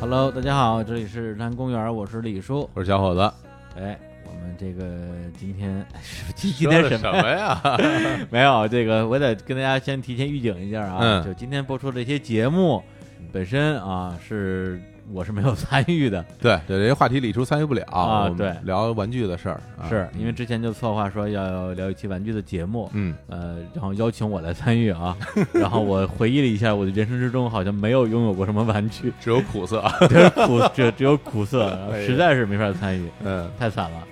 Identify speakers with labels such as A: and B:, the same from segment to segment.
A: Hello，大家好，这里是日坛公园，我是李叔。
B: 我说小伙子，
A: 哎，我们这个今天 是今
B: 说
A: 今天
B: 的
A: 什
B: 什么呀？
A: 没有这个，我得跟大家先提前预警一下啊，
B: 嗯
A: 就今天播出的这些节目本身啊，是我是没有参与的，
B: 对对，这些话题李叔参与不了
A: 啊
B: 我们
A: 对
B: 聊完具的事儿，啊
A: 是因为之前就策划说要聊一期玩具的节目，
B: 嗯，
A: 呃，然后邀请我来参与啊， 然后我回忆了一下，我的人生之中好像没有拥有过什么玩具，
B: 只有苦涩，
A: 只有苦，只只有苦涩，然后
B: 哎呀
A: 实在是没法参与。
B: 嗯，
A: 太惨了。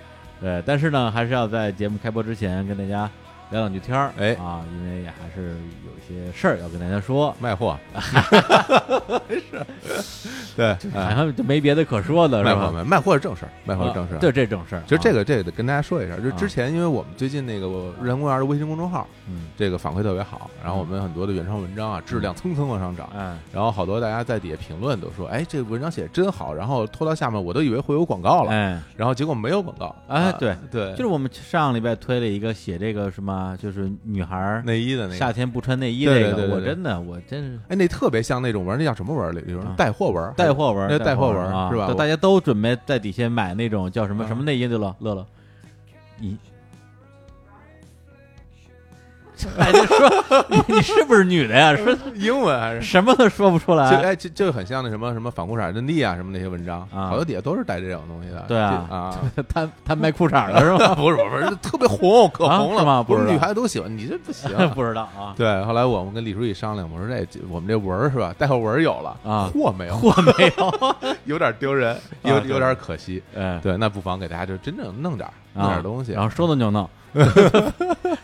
A: 对，但是呢，还是要在节目开播之前跟大家聊两句天儿，
B: 哎
A: 啊，因为也还是有一些事儿要跟大家说，
B: 卖货， 是，对，
A: 好
B: 哎
A: 像就没别的可说的，
B: 卖
A: 是吧？
B: 货卖卖货是正事儿，卖货是正事儿。
A: 啊就这种事儿。
B: 其实这
A: 个，
B: 个这个得跟大家说一下，就
A: 啊
B: 之前因为我们最近那个日坛公园的微信公众号，
A: 嗯，
B: 这个反馈特别好，然后我们很多的原创文章啊，质量蹭蹭往上涨，
A: 哎，
B: 然后好多大家在底下评论都说，哎，这文章写得真好，然后拖到下面我都以为会有广告了，
A: 哎，
B: 然后结果没有广告，
A: 哎
B: 啊
A: 对
B: 对，
A: 就是我们上礼拜推了一个写这个什么，就是女孩儿
B: 内衣的那
A: 夏
B: 个，
A: 天不穿内衣
B: 对
A: 这
B: 对对
A: 个，
B: 对
A: 我
B: 对
A: 真的，我真是
B: 哎，那特别像那种文儿，那叫什么文儿？里里
A: 啊
B: 边带货文儿，
A: 带货文
B: 那
A: 儿，
B: 带货文
A: 文儿
B: 儿
A: 啊
B: 是吧
A: 就
B: 我
A: 大家都准备在底下买那种叫什么
B: 啊
A: 什么内衣，对了，乐乐，你，哎，就说你你是不是女的呀？说
B: 英文还是？
A: 什么都说不出
B: 就
A: 来。
B: 哎，就就很像那什么什么反裤衩阵地啊，什么那些文章，
A: 啊
B: 好多底下都是带这种东西的。
A: 对啊
B: 这啊，
A: 摊摊卖裤衩了是吧？
B: 不是不是，特别红，可
A: 啊
B: 红了
A: 是吗
B: 不
A: 不
B: 是
A: 知道
B: 女孩子都喜欢，你这 不行。
A: 不知道啊，
B: 对，后来我们跟李书记商量，我说这我们这文儿是吧，带货文儿有了
A: 啊
B: 货没有，
A: 我没有。 啊
B: 有点丢人，有
A: 对
B: 有点可惜。
A: 哎，
B: 对，那不妨给大家就真正弄点儿弄
A: 啊
B: 点儿东西
A: 然。后说弄就 弄，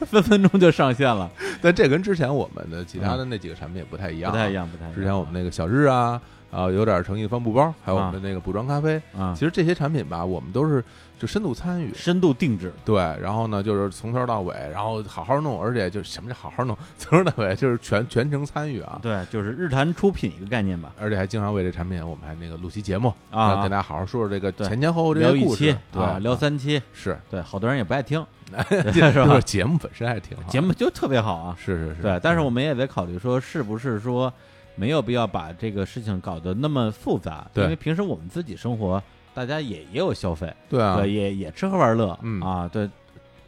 A: 分分钟就上线了，
B: 但这跟之前我们的其他的那几个产品也不太
A: 嗯
B: 一
A: 不
B: 样，啊
A: 太一。样，不太一样。
B: 之前我们那个小日啊，啊，有点诚意帆布包，还有我们的那个补妆咖啡，
A: 啊，
B: 其实这些产品吧，我们都是就深度参与。
A: 深度定制，
B: 对，然后呢，就是从头到尾，然后好好弄，而且就是什么叫好好弄，从头到尾就是全全程参与啊，
A: 对，就是日坛出品一个概念吧。
B: 而且还经常为这产品，我们还那个录期节目
A: 啊
B: 跟大家好好说说这个
A: 对
B: 前前后后这
A: 聊
B: 些
A: 一
B: 故
A: 期
B: 事，
A: 啊，
B: 对，
A: 聊三期，
B: 是，
A: 对，好多人也不爱听，
B: 就是
A: 吧
B: 就是节目本身还挺好，
A: 节目就特别好啊。
B: 是是是，
A: 对，但是我们也得考虑说，是不是说没有必要把这个事情搞得那么复杂？
B: 对
A: 因为平时我们自己生活，大家也也有消费，
B: 对啊，
A: 对，也也吃喝玩乐，
B: 嗯
A: 啊，对，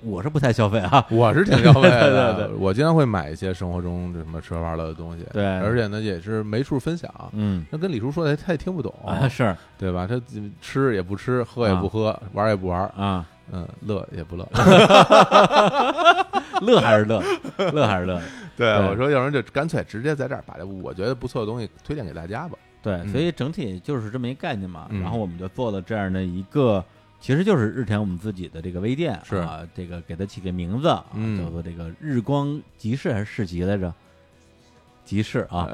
A: 我是不太消费啊，
B: 我是挺消费 的，
A: 对对对
B: 我经常会买一些生活中这什么吃喝玩乐的东西，
A: 对
B: 而且呢也是没处分享。
A: 嗯，
B: 那跟李叔说的，他也听不懂，
A: 啊 是
B: 对吧？他吃也不吃，喝也不喝，玩也不玩，
A: 啊，
B: 嗯，乐也不乐。
A: 乐还是乐，乐还是乐，
B: 对
A: 对
B: 我说，要不然就干脆直接在这儿把这我觉得不错的东西推荐给大家吧。
A: 对，
B: 嗯
A: 所以整体就是这么一概念嘛。
B: 嗯
A: 然后我们就做了这样的一个，其实就是日前我们自己的这个微店，
B: 是
A: 啊，这个给它起个名字啊，
B: 嗯
A: 叫做这个日光集市还是市集来着？集市 啊，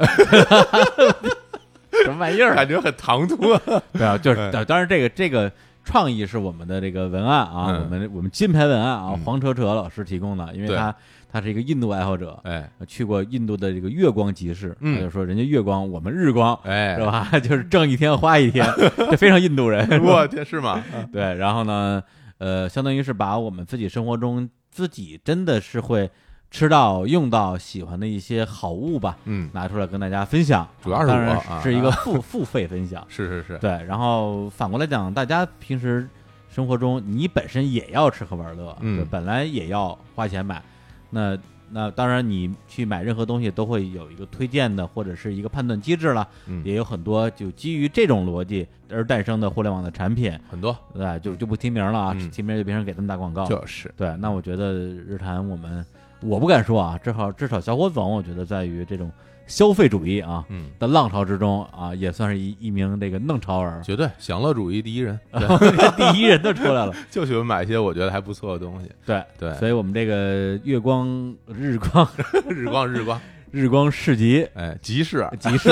A: 什么玩意 儿？
B: 感觉很唐突啊，
A: 对啊，就是
B: 哎
A: 当当然这个这个创意是我们的这个文案啊，
B: 嗯
A: 我们我们金牌文案啊
B: 嗯，
A: 黄哲哲老师提供的，因为
B: 对
A: 他他是一个印度爱好者， 呃
B: 哎
A: 去过印度的这个月光集市，
B: 嗯
A: 他就说人家月光，我们日光，
B: 哎
A: 是，吧？ 就是挣一天花一天，这非常印度 人。
B: 我天，是吗？
A: 对，然后呢，呃，相当于是把我们自己生活中自己真的是会吃到、用到、喜欢的一些好物吧，
B: 嗯，
A: 拿出来跟大家分享。
B: 主要是
A: 当
B: 我
A: 然
B: 啊
A: 是一个付付费分享。
B: 是是是，
A: 对，然后反过来讲，大家平时生活中你本身也要吃喝玩乐，
B: 嗯
A: 对本来也要花钱买，那。那当然，你去买任何东西都会有一个推荐的或者是一个判断机制了，
B: 嗯，
A: 也有很多就基于这种逻辑而诞生的互联网的产品，
B: 很多
A: 对吧，就就不提名了啊，
B: 嗯
A: 提名就变成给他们打广告。
B: 就是
A: 对，那我觉得日坛我们我不敢说啊，至少至少小伙总，我觉得在于这种消费主义啊
B: 嗯。
A: 的浪潮之中啊，也算是一一名这个弄潮儿，
B: 绝对享乐主义第一 人，对
A: 第一人都出 来了。
B: 就喜欢买一些我觉得还不错的东 西。
A: 对，
B: 对，
A: 所以我们这个月光 日光
B: 日光日光，
A: 日光市集
B: 哎，集市
A: 集 市，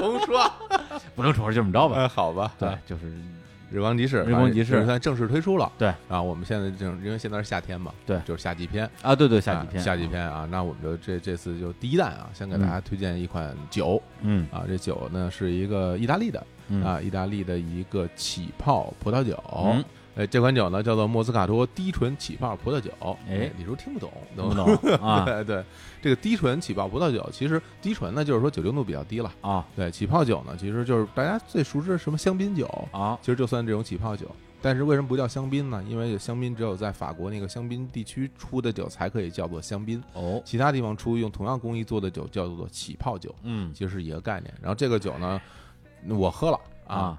B: 重说，
A: 不能重复就这么着吧。
B: 哎，好吧，
A: 对，，就是
B: 日光集市，
A: 日光集市
B: 反正也算正式推出了。
A: 对，
B: 然后我们现在正因为现在是夏天嘛，
A: 对
B: 就是夏季篇，
A: 啊，对对，下几
B: 啊
A: 天，
B: 夏季，篇啊，那我们就这这次就第一弹啊，先给大家推荐一款酒
A: 嗯
B: 啊，这酒呢是一个意大利的
A: 嗯
B: 啊，意大利的一个起泡葡萄酒
A: 嗯，
B: 哎，这款酒呢叫做莫斯卡托低醇起泡葡萄酒。
A: 哎
B: 你是不是听不懂？
A: 懂不懂啊？
B: 对对，这个低醇起泡葡萄酒，其实低醇呢就是说酒精度比较低了。
A: 啊
B: 对，起泡酒呢，其实就是大家最熟知的什么香槟酒，
A: 啊
B: 其实就算这种起泡酒。但是为什么不叫香槟呢？因为香槟只有在法国那个香槟地区出的酒才可以叫做香槟，
A: 哦，
B: 其他地方出用同样工艺做的酒叫做起泡酒，
A: 嗯
B: 其实是一个概念。然后这个酒呢，我喝了啊，
A: 啊，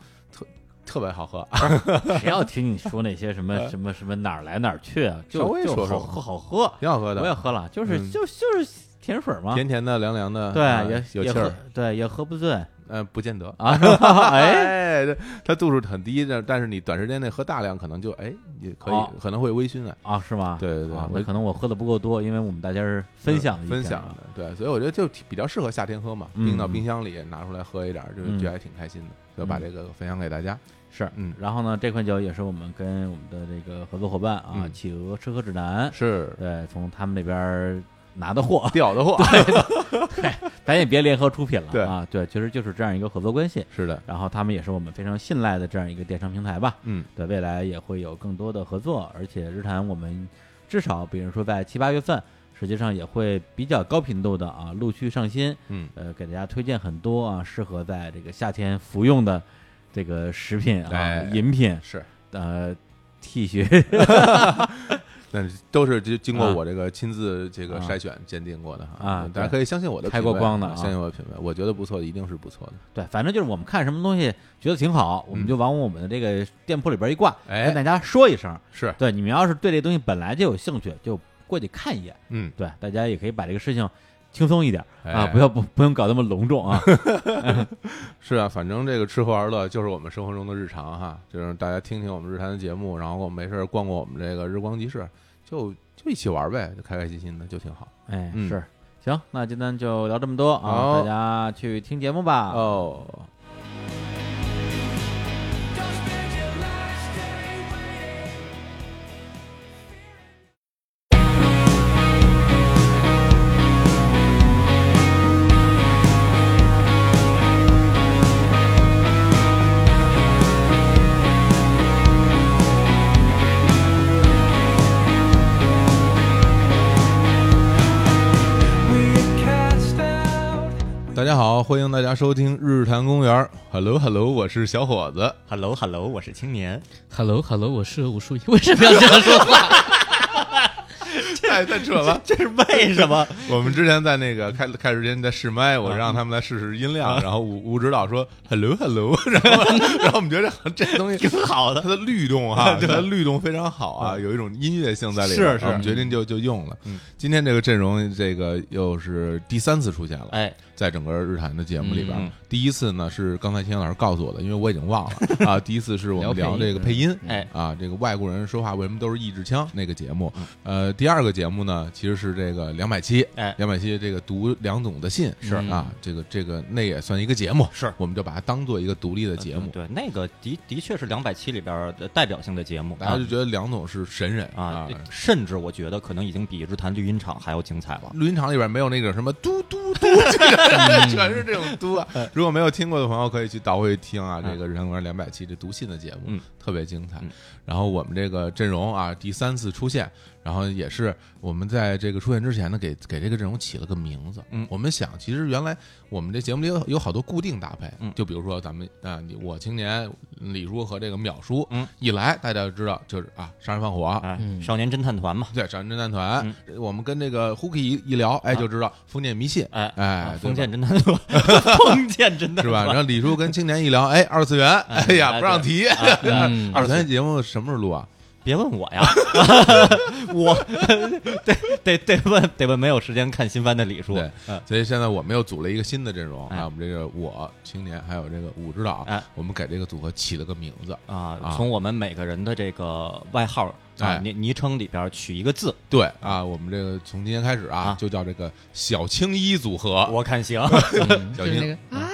B: 特别好喝，
A: 谁要听你说那些什么什么什么哪儿来哪儿去啊？
B: 嗯稍
A: 就
B: 微
A: 就
B: 说
A: 好
B: 说
A: 喝好喝，
B: 挺好喝
A: 我也
B: 的，
A: 喝了，就是
B: 嗯
A: 就就是甜水嘛，
B: 甜甜的、凉凉的，啊
A: 对，也
B: 有
A: 也
B: 气
A: 喝
B: 儿，，
A: 对，也喝不醉
B: 嗯，不见得。
A: 啊。 是吧哎，
B: 哎，这它度数很低，但但是你短时间内喝大量，可能就哎也可
A: 哦
B: 以，可能会微醺啊。
A: 啊，是吗？
B: 对对对
A: 啊
B: 我
A: 那可能我喝的不够多，因为我们大家是分享
B: 嗯
A: 的，
B: 分享的，对，所以我觉得就挺比较适合夏天喝嘛，
A: 嗯
B: 冰到冰箱里拿出来喝一点儿，就
A: 嗯
B: 觉得还挺开心的，就把这个分享给大家。
A: 是，
B: 嗯
A: 然后呢，这款酒也是我们跟我们的这个合作伙伴啊，
B: 嗯
A: 企鹅吃喝指南，
B: 是，
A: 对，从他们那边儿拿的货
B: 屌的货，
A: 咱也别联合出品了
B: 对
A: 啊，对，其实就是这样一个合作关系。
B: 是的，
A: 然后他们也是我们非常信赖的这样一个电商平台吧，
B: 嗯，
A: 对，未来也会有更多的合作，而且日坛我们至少比如说在七八月份，实际上也会比较高频度的啊陆续上新，
B: 嗯，
A: 呃，给大家推荐很多啊适合在这个夏天服用的这个食品啊、
B: 哎
A: 饮品
B: 是，
A: 呃 T 恤
B: 但是都是经经
A: 啊
B: 过我这个亲自这个
A: 啊
B: 筛选鉴定过的
A: 啊
B: 大
A: 对
B: 家可以相信我的
A: 开
B: 品
A: 过
B: 味
A: 光的
B: 啊
A: 啊
B: 相信我的品味，我觉得不错的一定是不错的。
A: 对，反正就是我们看什么东西觉得挺好，我们
B: 嗯
A: 就往我们的这个店铺里边一挂，跟
B: 哎，
A: 大家说一声。
B: 是，
A: 对，你们要是对这东西本来就有兴趣，就过去看一眼。
B: 嗯，
A: 对，大家也可以把这个事情轻松一点啊，
B: 哎
A: 不要不不用搞那么隆重 啊。
B: 是啊，反正这个吃喝玩乐就是我们生活中的日常哈，就是大家听听我们日坛的节目，然后我们没事儿逛逛我们这个日光集市，就就一起玩呗，就开开心心的，就挺好。
A: 哎，
B: 嗯
A: 是，行，那今天就聊这么多啊，
B: 好
A: 大家去听节目
C: 啊
A: 吧。
B: 哦，
D: Don't spend your last day waiting. We're cast out.
B: 大家好，欢迎大家收听日坛公园。Hello Hello，我是小伙子。
C: Hello Hello，我是青 年。
E: Hello Hello，我是武术， 为什么要这样说话？
B: 太哎太扯了！
C: 这是为什么？
B: 我们之前在那个开开始之前在试麦，
C: 啊
B: 我让他们来试试音量，然后吴吴指导说 Hello Hello，然 后然后我们觉得这这东西
C: 挺好的
B: 它的律动 哈、它的律动非常好啊，有一种音乐性在里边，
C: 是是嗯
B: 我们决定就就用了。今天这个阵容，这个又是第三次出现了，
C: 哎，
B: 在整个日坛的节目里边，
C: 嗯
B: 第一次呢是刚才天老师告诉我的，因为我已经忘 了啊，第一次是我们聊
E: 聊配音
B: 这个配音，
C: 哎
B: 啊，这个外国人说话为什么都是一支枪那个节目，呃，第二个节目呢其实是这个两百七，
C: 哎
B: 两百七这个读梁总的信
C: 是嗯
B: 啊，这个这个那也算一个节目，
C: 是嗯
B: 我们就把它当做一个独立的 节目。
C: 对，那个的的确是两百期里边的代表性的节目，
B: 大家就觉得梁总是神人
C: 嗯啊，甚至我觉得可能已经比日坛绿茵场还要精彩了。
B: 录音厂里边没有那个什么嘟 嘟嘟，
C: 嗯
B: 全全是这种嘟啊！如果没有听过的朋友，可以去倒回去听啊，这个《人工两百期》这读信的节目，
C: 嗯
B: 特别精彩
C: 嗯。
B: 然后我们这个阵容啊，第三次出现，然后也是我们在这个出现之前呢，给给这个阵容起了个名字。
C: 嗯
B: 我们想，其实原来我们这节目里有有好多固定搭配，
C: 嗯
B: 就比如说咱们啊，你我青年李叔和这个淼叔，
C: 嗯，
B: 一来大家就知道就是啊，杀人放火，
C: 哎，
E: 嗯
C: 少年侦探团嘛，
B: 对，少年侦探团，
C: 嗯
B: 我们跟这个 Hooky 一一聊，哎，就知道封建迷信，
C: 啊哎
B: 哎
C: 啊，封
B: 对吧
C: 建侦探团，封建侦探团
B: 是吧？然后李叔跟青年一聊，哎，二次元， 哎呀，
C: 哎啊
B: 不让提。
E: 嗯
B: 二次元节目什么时候录啊？
C: 别问我 呀， 我得得得问得问没有时间看新番的李叔。
B: 对
C: 嗯
B: 所以现在我们又组了一个新的阵容
C: 哎
B: 啊，我们这个我青年还有这个武指导
C: 哎，
B: 我们给这个组合起了个名字。
C: 啊
B: 啊，
C: 从我们每个人的这个外号
B: 哎
C: 啊昵昵称里边取一个字，
B: 对啊，我们这个从今天开始啊
C: 啊，
B: 就叫这个小青衣组合，
C: 我看 行。
B: 小
E: 就是
B: 青
E: 那 个
B: 啊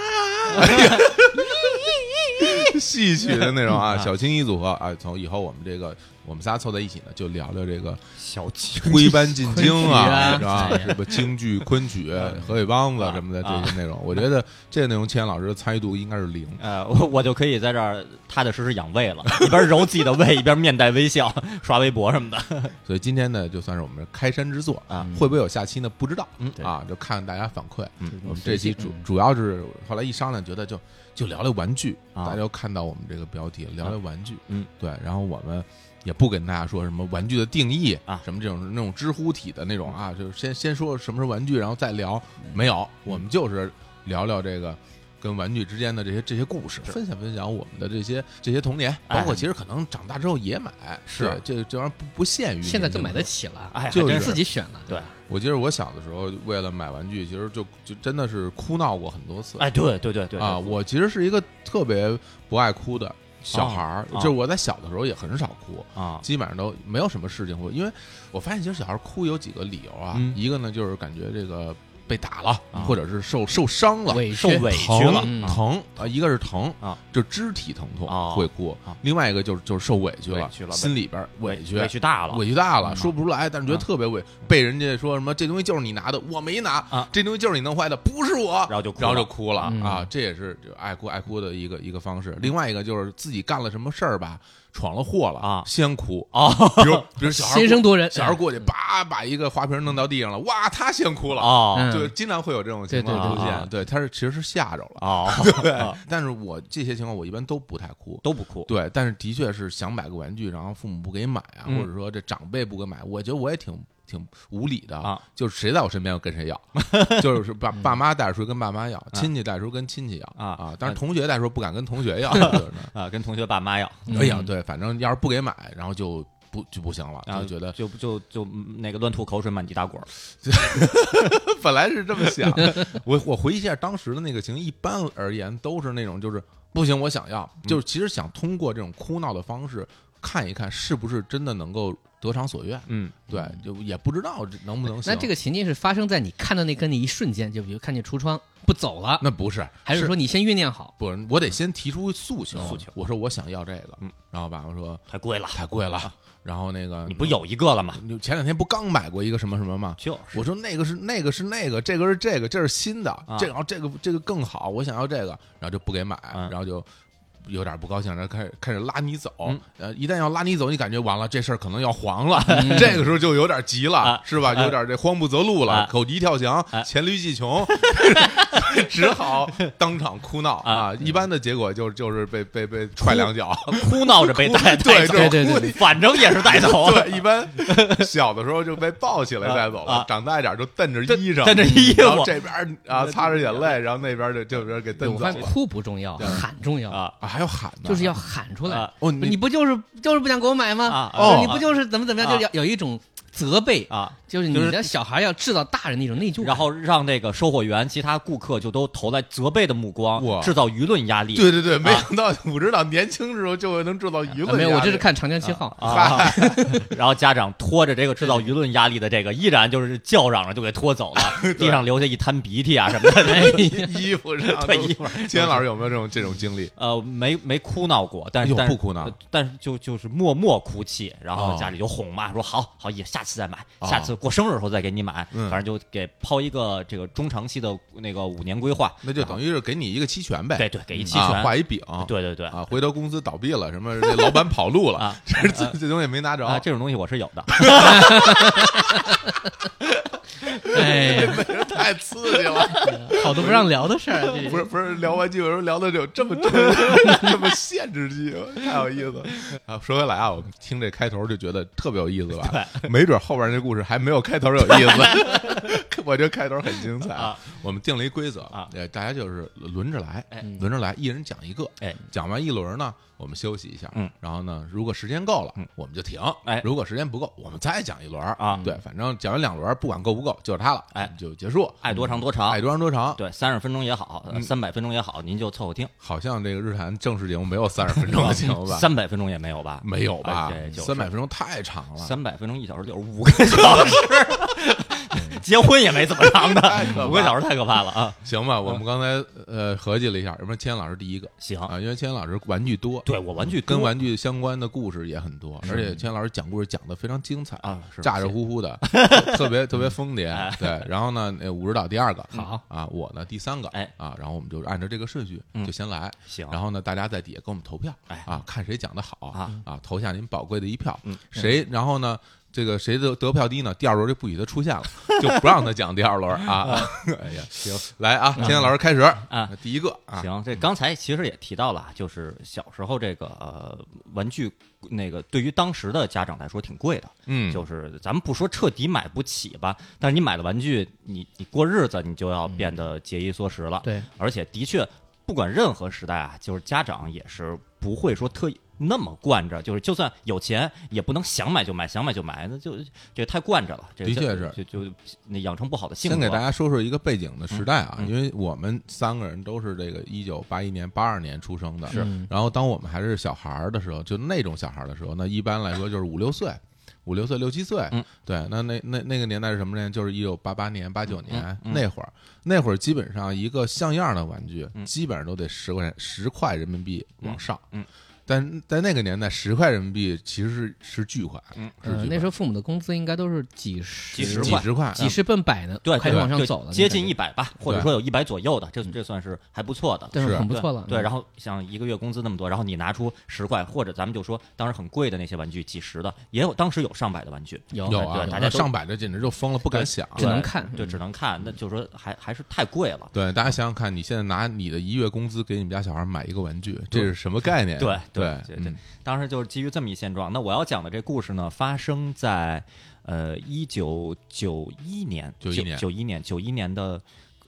B: 戏曲的那种啊，小青衣组合啊，从以后我们这个我们仨凑在一起呢，就聊聊这个
A: 小 气
B: 徽班进京啊，
E: 昆
B: 是
E: 曲
B: 吧
E: 啊？
B: 什么京剧、昆曲、河北梆子什么的
A: 啊
B: 这些内容，我觉得这些内容，千岩老师的参与度应该是零。
A: 呃，我我就可以在这儿踏踏实实养胃 了，一边揉自己的胃，一边面带微笑刷微博什么的。
B: 所以今天呢，就算是我们开山之作
A: 啊，
C: 嗯
B: 会不会有下期呢？不知道
A: 嗯
B: 啊，就看大家反馈。
A: 嗯
B: 我们这期主主要是后来一商量，觉得就就聊聊玩具，
A: 啊
B: 大家就看到我们这个标题，聊聊玩具。
A: 嗯，
B: 对，然后我们。也不跟大家说什么玩具的定义
A: 啊
B: 什么这种那种知乎体的那种啊，就是先先说什么是玩具，然后再聊。没有，我们就是聊聊这个跟玩具之间的这些这些故事，分享分享我们的这些这些童年，包
A: 哎
B: 括其实可能长大之后也买，
A: 是
B: 对这这玩意儿不不限于
E: 现在就
B: 年轻
E: 买
B: 的
E: 得起了，
A: 哎，还
B: 就
A: 真
B: 是
A: 是
E: 自己选了，
A: 对
E: 吧，
B: 我记得我小的时候，为了买玩具，其实就就真的是哭闹过很多次。
A: 哎，对对对对
B: 啊，我其实是一个特别不爱哭的小孩儿，
A: 啊
B: 就是我在小的时候也很少哭，
A: 啊，
B: 基本上都没有什么事情会。因为我发现，其实小孩哭有几个理由啊，
A: 嗯
B: 一个呢就是感觉这个被打了，
A: 啊
B: 或者是受受伤了。
E: 委
A: 受
E: 屈
A: 委屈
B: 疼
A: 了
E: 嗯
B: 疼啊，一个是疼
A: 啊，
B: 就肢体疼痛
A: 哦
B: 会哭
A: 啊，
B: 另外一个就是就是受委屈
A: 委屈了
B: 心里边儿
A: 委
B: 屈，
A: 委屈大了，
B: 委屈大了，
A: 嗯
B: 说不出来，但是觉得特别委，被人家说什么这东西就是你拿的，我没拿，
A: 啊
B: 这东西就是你弄坏的，不是我，
A: 然后就哭了
B: 然后就哭了
E: 嗯
B: 啊，这也是就爱哭爱哭的一个一个方式。另外一个就是自己干了什么事儿吧，闯了祸了
A: 啊
B: 先哭，
A: 哦
B: 比 如比如小孩
E: 先声夺人，
B: 小
A: 嗯
B: 孩过去叭把一个花瓶弄到地上了，哇，他先哭了，
A: 哦
E: 嗯
B: 就经常会有这种情
E: 对
B: 况
A: 对
B: 出
A: 对
B: 现，对，他是其实是吓着了，
A: 啊哦，
B: 对，但是我这些情况我一般都不太哭，
A: 都不哭，
B: 对，但是的确是想买个玩具，然后父母不给买啊，
A: 嗯
B: 或者说这长辈不给买，我觉得我也挺挺无理的
A: 啊，嗯
B: 就是谁在我身边我 跟谁要，就是爸爸妈带着时候跟爸妈要，亲戚带着时候跟亲戚要
A: 啊
B: 啊，但是同学带着时候不敢跟同学 要，就是
A: 啊，跟同学爸妈要，
E: 嗯
B: 哎呀，对，反正要是不给买，然后就。不就不行了，
A: 然后
B: 就啊觉得
A: 就就就嗯那个乱吐口水，满地打滚儿，
B: 本来是这 么想，我我回忆一下当时的那个情形，一般而言都是那种就是不行，我想要，
A: 嗯
B: 就是其实想通过这种哭闹的方式看一看是不是真的能够得偿所愿，
A: 嗯，
B: 对，就也不知道这能不能行。
E: 那这个情境是发生在你看到那根的一瞬间，就比如看见橱窗不走了，
B: 那不是，
E: 还是说你先酝酿好？
B: 不是？我得先提出诉求，
A: 诉求
B: 我说我想要这个，
A: 嗯
B: 然后爸爸说
A: 太贵了，啊
B: 太贵了，嗯然后那个
A: 你不有一个了吗？
B: 你前两天不刚买过一个什么什么吗？
A: 就是，
B: 我说那个是那个是那个，这个是这个，这是新的，
A: 啊
B: 这然后这个这个更好，我想要这个，然后就不给买，
A: 嗯
B: 然后就。有点不高兴，然后开始开始拉你走
A: 嗯，
B: 呃，一旦要拉你走，你感觉完了，这事儿可能要黄了，这个时候就有点急了
A: 嗯啊，
B: 是吧？有点这慌不择路了
A: 啊，
B: 狗急跳墙，
A: 啊
B: 黔驴技穷， 只好当场哭闹啊！一般的结果就就是被被被踹两脚，
A: 呃哭闹着被带带
B: 对
A: 走，
B: 就是
E: 对对
B: 哭
E: 对
A: 反正也是带走， 啊
B: 对，一般小的时候就被抱起来带走
A: 哦啊
B: 了
A: 啊，
B: 长大一点就瞪着衣裳，
A: 瞪着衣服
B: 然后这边啊擦着眼泪，然后那边就这边给瞪
E: 我
B: 走
E: 发现
B: 了。
E: 哭不重要，喊重要，
A: 啊
B: 啊，还要喊呢，
E: 就是要喊出来
A: 啊。
B: 哦，
E: 你
B: 你
E: 不就是就是不想给我买吗
A: 啊？
B: 哦
E: 你不就是怎么怎么样？
A: 啊
E: 就有有一种责备，
A: 啊，
E: 就是你
A: 就是
E: 的小孩要制造大人的一种内疚感。
A: 然后让那个售货员、其他顾客就都投来责备的目
B: 哇
A: 光，制造舆论压力。
B: 对对对，
A: 啊
B: 没想到 我知道年轻时候就能制造舆论压
E: 啊
B: 力。
E: 没有，我这是看《长江七号》
A: 啊， 然后家长拖着这个制造舆论压力的这个，依然就是叫嚷着就给拖走了，地上留下一滩鼻涕啊什么的。
B: 衣服上，
A: 对衣服
B: 今天老师有没有这种这种经历？
A: 呃，没没哭闹过，但是
B: 哎呦
A: 但是呃
B: 不哭闹，
A: 但是就就是默默哭泣，然
B: 哦
A: 后家里就哄嘛，说好好也下次再买，
B: 哦
A: 下次过生日的时候再给你买，
B: 嗯
A: 反正就给抛一个这个中长期的那个五年规划，
B: 那就等于是给你一个期权呗，
A: 对对，给一期
B: 啊，
A: 权，
B: 画一饼，
A: 对对对。
B: 啊，回头公司倒闭了，什么这老板跑路了
A: 啊，
B: 这 这这东西没拿着，
A: 啊，这种东西我是有的，
E: 哎呀，
B: 太刺激了。
E: 好多不让聊的事儿啊，这
B: 不是不
A: 嗯
B: 是聊玩具，有时候聊的有这么 这么 这么限制级，太有意思了啊！说回来啊，我们听这开头就觉得特别有意思吧？没准后边那故事还没有开头有意思。 我觉得开头很精彩。
A: 啊
B: 我们定了一规则
A: 啊，
B: 呃大家就是轮着来
A: 哎，
B: 轮着来，一人讲一个。
A: 哎，
B: 讲完一轮呢，我们休息一下。
A: 嗯，
B: 然后呢，如果时间够了
A: 嗯，
B: 我们就停。
A: 哎
B: 如果时间不够，我们再讲一轮
A: 啊
B: 对，反正讲完两轮，不管够不够，就是它了。
A: 哎，
B: 就结束。
A: 爱多长多长，
B: 爱多长多长，嗯
A: 对，三十分钟也好，三百分钟也好，您就凑合听。啊
B: 好像这个日坛正式节目没有三十分钟的节目 吧？
A: 三百分钟也没有吧？
B: 没啊有吧
A: 哎？对就是
B: 三百分钟太长了。
A: 三百分钟一小时六十五个小时，结婚也没怎么长
B: 太可
A: 的，
B: 怕了哎
A: 五个小时太可怕了啊！
B: 行吧，我们刚才呃合计了一下，要不然千老师第一个
A: 行，
B: 啊，因为千老师玩具多，
A: 对我玩具
B: 跟
A: 多
B: 玩具相关的故事也很多，而且千老师讲故事讲的非常精彩
A: 啊是哎
B: 咋咋呼呼的，特别特别 疯癫。对，然后呢，那武指导第二个，
E: 好
B: 啊，我呢第三个，
A: 哎
B: 啊，然后我们就按照这个顺序
A: 嗯
B: 就先来，
A: 行啊
B: 然后呢，大家在底下给我们投票，
A: 哎
B: 啊，看谁讲的好
A: 啊
B: 啊，投下您宝贵的一票
A: 嗯，
B: 谁然后呢？这个谁得得票低呢？第二轮就不许他 出现了，就不让他讲第二轮啊！ 哎呀，行，来啊，千老师开始
A: 嗯啊，
B: 第一个啊，
A: 行，这刚才其实也提到了啊，就是小时候这个呃玩具，那个对于当时的家长来说挺贵的，
B: 嗯，
A: 就是咱们不说彻底买不起吧，但是你买了玩具，你你过日子你就要
B: 嗯
A: 变得节衣缩
B: 啊
A: 食了。
E: 对，
A: 而且的确，不管任何时代啊，就是家长也是不会说特意那么惯着，就是就算有钱也不能想买就买，想买就买，那就这太惯着了。这
B: 的确
A: 就是就就那养成不好的性格。
B: 先给大家说说一个背景的时代啊，
A: 嗯嗯
B: 因为我们三个人都是这个一九八一年、八二年出生的，
E: 是嗯
B: 然后当我们还是小孩儿的时候，就那种小孩儿的时候，那一般来说就是五六岁。五六岁、六七岁，
A: 嗯
B: 对，那那那那个年代是什么呢？就是一九八八年、八九年、
A: 嗯嗯
B: 那会儿，那会儿基本上一个像样的玩具，基本上都得十块钱、十块人民币往上。
A: 嗯嗯
B: 但在那个年代，十块人民币其实是是巨款，
A: 嗯
B: 是巨
E: 呃
B: 款
E: 那时候父母的工资应该都是几十、
A: 几十
B: 几
A: 块
B: 十块，啊
E: 几十奔百的，
A: 对，
E: 开
A: 对
E: 始往上
A: 对
E: 走了，
A: 接近
E: 那
A: 一
E: 感觉，
A: 百吧，或者说有一百左右的，这这算是还不错的。
E: 但是
B: 是
E: 嗯很不
A: 对
E: 错了。嗯
A: 对，然
E: 后
A: 后像一个月工资那么多，然后你拿出十块，或者咱们就说当时很贵的那些玩具，几十的，也有当时有上百的玩具，
E: 有
B: 有啊，
A: 对大家都
B: 上百这简直就疯了，不敢想，
E: 只能看嗯
A: 对，只能看，那就是说还还是太贵了。
B: 对，大家想想看，你现在拿你的一月工资给你们家小孩买一个玩具，这是什么概念？
A: 对
B: 对
A: 对
B: 嗯
A: 对，当时就是基于这么一现状。那我要讲的这故事呢，发生在呃一九九一年，
B: 91年
A: 九一年，九一年的。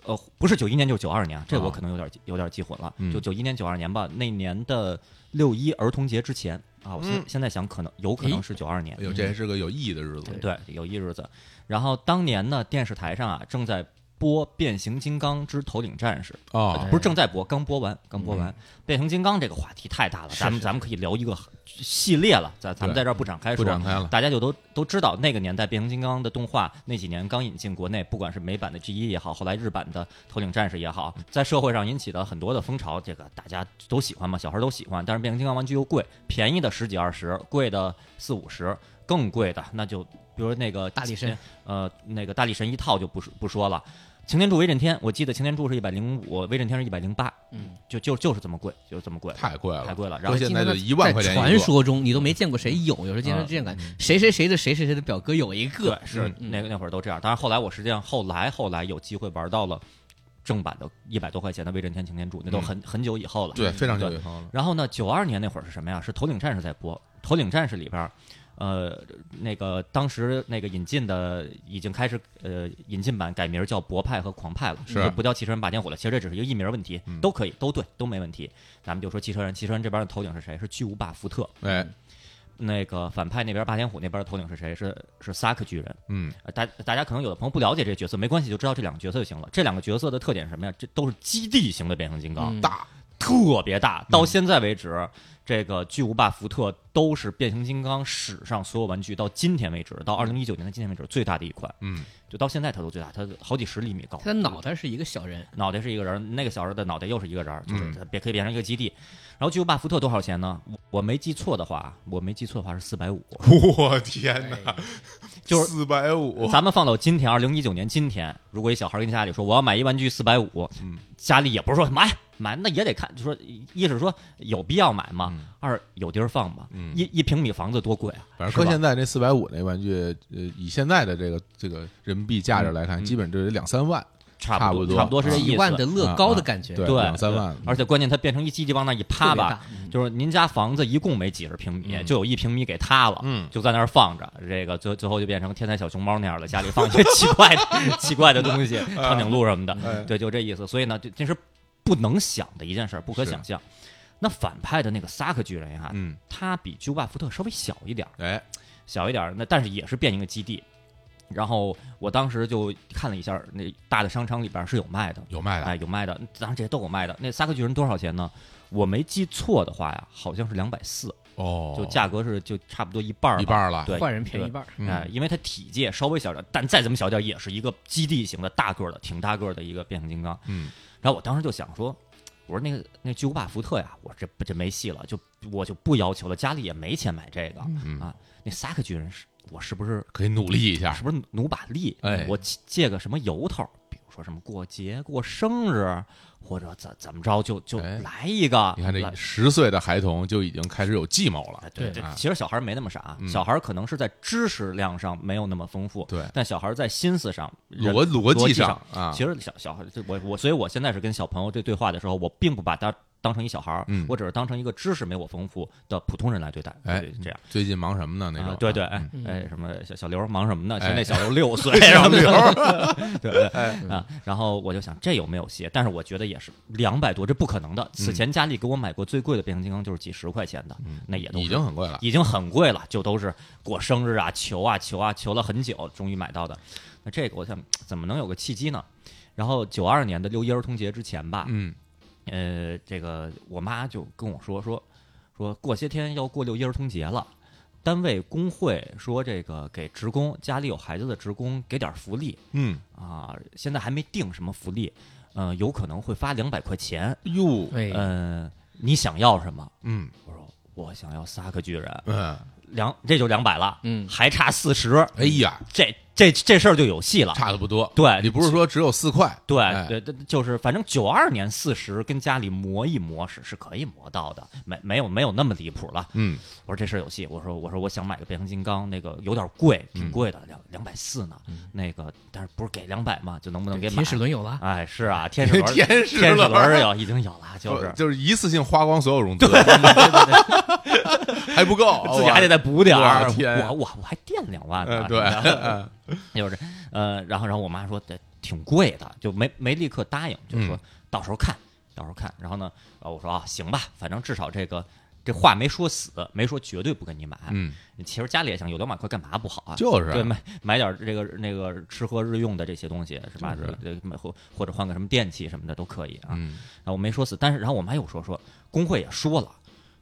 A: 呃，不是九一年就是九二年，这我可能有点、有点记混了。
B: 啊嗯
A: 就九一年九二年吧，那年的六一儿童节之前啊，我现、
B: 嗯
A: 现在想可能有可能
E: 咦
A: 是九二年
B: 哎，呦，这还是个有意义的日子。
A: 嗯对，有一日子。然后当年呢，电视台上啊正在播《变形金刚之头领战士》
B: 哦，
A: 不是正在播，刚播完，刚播完。变形金刚这个话题太大了，
E: 是
A: 咱们
E: 是
A: 咱们可以聊一个系列了，咱咱们
B: 对
A: 在这儿不展开
B: 不
A: 说。
B: 展开了。
A: 大家就都都知道，那个年代变形金刚的动画那几年刚引进国内，不管是美版的 G 一也好，后来日版的头领战士也好，在社会上引起了很多的风潮，这个大家都喜欢嘛，小孩都喜欢。但是变形金刚玩具又贵，便宜的十几二十，贵的四五十，更贵的那就比如那个
E: 大力神，
A: 呃，那个大力神一套就不说不说了。擎天柱、威震天，我记得擎天柱是一百零五，威震天是一百零八，
E: 嗯，
A: 就就就是这么贵，就是这么贵，
B: 太贵了，
A: 太贵了。然
B: 到
A: 后
B: 现在就
E: 在
B: 一万块钱一个
E: 传说中你都没见过谁有，有时候经
A: 嗯
E: 常这样感觉，谁谁谁的谁谁谁的表哥有一
A: 对
E: 个，，
A: 是
E: 嗯
A: 那个那会儿都这样。当然后来我实际上后来后来有机会玩到了正版的一百多块钱的威震天擎天柱，那都很、很久以后了。
B: 对，非常久
A: 对
B: 以后了。
A: 然后呢，九二年那会儿是什么呀？是头领战士在播，头领战士里边儿。呃，那个当时那个引进的已经开始，呃，引进版改名叫博派和狂派了，
B: 是
A: 就不叫汽车人霸天虎了。其实这只是一个译名问题，
B: 嗯
A: 都可以，都对，都没问题。咱们就说汽车人，汽车人这边的头领是谁？是巨无霸福特。
B: 哎，
A: 那个反派那边霸天虎那边的头领是谁？是是萨克巨人。
B: 嗯，
A: 呃大大家可能有的朋友不了解这个角色，没关系，就知道这两个角色就行了。这两个角色的特点是什么呀？这都是基地型的变形金刚，
E: 嗯
B: 大
A: 特别大。到现在为止，这个巨无霸福特都是变形金刚史上所有玩具到今天为止，到二零一九年的今天为止最大的一款，
B: 嗯，
A: 就到现在它都最大，它好几十厘米高。
E: 他的脑袋是一个小人，
A: 脑袋是一个人儿，那个小人儿的脑袋又是一个人儿，就是
B: 嗯
A: 它别可以变成一个基地。然后巨无霸福特多少钱呢？我我没记错的话，我没记错的话是四百五。
B: 我天哪，
A: 哎就是哎
B: 四百五，
A: 咱们放到今天，二零一九年今天，如果一小孩跟家里说我要买一玩具四百五，
B: 嗯
A: 家里也不是说买买，那也得看，就说一是说有必要买吗？
B: 嗯
A: 二有地儿放吗？
B: 嗯
A: 一一平米房子多贵啊！
B: 反正
A: 是吧
B: 搁现在那四百五那玩具，呃，以现在的这个这个人民币价值来
A: 嗯
B: 看，基本就得两三万，
A: 差
B: 不
A: 多，
B: 多
A: 差不多是这意
E: 几
A: 思。啊
E: 万的乐高的感觉，
B: 对，
A: 对
B: 两三万，
A: 而且关键它变成一基地往那一
E: 特
A: 趴
E: 别
A: 吧
E: 大，，
A: 就是您家房子一共没几十平米，
B: 嗯
A: 就有一平米给塌了。
B: 嗯，
A: 就在那儿放着，这个最最后就变成天才小熊猫那样的，家里放一些奇怪 的、奇怪的东西，
B: 嗯
A: 长颈鹿什么的，
B: 哎
A: 对，就这意思。所以呢，这这是不能想的一件事儿，不可
B: 是
A: 想象。那反派的那个萨克巨人呀，
B: 嗯，
A: 他比巨无霸福特稍微小一点儿，
B: 哎，
A: 小一点儿，那但是也是变一个基地。然后我当时就看了一下儿，那大的商场里边儿是有卖的，
B: 有卖
A: 哎，
B: 的，
A: 有卖的，当然这些都有卖的。那萨克巨人多少钱呢？我没记错的话呀，好像是两百四，
B: 哦，
A: 就价格是就差不多一半儿吧，
B: 一半儿啊了，
A: 对，
E: 坏人便宜一半儿，
B: 嗯
A: 哎，因为它体积也稍微小点儿，但再怎么小点儿也是一个基地型的大个儿的，挺大个儿的一个变形金刚。
B: 嗯，
A: 然后我当时就想说，我说那个那巨无霸福特呀，我这这没戏了，就我就不要求了，家里也没钱买这个。
B: 嗯
A: 啊那萨克巨人是我是不是
B: 可以努力一下
A: 是，不是努把力？
B: 哎
A: 我借借个什么由头，比如说什么过节、过生日，或者怎怎么着，就就
B: 哎
A: 来一个。
B: 你看
A: 来
B: 这十岁的孩童就已经开始有计谋了，
A: 哎对
E: 对
A: 对
B: 啊，
A: 其实小孩儿没那么傻，
B: 嗯
A: 小孩儿可能是在知识量上没有那么丰富，
B: 对，
A: 但小孩儿在心思上、人
B: 逻逻
A: 逻辑
B: 上
A: 上
B: 啊，
A: 其实小小孩，就我我，所以我现在是跟小朋友对对话的时候，我并不把他当成一小孩儿，
B: 嗯
A: 我只是当成一个知识没我丰富的普通人来对待，
B: 哎
A: 对这样。
B: 最近忙什么呢？那
A: 啊
B: 种，
A: 对对，
B: 啊
A: 哎
B: 嗯
E: 嗯
A: 哎，什么小小刘忙什么呢？其实
B: 哎
A: 那小 刘六岁，然后
B: 小哎
A: 对 对啊，然后我就想这有没有戏？但是我觉得也是两百多，这不可能的。
B: 嗯
A: 此前家里给我买过最贵的变形金刚就是几十块钱的，那也都
B: 已
A: 是
B: 经很贵了，
A: 已经很贵了，就都是过生日啊、求啊、求啊、求了很久，终于买到的。那这个我想怎么能有个契机呢？然后九二年的六一儿童节之前吧，
B: 嗯
A: 呃，这个我妈就跟我说说说过些天要过六一儿童节了，单位工会说这个给职工家里有孩子的职工给点儿福利
B: 嗯，
A: 啊，现在还没定什么福利，呃，有可能会发两百块钱，
B: 哟，
E: 哎，
A: 嗯、你想要什么？
B: 嗯
A: 我说我想要三个巨人，
B: 嗯，
A: 两这就两百了，
E: 嗯
A: 还差四十，
B: 哎呀，
A: 这这这事儿就有戏了。
B: 差的不多，
A: 对
B: 你不是说只有四块，
A: 对
B: 哎
A: 对，对就是反正九二年四十跟家里磨一磨是是可以磨到的，没没有没有那么离谱了。
B: 嗯
A: 我说这事儿有戏，我说我说我想买个变形金刚，那个有点贵，
B: 嗯
A: 挺贵的，两两百四呢。那个但是不是给两百嘛，就能不能给买
E: 天？使轮有 了，
A: 哎，是啊，天使轮，
B: 天使
A: 天使
B: 轮
A: 轮有已经有了，就
B: 就是就是一次性花光所有融资， 还不够，
A: 自己还得再补点儿
B: 哦我。天
A: 我我我还垫两万
B: 嗯
A: 呢，
B: 对， 嗯
A: 就是呃，然后然后我妈说这挺贵的，就没没立刻答应，就
B: 嗯
A: 说到时候看，到时候看。然后呢，呃，我说啊，行吧，反正至少这个这话没说死，没说绝对不跟你买。
B: 嗯，
A: 其实家里也想有两百块干嘛不好啊？
B: 就是
A: 对，买买点这个那个吃喝日用的这些东西是吧？
B: 就是啊
A: 这买或或者换个什么电器什么的都可以啊。
B: 嗯
A: 然后我没说死，但是然后我妈又说说工会也说了，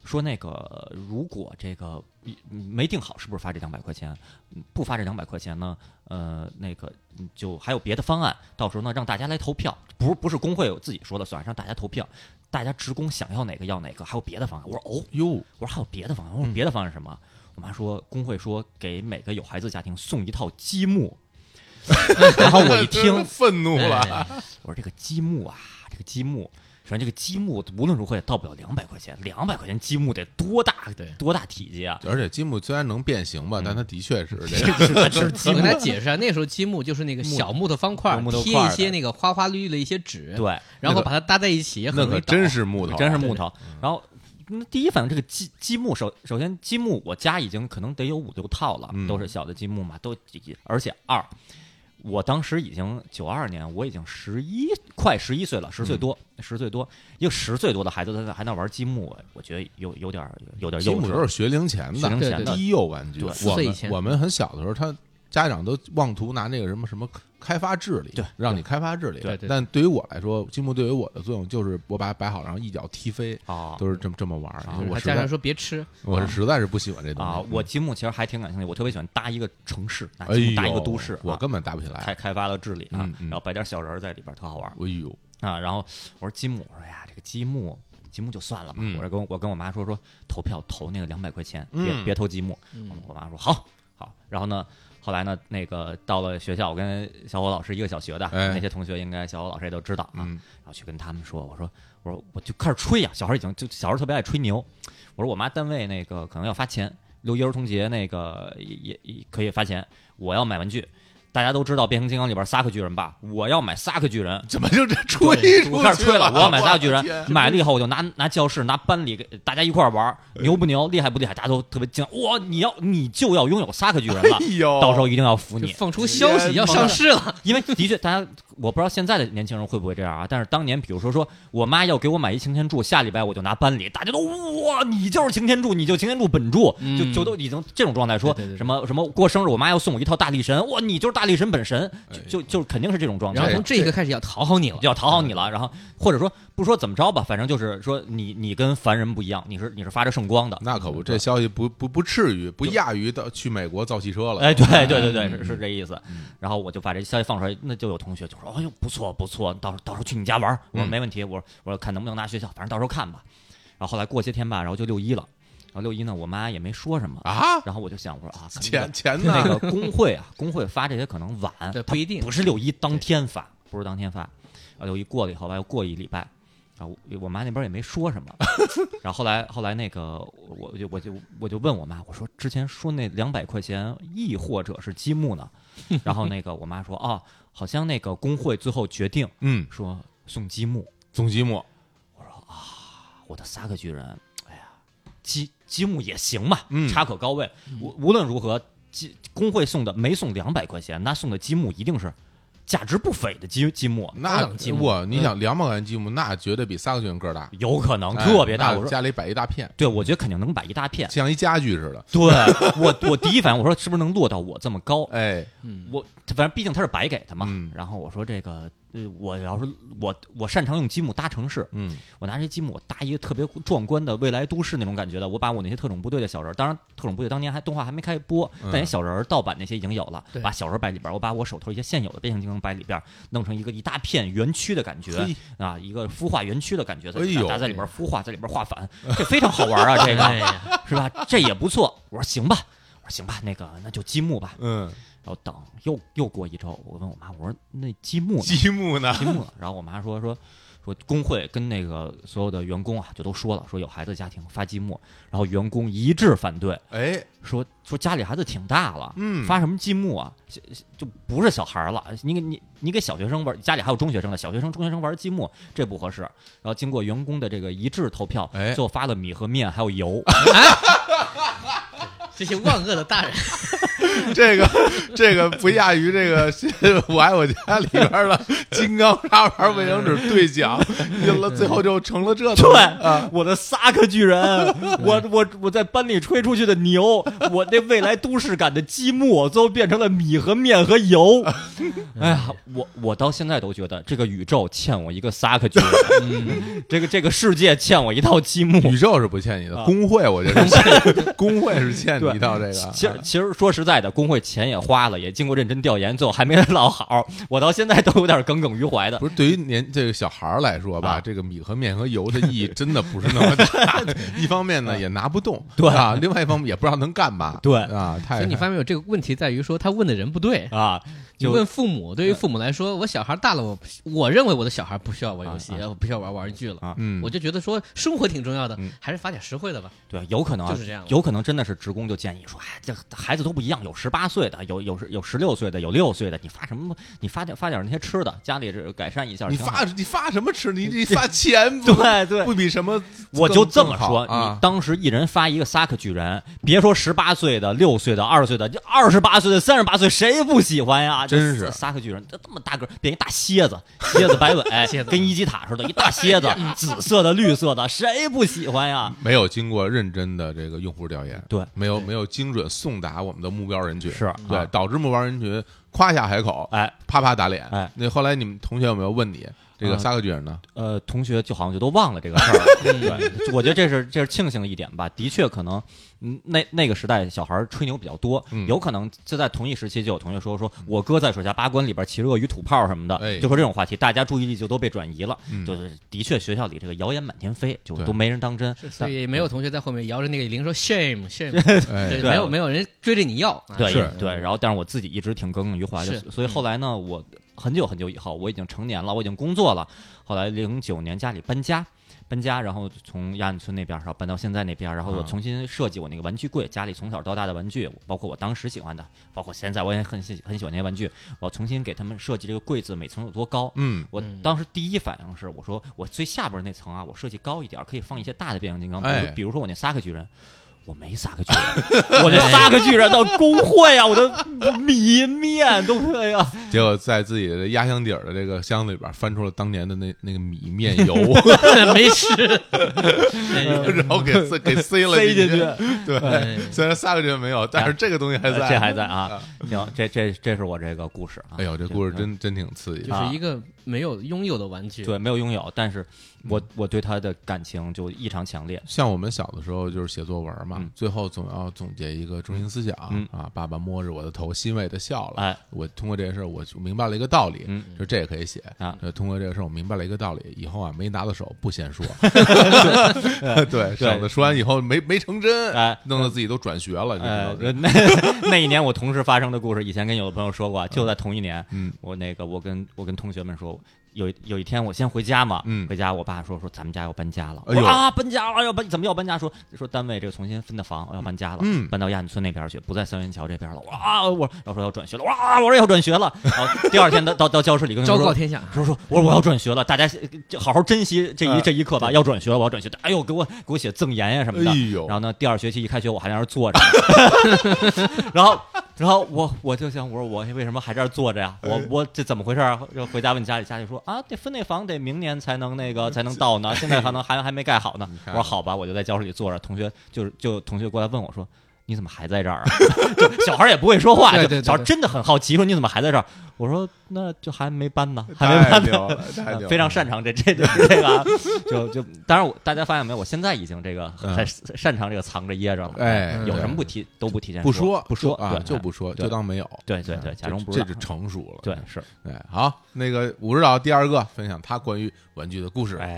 A: 说那个如果这个嗯没定好是不是发这两百块钱，嗯不发这两百块钱呢，呃，那个嗯就还有别的方案，到时候呢让大家来投票，不是不是工会有自己说了算，让大家投票。大家职工想要哪个要哪个，还有别的方案。我说哦，
B: 哟，
A: 我说还有别的方案，我说别的方案是什么？我妈说工会说给每个有孩子家庭送一套积木， 然后我一听
B: 真，愤怒了，
E: 哎
A: 我说这个积木啊，这个积木，首先这个积木无论如何也到不了两百块钱，两百块钱积木得多大
E: 对
A: 多大体积啊？
B: 而且积木虽然能变形吧，
A: 嗯
B: 但它的确是 这个，
A: 是
E: 我跟大家解释啊，那时候积木就是那个小木头方块，
A: 木头块
E: 贴
A: 儿
E: 一
A: 的
E: 些那个花花绿绿的一些纸，
A: 对，
E: 然后把它搭在一起，也
B: 那
E: 很容
B: 可
E: 易倒
B: 真是木头，啊
A: 真是木头。啊然后嗯第一反应这个积积木，首首先积木我家已经可能得有五六套了，
B: 嗯
A: 都是小的积木嘛，都而且二，我当时已经九二年，我已经十一快十一岁了，
B: 嗯
A: 十岁多，十、岁多，一个十岁多的孩子在那还那玩积木，我觉得有有点有点
B: 积
A: 幼
B: 木都
A: 稚
B: 是。学龄前
A: 学
B: 的
A: 龄前的
B: 低幼玩具，
A: 对
E: 四
B: 我
E: 岁以
B: 们
E: 前
B: 我们很小的时候，他家长都妄图拿那个什么什么开发智力，
A: 对
B: 让你开发智力。
E: 对对
B: 但对于我来说，积木对于我的作用就是我把它摆好，然后一脚踢飞，
A: 啊，
B: 都是这么这么玩儿。
E: 就是
B: 我
E: 他
B: 实
E: 家
B: 在
E: 长说别吃，
B: 我是实在是不喜欢这东西
A: 啊，我积木其实还挺感兴趣，我特别喜欢搭一个城市，啊
B: 嗯哎呦
A: 搭一个都市，
B: 我
A: 啊
B: 根本搭不起来。
A: 开开发了智力啊
B: 嗯，嗯
A: 然后摆点小人儿在里边儿，特好玩儿
B: 哎呦，
A: 啊。然后我说积木，我说哎呀，这个积木积木就算了吧
B: 嗯，
A: 我说跟我我跟我妈说说投票投那个两百块钱，别
B: 嗯
A: 别投积木。我妈说好好，然后呢。后来呢，那个到了学校，我跟小伙老师一个小学的，
B: 哎
A: 那些同学应该小伙老师也都知道啊。
B: 嗯
A: 然后去跟他们说，我说我说我就开始吹呀、小孩已经就小孩特别爱吹牛，我说我妈单位那个可能要发钱，六一儿童节那个也也也可以发钱，我要买玩具。大家都知道变形金刚里边萨克巨人吧？我要买萨克巨人，
B: 怎么就这
A: 我
B: 吹出
A: 开始
B: 去
A: 吹了，我要买萨克巨
B: 我的
A: 人，
B: 天
A: 买了以后我就拿拿教室拿班里给大家一块儿玩，牛不牛，厉害不厉害，大家都特别惊，哇！你要你就要拥有萨克巨人了
B: 哎，呦，
A: 到时候一定要服
E: 就
A: 你，
E: 放出消息要上市了，
A: 因为的确大家我不知道现在的年轻人会不会这样啊？但是当年，比如说说我妈要给我买一擎天柱，下礼拜我就拿班里，大家都哇，你就是擎天柱，你就擎天柱本柱，
E: 嗯
A: 就就都已经这种状态说，
E: 对对对对
A: 什么什么过生日，我妈要送我一套大力神，哇，你就是大力神本神，
B: 哎
A: 就就就肯定是这种状态。
E: 然后嗯从这一刻开始要讨好你了，
A: 要讨好你了，然后或者说不说怎么着吧，反正就是说你你跟凡人不一样，你是你是发着圣光的。
B: 那可不，这消息不不不至于，不亚于到去美国造汽车了。
A: 哎，对对对对，
B: 嗯
A: 是是这意思。然后我就把这消息放出来，那就有同学就说：“哎呦，不错不错，到时候到时候去你家玩儿。”我说：“
B: 嗯
A: 没问题。”我说：“我说看能不能拿学校，反正到时候看吧。”然后后来过些天吧，然后就六一了，然后六一呢，我妈也没说什么，
B: 啊，
A: 然后我就想我说啊，可能
B: 钱钱呢？
A: 那 个工会啊，工会发这些可能晚，
E: 对
A: 它
E: 不一定
A: 不是六一当天发，不是当天发，啊，六一过了以后吧，又过一礼拜，啊，我我妈那边也没说什么， 然后后来后来那个我我就我就我就问我妈，我说之前说那两百块钱亦或者是积木呢，然后那个我妈说啊，好像那个工会最后决定
B: 嗯，
A: 说送积木，
B: 总积木
A: 我的撒克巨人，哎呀，积积木也行嘛，
B: 嗯
A: 插可高位。无无论如何，积工会送的没送两百块钱，那送的积木一定是价值不菲的积积木，嗯
B: 那
E: 档积木
B: 我你想两百块钱积木，那绝对比三个巨人个儿大，
A: 有可能
B: 哎
A: 特别大。
B: 那
A: 我说，
B: 家里摆一大片，。
A: 对，我觉得肯定能摆一大片
B: 像一家具似的。
A: 对我，我第一反应我说是不是能落到我这么高？
B: 哎，
A: 我反正毕竟它是白给的嘛。
B: 嗯
A: 然后我说这个，呃，我要是我我擅长用积木搭城市，
B: 嗯，
A: 我拿这积木，我搭一个特别壮观的未来都市那种感觉的，我把我那些特种部队的小人儿，当然特种部队当年还动画还没开播，
B: 嗯
A: 但也小人儿盗版那些已经有了，
E: 对
A: 把小人儿摆里边儿，我把我手头一些现有的变形金刚摆里边儿，弄成一个一大片园区的感觉
B: 嘿
A: 啊，一个孵化园区的感觉，在
B: 哎
A: 里
B: 呦
A: 边大家在里边孵化，在里边画反，这非常好玩啊，这
E: 哎
A: 个
E: 呀，
A: 是吧？这也不错。我说行吧，我说行吧，那个那就积木吧。
B: 嗯，
A: 然后等又又过一周，我问我妈，我说那积木呢？
B: 积 木呢？
A: 积木。然后我妈说说说工会跟那个所有的员工啊，就都说了，说有孩子家庭发积木，然后员工一致反对，
B: 哎，
A: 说说家里孩子挺大了，
B: 嗯
A: 发什么积木啊，就就不是小孩儿了，你给你你给小学生玩，家里还有中学生呢，小学生中学生玩积木这不合适。然后经过员工的这个一致投票，
B: 哎
A: 最后发了米和面还有油，
E: 这些万恶的大人，
B: 这个这个不亚于这个我爱我家里边的金刚砂牌卫生纸兑奖，赢了最后就成了这
A: 对
B: 啊，
A: 我的萨克巨 人，我我我在班里吹出去的 牛，我那未来都市感的积木，最后变成了米和面和油。 哎呀，我我到现在都觉得这个宇宙欠我一个萨克巨 人，这个这个世界欠我一套积木。
B: 宇宙是不欠你的，
A: 啊
B: 工会我觉得工会是欠你一套这个。
A: 其实其实说实在的，工会钱也花了，也经过认真调研，最后还没落好。我到现在都有点耿耿于怀的。
B: 不是对于年这个小孩儿来说吧，
A: 啊
B: 这个米和面和油的 意义真的不是那么大。一方面呢也拿不动，
A: 对
B: 啊，另外一方面也不知道能干嘛。
A: 对
B: 啊，
E: 所
B: 太
E: 以你发现没有？这个问题在于说他问的人不对。
A: 啊，
E: 你
A: 就
E: 问父母，对于父母来说，我小孩大了，我我认为我的小孩不需要玩游戏，
A: 啊
E: 我不需要玩玩具了。
B: 嗯，
E: 我就觉得说生活挺重要的
A: 嗯，
E: 还是发点实惠的吧。
A: 对，有可能啊
E: 就是这样了
A: 有可能真的是职工就建议说，哎，这孩子都不一样，有十八岁的，有有有十六岁的，有六岁的，你发什么？你发点发点那些吃的，家里这改善一下。
B: 你
A: 挺好
B: 发你发什么吃？ 你你发钱不
A: 对对，
B: 不比什么更？
A: 我就这么
B: 更好
A: 说，
B: 啊
A: 你当时一人发一个萨克巨人，别说十八岁的、六岁的、二十岁的，这二十八岁的、三十八岁谁不喜欢呀？这
B: 真是
A: 萨克巨人，这这么大个儿变一大蝎子，蝎子摆尾
E: 蝎，子
A: 跟伊基塔似的，一大蝎 子，紫色的、绿色的，谁不喜欢呀？
B: 没有经过认真的这个用户调研，
A: 对，
B: 没有没有精准送达我们的目标人群，
A: 是
B: 对
A: 啊，
B: 导致目标人群夸下海口，
A: 哎，
B: 啪啪打脸。
A: 哎，
B: 那后来你们同学有没有问你这个
A: 呃
B: 萨克巨人呢？
A: 呃，同学就好像就都忘了这个事儿 了。
B: 嗯
A: 对，我觉得这是这是庆幸的一点吧。的确，可能嗯那那个时代小孩儿吹牛比较多，
B: 嗯
A: 有可能就在同一时期就有同学说说我哥在水下八关里边骑着鳄鱼吐泡什么的，
B: 哎
A: 就说这种话题，大家注意力就都被转移了。
B: 嗯
A: 就是的确学校里这个谣言满天飞，就
B: 对
A: 都没人当真。
E: 所以没有同学在后面摇着那个铃说 shame shame，
B: 哎
E: 对，
A: 对
E: 没有没有人追着你要。啊
A: 对
B: 是嗯
A: 对，然后但是我自己一直挺耿耿于怀的，
E: 是
A: 所以后来呢，我很久很久以后，我已经成年了，我已经工作了。后来零九年家里搬家，搬家，然后从亚运村那边儿然后搬到现在那边儿，然后我
B: 嗯
A: 重新设计我那个玩具柜，家里从小到大的玩具，包括我当时喜欢的，包括现在我也很喜很喜欢那些玩具，我重新给他们设计这个柜子每层有多高，
B: 嗯，
A: 我
E: 嗯
A: 当时第一反应是，我说我最下边那层啊，我设计高一点儿，可以放一些大的变形金刚，比如
B: 哎
A: 比如说我那萨克巨人。我没撒个巨人，我这撒个巨人的工会啊，我的米面都哎呀，
B: 结果在自己的压箱底儿的这个箱子里边翻出了当年的那那个米面 油，
E: 没吃。
B: 然后给塞给塞了
A: 哎塞进去哎
B: 去。对，虽然三个月没有，但是这个东西还在。嗯
A: 这还在啊，行，这这这是我这个故事啊。
B: 哎呦，这故事真真挺刺激
E: 就。是一个没有拥有的玩具，
A: 对，没有拥有，但是
B: 嗯
A: 我我对他的感情就异常强烈。
B: 像我们小的时候就是写作文嘛
A: 嗯，
B: 最后总要总结一个中心思想
A: 嗯
B: 啊。爸爸摸着我的头，欣慰的笑了。
A: 哎，
B: 我通过这个事儿，我就明白了一个道理
A: 嗯，
B: 就这也可以写
A: 啊。
B: 就通过这个事儿，我明白了一个道理，以后啊没拿到手不先 说，对，省得说完以后没没成真
A: 哎，
B: 弄得自己都转学了，你知道
A: 呃，
B: 吗
A: 那 那一年我同事发生的故事，以前跟有的朋友说过啊，就在同一年，
B: 嗯，
A: 我那个我跟我跟同学们说，有一有一天我先回家嘛，
B: 嗯
A: 回家我爸说说咱们家要搬家了，
B: 哎
A: 我
B: 呦
A: 说啊搬家了，哎呦搬怎么要搬家？说说单位这个重新分的房，哦我要搬家了，
B: 嗯
A: 搬到亚运村那边去，不在三元桥这边了，我说啊我要说要转学了，哇我说要转学 了，然后第二天到到到教室里跟他
E: 昭
A: 们说
E: 告。天下，
A: 说说，我说我要转学了，大家呃就好好珍惜这一
E: 哎
B: 嗯
A: 这一刻吧。要转学了，我要转学。哎呦，给我给我写赠言呀什么的
B: 哎。呦
A: 然，后呢，第二学期一开学，我还在那儿坐着， 然后，然后我我就想，我说我为什么还在这儿坐着呀？我
E: 哎
A: 我这怎么回事啊？就回家问家里，家里说啊，得分那房得明年才能 那个才能到呢，现在还能还还没盖好呢。我
B: 看
A: 说好吧，我就在教室里坐着，同学就是就同学过来问我说。你怎么还在这儿啊？ 就小孩也不会说话，
E: 对
A: 就
E: 对对
A: 小孩
E: 对
A: 真的很好奇，说你怎么还在这儿？我说那就还没搬呢，还没搬
B: 太
A: 呢。
B: 牛了，太
A: 呃
B: 牛了，
A: 非常擅长这这这这个 啊，就就当然我大家发现没有，我现在已经这个
B: 嗯
A: 很擅长这个藏着掖着了，
B: 哎
A: 有
B: 对
A: 什么不提都不提前
B: 不
A: 说，
B: 不
A: 说
B: 啊，
A: 对
B: 就不说，
A: 对
B: 就当没有。
A: 对对对
B: 嗯
A: 假装
B: 这
A: 不知道
B: 这是成熟了。
A: 对，是，
B: 哎，好，那个武指导第二个分享他关于玩具的故事。
A: 哎，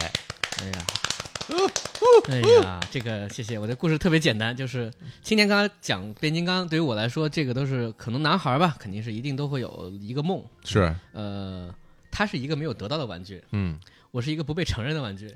E: 哎呀，哎呀，这个谢谢。我的故事特别简单，就是青年刚刚讲变形金刚，对于我来说，这个都是可能男孩儿吧，肯定是一定都会有一个梦。
B: 是，
E: 呃，它是一个没有得到的玩具，
B: 嗯
E: 我是一个不被承认的 玩具，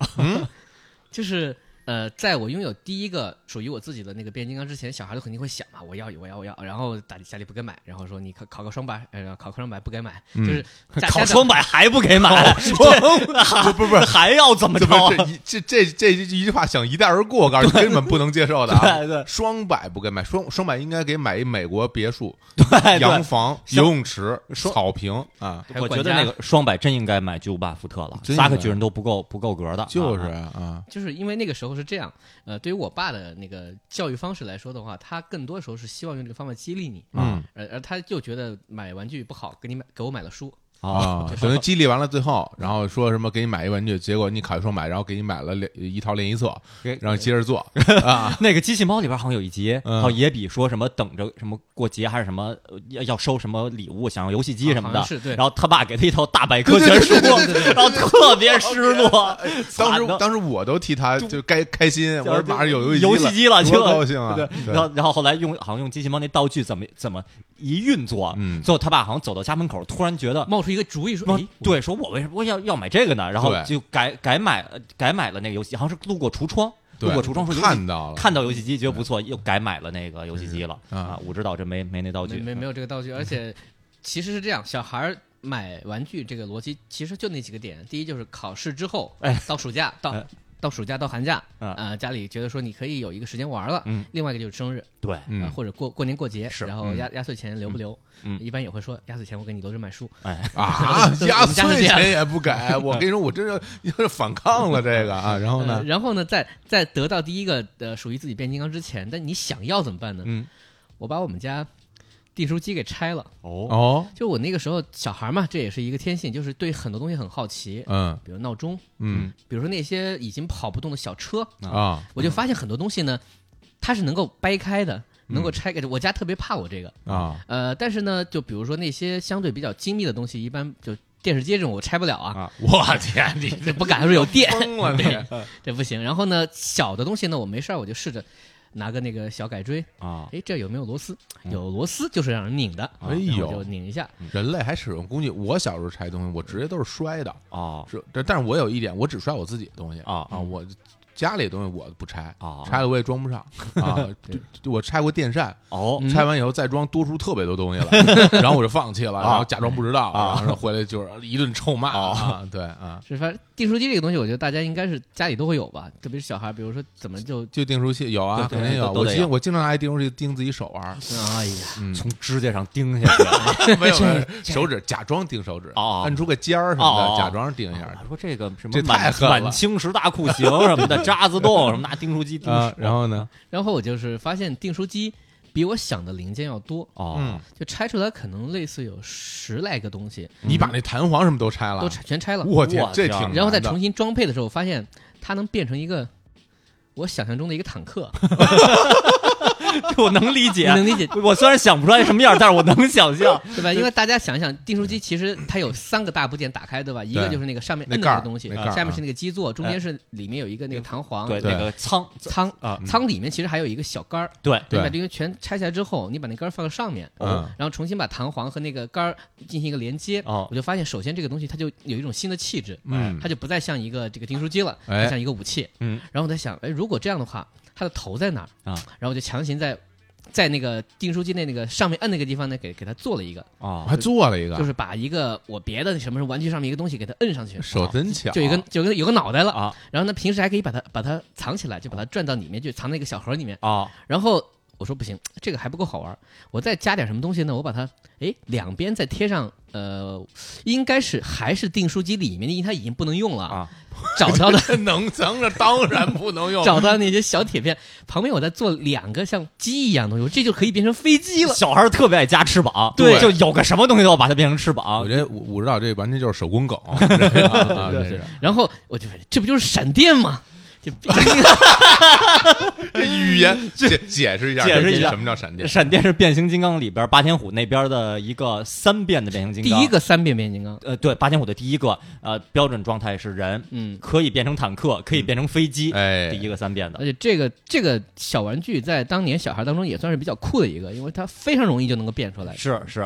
E: 就是。呃，在我拥有第一个属于我自己的那个变形金刚之前，小孩都肯定会想嘛，我要我要我要，然后打家里不给买，然后说你考考个双百，呃，考个双百不给买，就是家
A: 嗯考
E: 家长
A: 双百还不给买，
B: 不不不是，
A: 还要怎么
B: 这
A: 着
B: 不
A: 啊
B: 是？这一这这这一句话想一带而过，我告诉你，根本不能 接受的啊！
A: 对 对
B: 双百不给买，双双百应该给买一美国别墅、
A: 对
B: 洋房、
A: 像
B: 游泳池、草坪啊，
E: 还有
A: 我
E: 管
A: 觉得
E: 家
A: 那个双百真应该买巨无霸福特了，
B: 真应该
A: 仨个巨人都不够不够格的，
B: 就是
A: 啊
B: 啊，
E: 就是因为那个时候是这样，呃，对于我爸的那个教育方式来说的话，他更多时候是希望用这个方法激励你，啊
B: 嗯
E: 而而他就觉得买玩具不好，给你买给我买了书，
A: 啊，
B: 啊，等于激励完了最后，然后说什么给你买一玩具，结果你考一双百，然后给你买了两一套练习册
A: 给，
B: 然后接着做，
A: 那个机器猫里边好像有一集，
B: 嗯
A: 还有野比说什么等着什么过节还是什么呃要要收什么礼物，想要游戏机什么
E: 啊好
A: 的，
E: 像是对
A: 然后他爸给他一套大百科全书，然后特别失落，
B: 当时
A: 惨的
B: 当时我都替他就该开心，我说马上有
A: 游
B: 游
A: 戏
B: 戏
A: 机
B: 机
A: 了，
B: 了，
A: 结
B: 多
A: 果
B: 高兴啊！
A: 对，然后然后后来用好像用机器猫那道具怎么怎么一运作，
B: 嗯
A: 最后他爸好像走到家门口，突然觉得。
E: 冒出一个主意说，
A: 说
E: 哎，
A: 对，说我为什么我要要买这个呢？然后
B: 对
A: 就改改买了改买了那个游戏，好像是路过橱窗，路
B: 对
A: 过橱窗说游戏
B: 看到了，
A: 看到游戏机觉得不错，又改买了那个游戏机了
B: 嗯
A: 啊！我知道这没没那道具，
E: 没没没有这个道具，而且其实是这样，小孩儿买玩具这个逻辑其实就那几个点，第一就是考试之后，
A: 哎，
E: 到暑假到
A: 哎
E: 到暑假到寒假，
A: 啊
E: 呃，家里觉得说你可以有一个时间玩了
A: 嗯，
E: 另外一个就是生日，
A: 对，
B: 嗯
E: 呃或者过过年过节，
A: 是
E: 然后压压岁钱留不留？
A: 嗯
E: 一般也会说压岁钱我给你留着买书。
A: 哎，
B: 啊，
E: 对
B: 压
E: 我们家是
B: 岁
E: 这样
B: 钱也不给，我跟你说，我真是有点反抗了这个啊。然后
E: 呃
B: 呢，
E: 然后呢，在在得到第一个呃属于自己变形金刚之前，但你想要怎么办呢？
A: 嗯，
E: 我把我们家订书机给拆了。
A: 哦，
B: 哦，
E: 就我那个时候小孩嘛，这也是一个天性，就是对很多东西很好奇，
B: 嗯
E: 比如闹钟，
B: 嗯
E: 比如说那些已经跑不动的小车，
B: 啊，
E: 我就发现很多东西呢，它是能够掰开的，能够拆开的。我家特别怕我这个，
B: 啊
E: 呃，但是呢，就比如说那些相对比较精密的东西，一般就电视机这种我拆不了啊，
A: 啊，我天，你
E: 这 不敢说有电，
B: 疯了你！
E: 这不行。然后呢，小的东西呢，我没事儿我就试着拿个那个小改锥，
B: 哦
A: 啊，
E: 哎，这有没有螺丝？有螺丝就是让人拧的，啊
B: 哎
E: 然后
B: 呦
E: 就，拧一下。
B: 人类还使用工具。我小时候拆东西，我直接都是摔的，
A: 哦，
B: 是，但但是我有一点，我只摔我自己的东西
A: 啊
B: 啊，我家里的东西我不拆，
A: 哦
B: 拆了我也装不上啊。就就我拆过电扇，
A: 哦，
B: 拆完以后再装，多出特别多东西了，然后我就放弃了，然后假装不知道，然后回来就是一顿臭骂啊，对啊，
E: 是反正订书机这个东西，我觉得大家应该是家里都会有吧，特别是小孩，比如说怎么就，
B: 就订书器有啊，
A: 对
B: 肯定有，
A: 都都
B: 我
A: 得有
B: 经我经常拿订书器钉自己手 腕儿，
E: 哎呀，
B: 嗯，
A: 从指甲上钉下去 了。
B: 没有没有手指假装钉手指，
A: 哦
B: 按出个尖儿什
A: 哦
B: 么
A: 哦
B: 的，假装钉一下
A: 我说这个什么
B: 这太
A: 满
B: 狠了
A: 满清十大酷刑什么的，渣子洞什么拿钉书机钉
B: 啊
A: 手。
B: 然后呢，
E: 然后我就是发现订书机比我想的零件要多，
A: 哦，
B: 嗯，
E: 就拆出来可能类似有十来个东西，
B: 你把那弹簧什么都拆了，
E: 都拆全拆了，
B: 我天
A: 我，
B: 这
A: 天
B: 挺难的，
E: 然后再重新装配的时候，我发现它能变成一个我想象中的一个坦克，
A: 我能理
E: 你
A: 解，
E: 能理解
A: 我虽然想不出来什么样，但是我能想象。
E: 对吧？因为大家想想，订书机其实它有三个大部件打开，对吧？一个就是那个上面
B: 那
E: 摁
B: 盖
E: 的
B: 儿
E: 个东西
B: 那盖儿，啊哎
E: 下面是那个基座，中间是里面有一个那个弹簧，
A: 对，
B: 对嗯
A: 那个仓
E: 仓
A: 啊
E: 仓里面其实还有一个小杆儿。
A: 对
E: 你
B: 对
E: 把这个全拆下来之后，你把那杆儿放到上面，
B: 嗯
E: 然后重新把弹簧和那个杆儿进行一个连接，
A: 哦
E: 我就发现，首先这个东西它就有一种新的气质，
B: 嗯
E: 它就不再像一个这个订书机了，
B: 哎
E: 它像一个武器。
A: 嗯，
E: 然后我在想，哎，如果这样的话，它的头在哪儿
A: 啊？
E: 然后我就强行在在那个订书机那那个上面摁那个地方呢，给给它做了一个，
B: 我
A: 哦
B: 还做了一个，
E: 就是把一个我别的什么玩具上面一个东西给它摁上去，
B: 手真巧，
E: 就有一个就有个有个脑袋了。
A: 啊
E: 然后呢，平时还可以把它把它藏起来，就把它转到里面去，藏在一个小盒里面。
A: 哦
E: 然后我说不行，这个还不够好玩，我再加点什么东西呢？我把它哎两边再贴上，呃，应该是还是订书机里面的，因为它已经不能用了，
A: 啊
E: 找 到的
B: 能能这当然不能用
E: 找到那些小铁片，旁边我再做两个像鸡一样的东西，这就可以变成飞机了。
A: 小孩儿特别爱夹翅膀，
B: 对
A: 就有个什么东西都要把它变成翅
B: 我
A: 膀。
B: 这我我知道这完全就是手工梗，啊这是
E: 然后我就这不就是闪电吗？就
B: 这语言解解释一下，
A: 解释一下
B: 什么叫闪电？
A: 闪电是变形金刚里边霸天虎那边的一个三变的变形金
E: 第
A: 刚，
E: 一个三变变形金刚，
A: 呃，对，霸天虎的第一个呃标准状态是人，
E: 嗯，
A: 可以变成坦克，可以变成飞机，
B: 哎，
A: 第一个三变的。
E: 而且这个这个小玩具在当年小孩当中也算是比较酷的一个，因为它非常容易就能够变出来。
A: 是是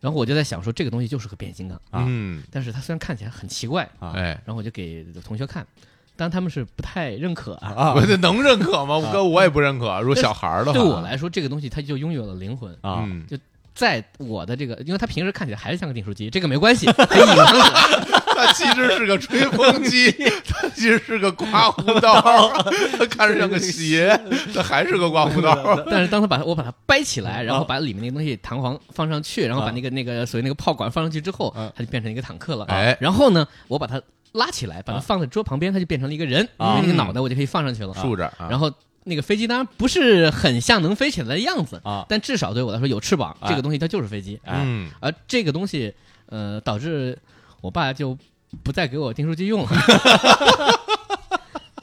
E: 然后我就在想说，这个东西就是个变形金刚，
A: 啊
B: 嗯，
E: 但是它虽然看起来很奇怪，
A: 啊，
B: 哎，
E: 然后我就给同学看，但他们是不太认可啊。
A: 啊
B: 哎我这能认可吗？我哥我也不认可。如果小孩儿的话，
E: 对我来说，这个东西它就拥有了灵魂。
A: 啊，
B: 嗯，
E: 在我的这个，因为它平时看起来还是像个订书机，这个没关系，它隐藏着
B: 他其实是个吹风机，他其实是个刮胡刀，他 看着像个鞋，他还是个刮胡刀。
E: 但是当他把它我把它掰起来，然后把里面那个东西弹簧放上去，然后把那个那个所谓那个炮管放上去之后，它就变成一个坦克了。
B: 嗯哎
E: 然后呢，我把它拉起来，把它放在桌旁边，它就变成了一个人，因
A: 啊
E: 为那个脑袋我就可以放上去了。
B: 竖着啊，
E: 然后那个飞机当然不是很像能飞起来的样子
A: 啊
E: 但至少对我来说有翅膀，
A: 哎
E: 这个东西它就是飞机。
A: 哎
B: 嗯，
E: 而这个东西，呃，导致我爸就不再给我订书机用了，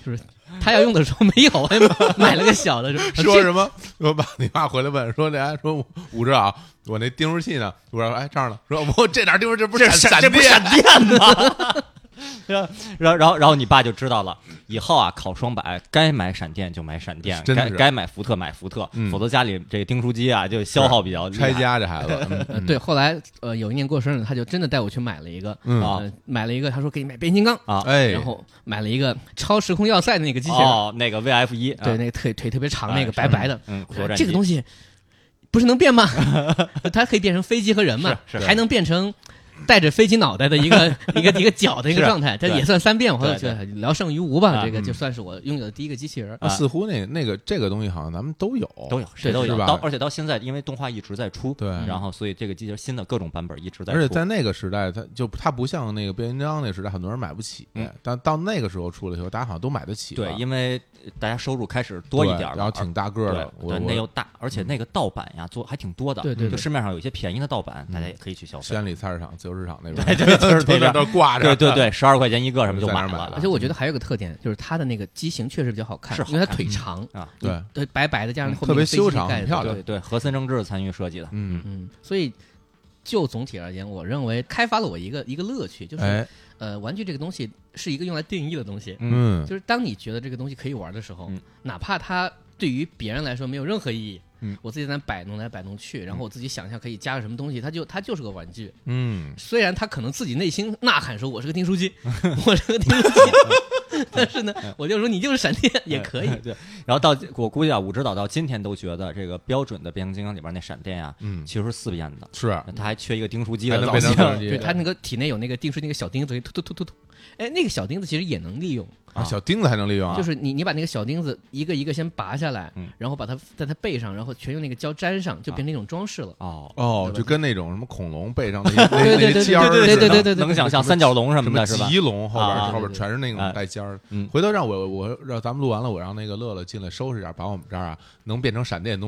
E: 就是他要用的时候没有，我也买了个小的。
B: 说什么？我爸你爸回来问说，那还说武志啊，我那订书器呢？我说哎这儿呢，说我这哪订书这不是闪
A: 这
B: 闪
A: 不是
B: 电
A: 闪？电吗？然后，然后，然后你爸就知道了，以后啊，考双百该买闪电就买闪电，
B: 真的
A: 该
B: 是
A: 该买福特买福特，
B: 嗯
A: 否则家里这个订书机啊就消耗比较厉害
B: 拆家这孩子，嗯
E: 呃，对，后来呃有一年过生日，他就真的带我去买了一个，
B: 嗯
A: 啊
E: 呃买了一个，他说给你买变形金刚，
A: 啊。
B: 哎，
E: 然后买了一个超时空要塞的那个机器人，
A: 哦，那个 VF 一，啊
E: 对，那个腿腿特别长，
A: 哎
E: 那个白白的，
A: 嗯，国战
E: 这个东
A: 西
E: 西不是能 变吗？它可以变成飞机和人嘛，
A: 是是
E: 还能变成带着飞机脑袋的 一个一个一个脚的一个
A: 是啊
E: 状态，这
A: 对
E: 也算三变。我后来
A: 对
E: 觉得聊胜于无吧，
A: 啊
E: 这个就
B: 嗯
E: 算是我拥有的第一个机器人。
B: 啊似乎那那个这个东西好像咱们都有，
A: 都有，谁都
B: 是
A: 有。
B: 吧
A: 到而且到现在，因为动画一直在出，
B: 对
A: 然后所以这个机器人新的各种版本一直在出，
B: 而且在那个时代，它就它不像那个变形金刚那时代，很多人买不起。
A: 嗯
B: 但到那个时候出了以后，大家好像都买得起了。
A: 对，因为大家收入开始多一点
B: 对
A: 了，
B: 然后挺大个儿的
A: 对。
B: 我
A: 对，
B: 我
A: 那又大，而且那个盗版呀，做还挺多的。
E: 对对
A: 就
E: 对
A: 市面上有一些便宜的盗版，大家也可以去消费。
B: 宣礼菜市场、自由市场那边，
A: 对对就是那边
B: 都挂着。
A: 对对对，十二块钱一个什么就
B: 在那儿
A: 买
B: 买
A: 了
B: 了
E: 而
A: 了
E: 且。我觉得还有个特点，就是它的那个机型确实比较好看，
A: 嗯是好
E: 因为它
A: 看
E: 腿长，
A: 啊，嗯
B: 对
E: 对，白白的，加上后面
B: 特别
E: 有飞机
B: 修长
E: 盖
B: 很
E: 子
B: 漂亮
A: 对对，和森正治参与设计的，
B: 嗯，
E: 嗯，所以就总体而言，我认为开发了我一个一个乐趣，就是、
B: 哎，
E: 呃，玩具这个东西是一个用来定义的东西，
B: 嗯，
E: 就是当你觉得这个东西可以玩的时候，
A: 嗯
E: 哪怕它对于别人来说没有任何意义，
B: 嗯
E: 我自己在那摆弄来摆弄去，然后我自己想象可以加个什么东西，它就它就是个玩具。
B: 嗯，
E: 虽然他可能自己内心呐喊说：“我是个订书 机，我是个订书机。” 但是呢，
B: 嗯
E: 我就说你就是闪电也可以。
A: 对，然后到我估计啊，武指导到今天都觉得这个标准的变形金刚里边那闪电啊，
B: 嗯
A: 其实是四边的，
B: 是
A: 它还缺一个钉书机
B: 还
A: 的
B: 能
A: 造
B: 变成
A: 型。
B: 电视机
E: 对他那个体内有那个钉出那个小钉子，突突突突突，哎，那个小钉子其实也能利用，
B: 啊，小钉子还能利用啊，
E: 就是你你把那个小钉子一个一个先拔下来
A: 嗯，
E: 然后把它在它背上，然后全用那个胶粘上，就变成一种装饰了。
A: 哦，
B: 哦，
E: 对吧
B: 就跟那种什么恐龙背上那些那
E: 对
B: 那
E: 对
B: 些
E: 对
B: 尖儿似的，
E: 对对对对
A: 能想象三角龙什
B: 什
A: 么的是吧？
B: 棘龙后边
A: 啊
B: 后边全是那种
A: 哎
B: 带尖儿
A: 嗯。
B: 回头让我我让咱们录完了，我让那个乐乐进来收拾一下，把我们这儿啊能变成闪电的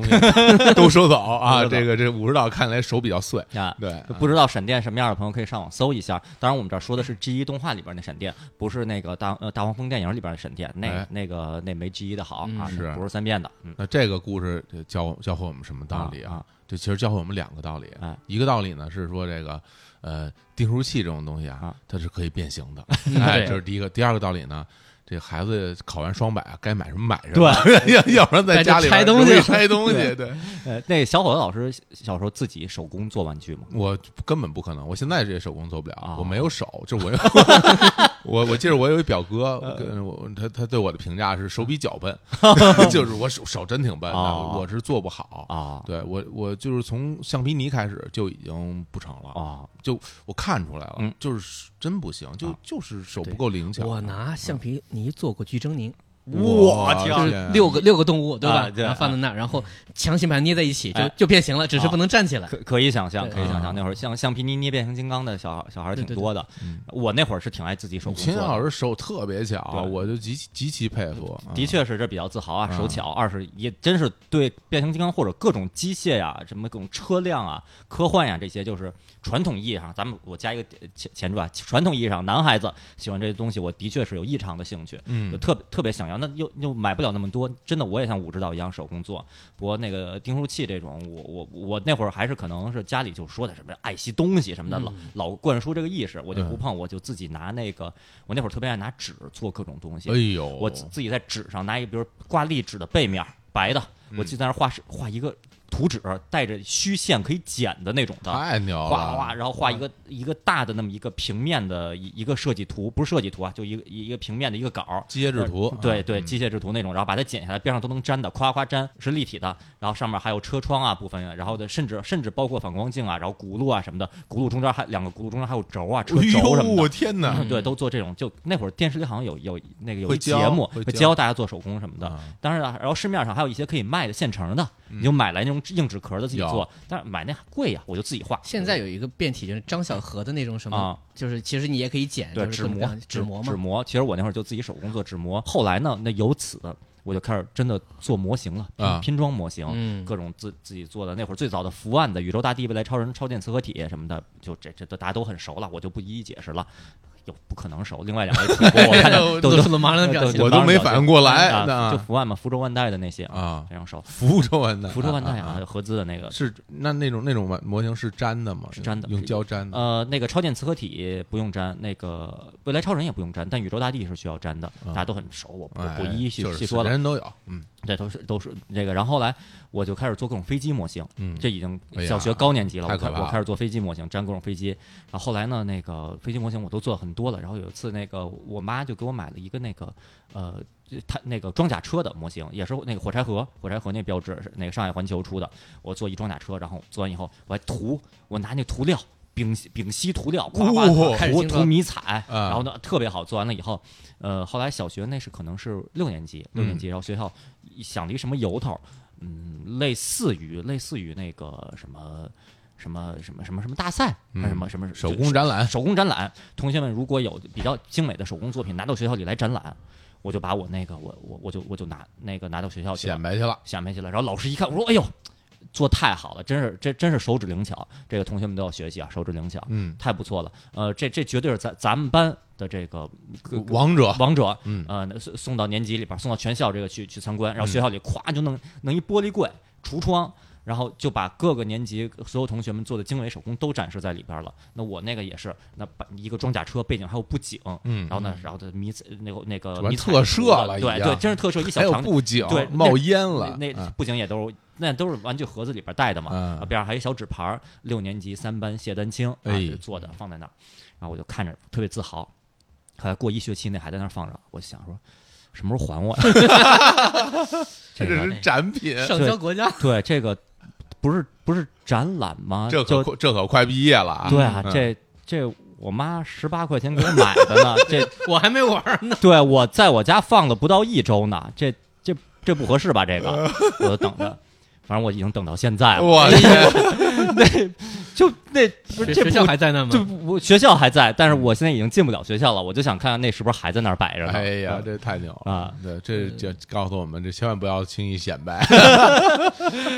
B: 东西都收走啊。
A: 都收走
B: 这个这武指导看来手比较碎，
A: 啊，
B: 对，
A: 不知道闪电什么样的朋友可以上网搜一下。当然，我们这儿说的是 G 一动画里边那闪电，不是那个大呃大黄蜂电影里边的闪电，那、
B: 哎
A: 那个那没 G 一的好啊，
E: 嗯
B: 是
A: 不是三变的。嗯，
B: 那这个故事就教我教会我们什么道理啊
A: 啊？
B: 这其实教会我们两个道理
A: 哎，
B: 一个道理呢是说这个呃订书器这种东西啊
A: 啊，
B: 它是可以变形 的，
E: 嗯
B: 哎，
E: 对
B: 这是第一个。第二个道理呢，这孩子考完双百啊，该买什么买什么，
A: 对
B: 要要不然在
E: 在
B: 家
E: 这
B: 里
E: 拆
B: 边
E: 东西
B: 容易拆东西，对
A: 呃，那小伙子老师小时候自己手工做玩具吗？
B: 我根本不可能，我现在这手工做不了
A: 啊，
B: 我没有手，就 是我有，我我记得我有一表哥，
A: 呃
B: 我跟我他他对我的评价是手比脚 笨，就是我手手真挺笨的，
A: 哦
B: 我是做不好。
A: 啊
B: 对我我就是从橡皮泥开始就已经不成了，
A: 啊
B: 就我看出来了
A: 嗯，
B: 就是真不行，就
A: 啊
B: 就是手不够灵巧。
E: 我拿橡皮泥做过聚狰狞，
B: 我
A: 天
E: 就是六个六个动物对吧
A: 啊？对
E: 然后放在那儿，然后强行把它捏在一起，就
A: 哎
E: 就变形了，只是
A: 啊
E: 不能站起来
A: 可。可以想象，
E: 对
A: 可以想象，那会儿像橡皮泥捏变形金刚的小孩小孩儿挺
E: 对对对
A: 多的。
B: 嗯
A: 我那会儿是挺爱自己手工做
B: 秦
A: 的。
B: 老师手特别巧，
A: 对
B: 我就极其极其佩服。
A: 的
B: 嗯，
A: 确是这比较自豪啊，
B: 嗯
A: 手巧；二是也真是对变形金刚或者各种机械呀、什么各种车辆啊、科幻呀、这些，就是传统意义上，咱们我加一个呃前前缀啊，传统意义上男孩子喜欢这些东西，我的确是有异常的兴趣，就
B: 嗯，
A: 特特别想要。那又又买不了那么多，真的我也像武指导一样手工做。不过那个订书器这种，我我我那会儿还是可能是家里就说的什么爱惜东西什么的，老老灌输这个意识，我就不
B: 嗯
A: 碰，我就自己拿那个，我那会儿特别爱拿纸做各种东西
B: 哎。呦，
A: 我自自己在纸上拿一，比如挂历纸的背面儿白的，
B: 嗯
A: 我就在那儿画是画一个图纸，带着虚线可以剪的那种的，
B: 太牛了，嗯
A: 画画，然后画一个一个大的那么一个平面的一一个设计图，不是设计图啊，就一个一个平面的一个稿儿。呃
B: 机械制图，
A: 对对，
B: 嗯
A: 机械制图那种，然后把它剪下来，边上都能粘的，夸夸粘是立体的，然后上面还有车窗啊部分，然后的甚至甚至包括反光镜啊，然后轱辘啊什么的，轱辘中间还两个轱辘中间还有轴啊，车
B: 哎
A: 轴什
B: 呦，
A: 么的
B: 我。天 哪！
A: 对，都做这种。就那会儿电视里好像有有那个有
B: 会
A: 一节
B: 教
A: 目
B: 会
A: 会
B: 教
A: 教大家做手工什么的
B: 啊。
A: 当然了，然后市面上还有一些可以卖的现成的，你就买来那种硬纸壳的自己
B: 嗯有
A: 做，但是买那贵啊呀，我就自己画。
E: 现在有一个变体，就是张小河的那种什么
A: 啊，
E: 就是其实你也可以剪，
A: 对
E: 就是
A: 纸
E: 各种各
A: 模
E: 样的纸模
A: 纸
E: 嘛。
A: 模，其实我那会儿就自己手工做纸模。后来呢，那由此我就开始真的做模型了，
B: 啊
A: 拼拼装模型。
E: 嗯，
A: 各种自自己做的，那会儿最早的伏案的宇宙大帝、未来超人、超电磁合体什么的，就这这都大家都很熟了，我就不一一解释了，有不可能熟。另外两位主播，我看 着都
E: 都是茫然的表情
A: 对。
B: 我都没反应过来
A: 啊，就
B: 那
A: 福万嘛，福州万代的那些啊，
B: 啊，
A: 非常熟。
B: 福州万代，
A: 福州万代
B: 啊
A: 啊，合资的那个，
B: 是那那种那种模模型是粘的吗？
A: 是粘的
B: 用胶粘的。
A: 呃，那个超电磁合体不用粘，那个未来超人也不用粘，但宇宙大帝是需要粘的，大家都很熟，我不
B: 啊哎
A: 呃不一一细
B: 就是
A: 细说
B: 人
A: 了。
B: 人都有，嗯，
A: 对，都是都是这个。然后后来我就开始做各种飞机模型，
B: 嗯
A: 这已经
B: 哎呀
A: 小学高年级了，
B: 太
A: 我
B: 可
A: 开
B: 怕了
A: 我开始做飞机模型，粘各种飞机。然后后来呢，那个飞机模型我都做了很多了。然后有一次，那个我妈就给我买了一个那个呃，它那个装甲车的模型，也是那个火柴盒，火柴盒那标志是那个上海环球出的。我做一装甲车，然后做完以后，我还涂，我拿那涂料。丙烯丙烯涂料，夸夸
B: 哦
E: 开始
A: 涂
E: 兴奋
A: 涂迷彩，
B: 啊
A: 然后呢特别好。做完了以后，呃，后来小学那是可能是六年级，
B: 嗯
A: 六年级，然后学校想了一什么由头，嗯，类似于类似于那个什么什么什么什么什么大赛，还是什么什么
B: 嗯手工展览
A: 手工展览。同学们如果有比较精美的手工作品拿到学校里来展览，我就把我那个我我我就我就拿那个拿到学校去了
B: 显，摆去了，
A: 显摆去了。然后老师一看，我说：“哎呦，做太好了，真是真真是手指灵巧，这个同学们都要学习啊，手指灵巧。”
B: 嗯，
A: 太不错了，呃，这这绝对是咱咱们班的这个
B: 王者
A: 王者，
B: 嗯
A: 呃，那送送到年级里边儿，送到全校这个去去参观，然后学校里咵就弄弄一玻璃柜、橱窗，然后就把各个年级所有同学们做的精美手工都展示在里边了。那我那个也是，那把一个装甲车背景还有布景，
B: 嗯
A: 然，后呢，然后的迷彩那个那个
B: 完
A: 迷彩
B: 特摄
A: 服的
B: 了已
A: 对
B: 经
A: 对，真是特摄一小
B: 还有
A: 长
B: 布景
A: 对
B: 冒烟了，
A: 那那
B: 嗯
A: 布景也都是那都是玩具盒子里边带的嘛，
B: 嗯
A: 啊边上还有一小纸牌儿，六年级三班谢丹青啊、
B: 哎
A: 就做的放在那儿，然后我就看着特别自豪，后来过一学期那还在那儿放着，我想说什么时候还我呀？
B: 这
A: 个
B: 是展品，
E: 上交国家，
A: 对这个不是不是展览吗？
B: 这
A: 啊就
B: 可这可快毕业了啊！
A: 对啊，
B: 嗯
A: 这这我妈十八块钱给我买的呢，这
E: 我还没玩呢。
A: 对我在我家放了不到一周呢，这这这不合适吧？这 个我就等着，反正我已经等到现在了，
B: 我天，
A: 就那不是这
E: 学学
A: 不
E: 校还在那
A: 这
E: 吗？
A: 不我学校还在，但是我现在已经进不了学校了，我就想看看那是不是还在那儿摆着呢。
B: 哎呀，这太牛了！
A: 啊，
B: 对，这就告诉我们，这千万不要轻易显 摆。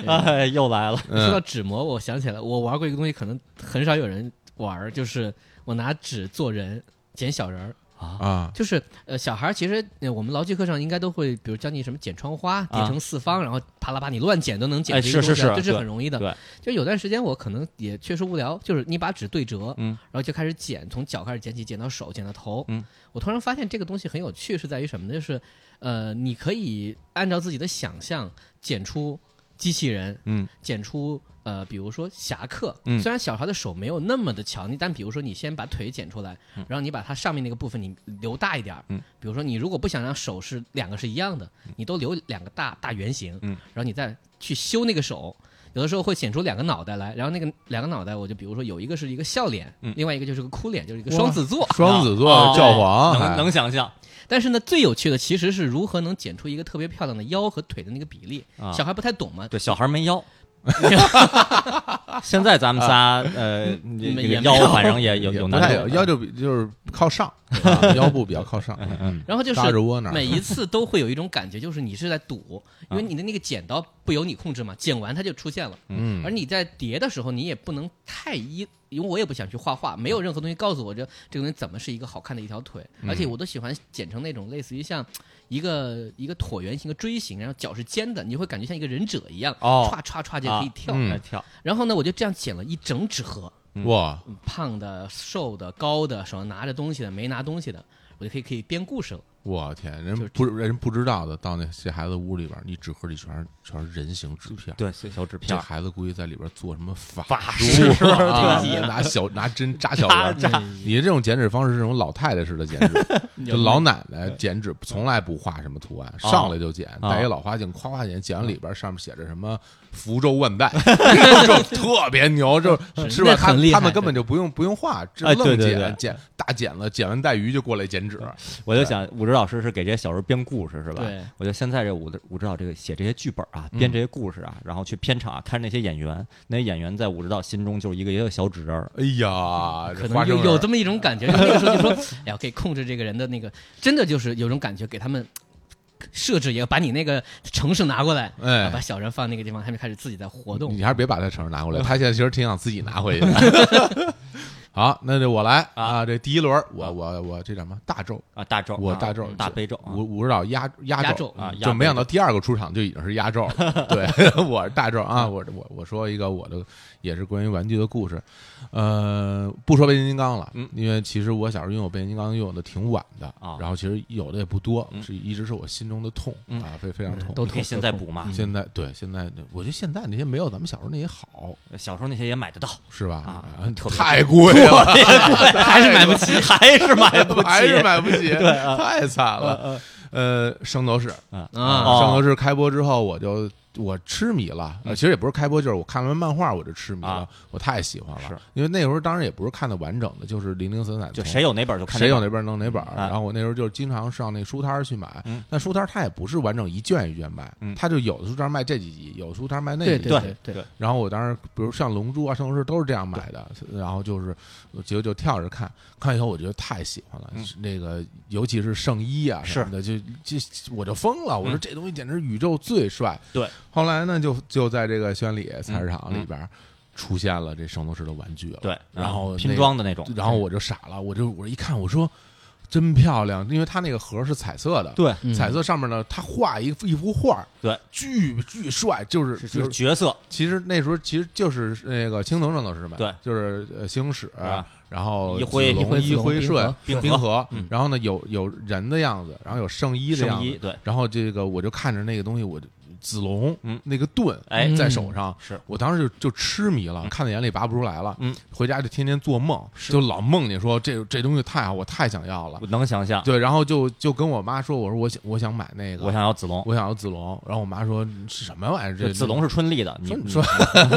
A: 哎，又来了，
E: 说到
B: 嗯，
E: 纸模，我想起来，我玩过一个东西，可能很少有人玩儿，就是我拿纸做人，剪小人儿。
B: 啊，
E: 就是呃，小孩儿其实呃我们牢记课上应该都会，比如教你什么剪窗花，叠
A: 啊
E: 成四方，然后啪啦啪，你乱剪都能剪
A: 哎
E: 出一
A: 是
E: 个
A: 是
E: 东西来，
A: 是
E: 这是
A: 对
E: 很容易的。
A: 对，
E: 就有段时间我可能也确实无聊，就是你把纸对折，
A: 嗯，
E: 然后就开始剪，从脚开始剪起，剪到手，剪到头，
A: 嗯，
E: 我突然发现这个东西很有趣，是在于什么呢？就是呃，你可以按照自己的想象剪出机器人，
A: 嗯，
E: 剪出呃，比如说侠客，
A: 嗯
E: 虽然小孩的手没有那么的强，但比如说你先把腿剪出来，然后你把它上面那个部分你留大一点儿，
A: 嗯
E: 比如说你如果不想让手是两个是一样的，你都留两个大大圆形，
A: 嗯
E: 然后你再去修那个手。有的时候会显出两个脑袋来，然后那个两个脑袋，我就比如说有一个是一个笑脸，
A: 嗯
E: 另外一个就是个哭脸，就是一个双子座。
B: 双子座
A: 哦
B: 教皇哎还
A: 能能想象
E: 但是呢，最有趣的其实是如何能剪出一个特别漂亮的腰和腿的那个比例。
A: 啊
E: 小孩不太懂嘛，
A: 对，小孩没 腰。现在咱们
B: 啊
A: 仨呃，
E: 也
A: 那
E: 没
A: 个
E: 有
A: 腰反正也有
B: 也
A: 有
B: 不
A: 难
B: 太
A: 度嗯
B: 有，腰就比就是靠上，啊 腰部比较靠上，嗯
E: 然后就是
B: 搭着窝那儿
E: 每一次都会有一种感觉，就是你是在赌，因为你的那个剪刀不由你控制嘛，剪完它就出现了。
B: 嗯
E: 而你在叠的时候，你也不能太依，因为我也不想去画画，没有任何东西告诉我这这个东西怎么是一个好看的一条腿，而且我都喜欢剪成那种类似于像一个一个椭圆形、一个锥形，然后脚是尖的，你会感觉像一个忍者一样，
A: 哦
E: 歘歘歘就可以
A: 啊
E: 跳。
B: 嗯
A: 哎跳，
E: 然后呢，我就这样剪了一整纸盒，嗯
B: 哇，
E: 胖的、瘦的、高的，手上拿着东西的、没拿东西的，我就可以可以编故事了。
B: 我天，
E: 就
B: 人
E: 是
B: 不人不知道的，到那些孩子屋里边儿，你纸盒里全是全是人形纸片儿，
A: 对，小纸
B: 这
A: 片儿，
B: 孩子估计在里边儿做什么法
A: 法
B: 术
A: 术
B: 啊，
E: 对
B: 拿小拿针扎小
A: 扎
B: 人。嗯
A: 扎，
B: 你这种剪纸方式是那种老太太式的剪纸，就老奶奶剪纸从来不画什么图案，
A: 哦
B: 上来就剪，
A: 哦
B: 戴一老花镜，夸夸剪，剪完里边上面写着什么“福州万代”，就特别牛，就是
E: 是
B: 是吧？
E: 那
B: 他
E: 很厉
B: 他
E: 害
B: 们根本就不用不用画，只
A: 哎对
B: 愣
A: 对
B: 剪
A: 对
B: 剪大剪了，剪完带鱼就过来剪纸，
A: 我就想，武指老师是给这些小人编故事是吧？
E: 对，
A: 我觉得现在这武指武指导这个写这些剧本啊，编这些故事啊，然后去片场啊，看那些演员，那些演员在武指导心中就是一个一个小纸人儿，
B: 哎呀，
E: 可
B: 这花生
E: 能有有
B: 仁
E: 这么一种感觉，就那个时候就说，哎呀，可以控制这个人的那个，真的就是有种感觉，给他们设置一个，把你那个城市拿过来，
B: 哎
E: 啊把小人放那个地方，他们开始自己在活动
B: 你。还是别把他绳拿过
A: 嗯
B: 来，他现在其实挺想自己拿回去。 好，那就我来啊，这第一轮，我我我这叫什么大咒，
A: 啊，大咒，
B: 我
A: 啊
B: 大咒
A: 大悲咒啊，
B: 武武指导压压
E: 压
B: 轴
E: 轴
A: 啊压
B: 就没想到
A: 轴
B: 第二个出场就已经是 压轴了。对我是大轴啊，我我我说一个我的也是关于玩具的故事，呃，不说变形金刚了，
A: 嗯
B: 因为其实我小时候拥有变形金刚拥有的挺晚的
A: 啊
B: 然后其实有的也不多，
A: 嗯
B: 是一直是我心中的痛
A: 嗯啊
B: 啊，非非常痛。
E: 都
A: 你可以现在补嘛，
B: 现在对现在，我觉得现在那些没有咱们小时候那些好，
A: 小时候那些也买得到，
B: 是吧？
A: 啊
B: 嗯
A: 特别
B: 太贵了，
A: 还是买不起， 还是买不起，
B: 还是买不起，
A: 对啊
B: 太惨
A: 呃
B: 了。
A: 呃
B: 呃，圣斗士，
A: 啊
E: 啊
A: 哦
B: 圣斗士开播之后，我就我痴迷了。呃，
A: 嗯
B: 其实也不是开播，就是我看完漫画我就痴迷了
A: 啊，
B: 我太喜欢
A: 是
B: 了。因为那时候当然也不是看的完整的，就是零零散散，
A: 就
B: 从
A: 谁有哪本就看
B: 谁有
A: 本
B: 哪本弄哪本儿。
A: 啊
B: 然后我那时候就经常上那书摊儿去买
A: 嗯，
B: 但书摊儿它也不是完整一卷一卷卖
A: 嗯，
B: 它就有的书摊儿卖这几集，有的书摊儿卖那
E: 对
B: 几集。
E: 对对，
B: 然后我当时，比如像《龙珠》啊、《圣斗士》都是这样买的，然后就是我结果就跳着看，看以后我觉得太喜欢了，
A: 嗯
B: 那个尤其是圣衣啊
A: 是
B: 什么的，就就我就疯了，我说
A: 嗯
B: 这东西简直是宇宙最帅。
A: 对，嗯
B: 后来呢，就就在这个宣礼菜市场里边儿出现了这圣斗士的玩具了，
A: 对，
B: 然后
A: 啊
B: 那
A: 拼装的那种，
B: 然后我就傻了，我就我一看，我说真漂亮，因为它那个盒是彩色的，
A: 对，
E: 嗯
B: 彩色上面呢，它画一一幅画，
A: 对，
B: 巨巨帅，就是
A: 就
B: 就是是
A: 角色，
B: 其实那时候其实就是那个青铜圣斗士们，
A: 对
B: 就是呃西红柿
A: 啊，
B: 然后
A: 一辉
B: 子
E: 一辉
B: 龙、一辉
E: 子龙
B: 顺、
A: 冰河
B: 冰河
A: 嗯，
B: 然后呢有有人的样子，然后有圣衣的啊样
A: 圣衣，
B: 子，
A: 对，
B: 然后这个我就看着那个东西，我就子龙，
A: 嗯
B: 那个盾，
A: 哎
B: 在手上，
A: 是
B: 我当时就就痴迷了，看在眼里拔不出来了，
A: 嗯，
B: 回家就天天做梦，就老梦见说这这东西太好，我太想要了
A: 我，能想象，
B: 对，然后就就跟我妈说，我说我想我想买那个，
A: 我想要子龙，
B: 我想要子龙，然后我妈说是什么玩意儿？这
A: 子龙是春丽的，你
B: 说
A: 你
B: 你说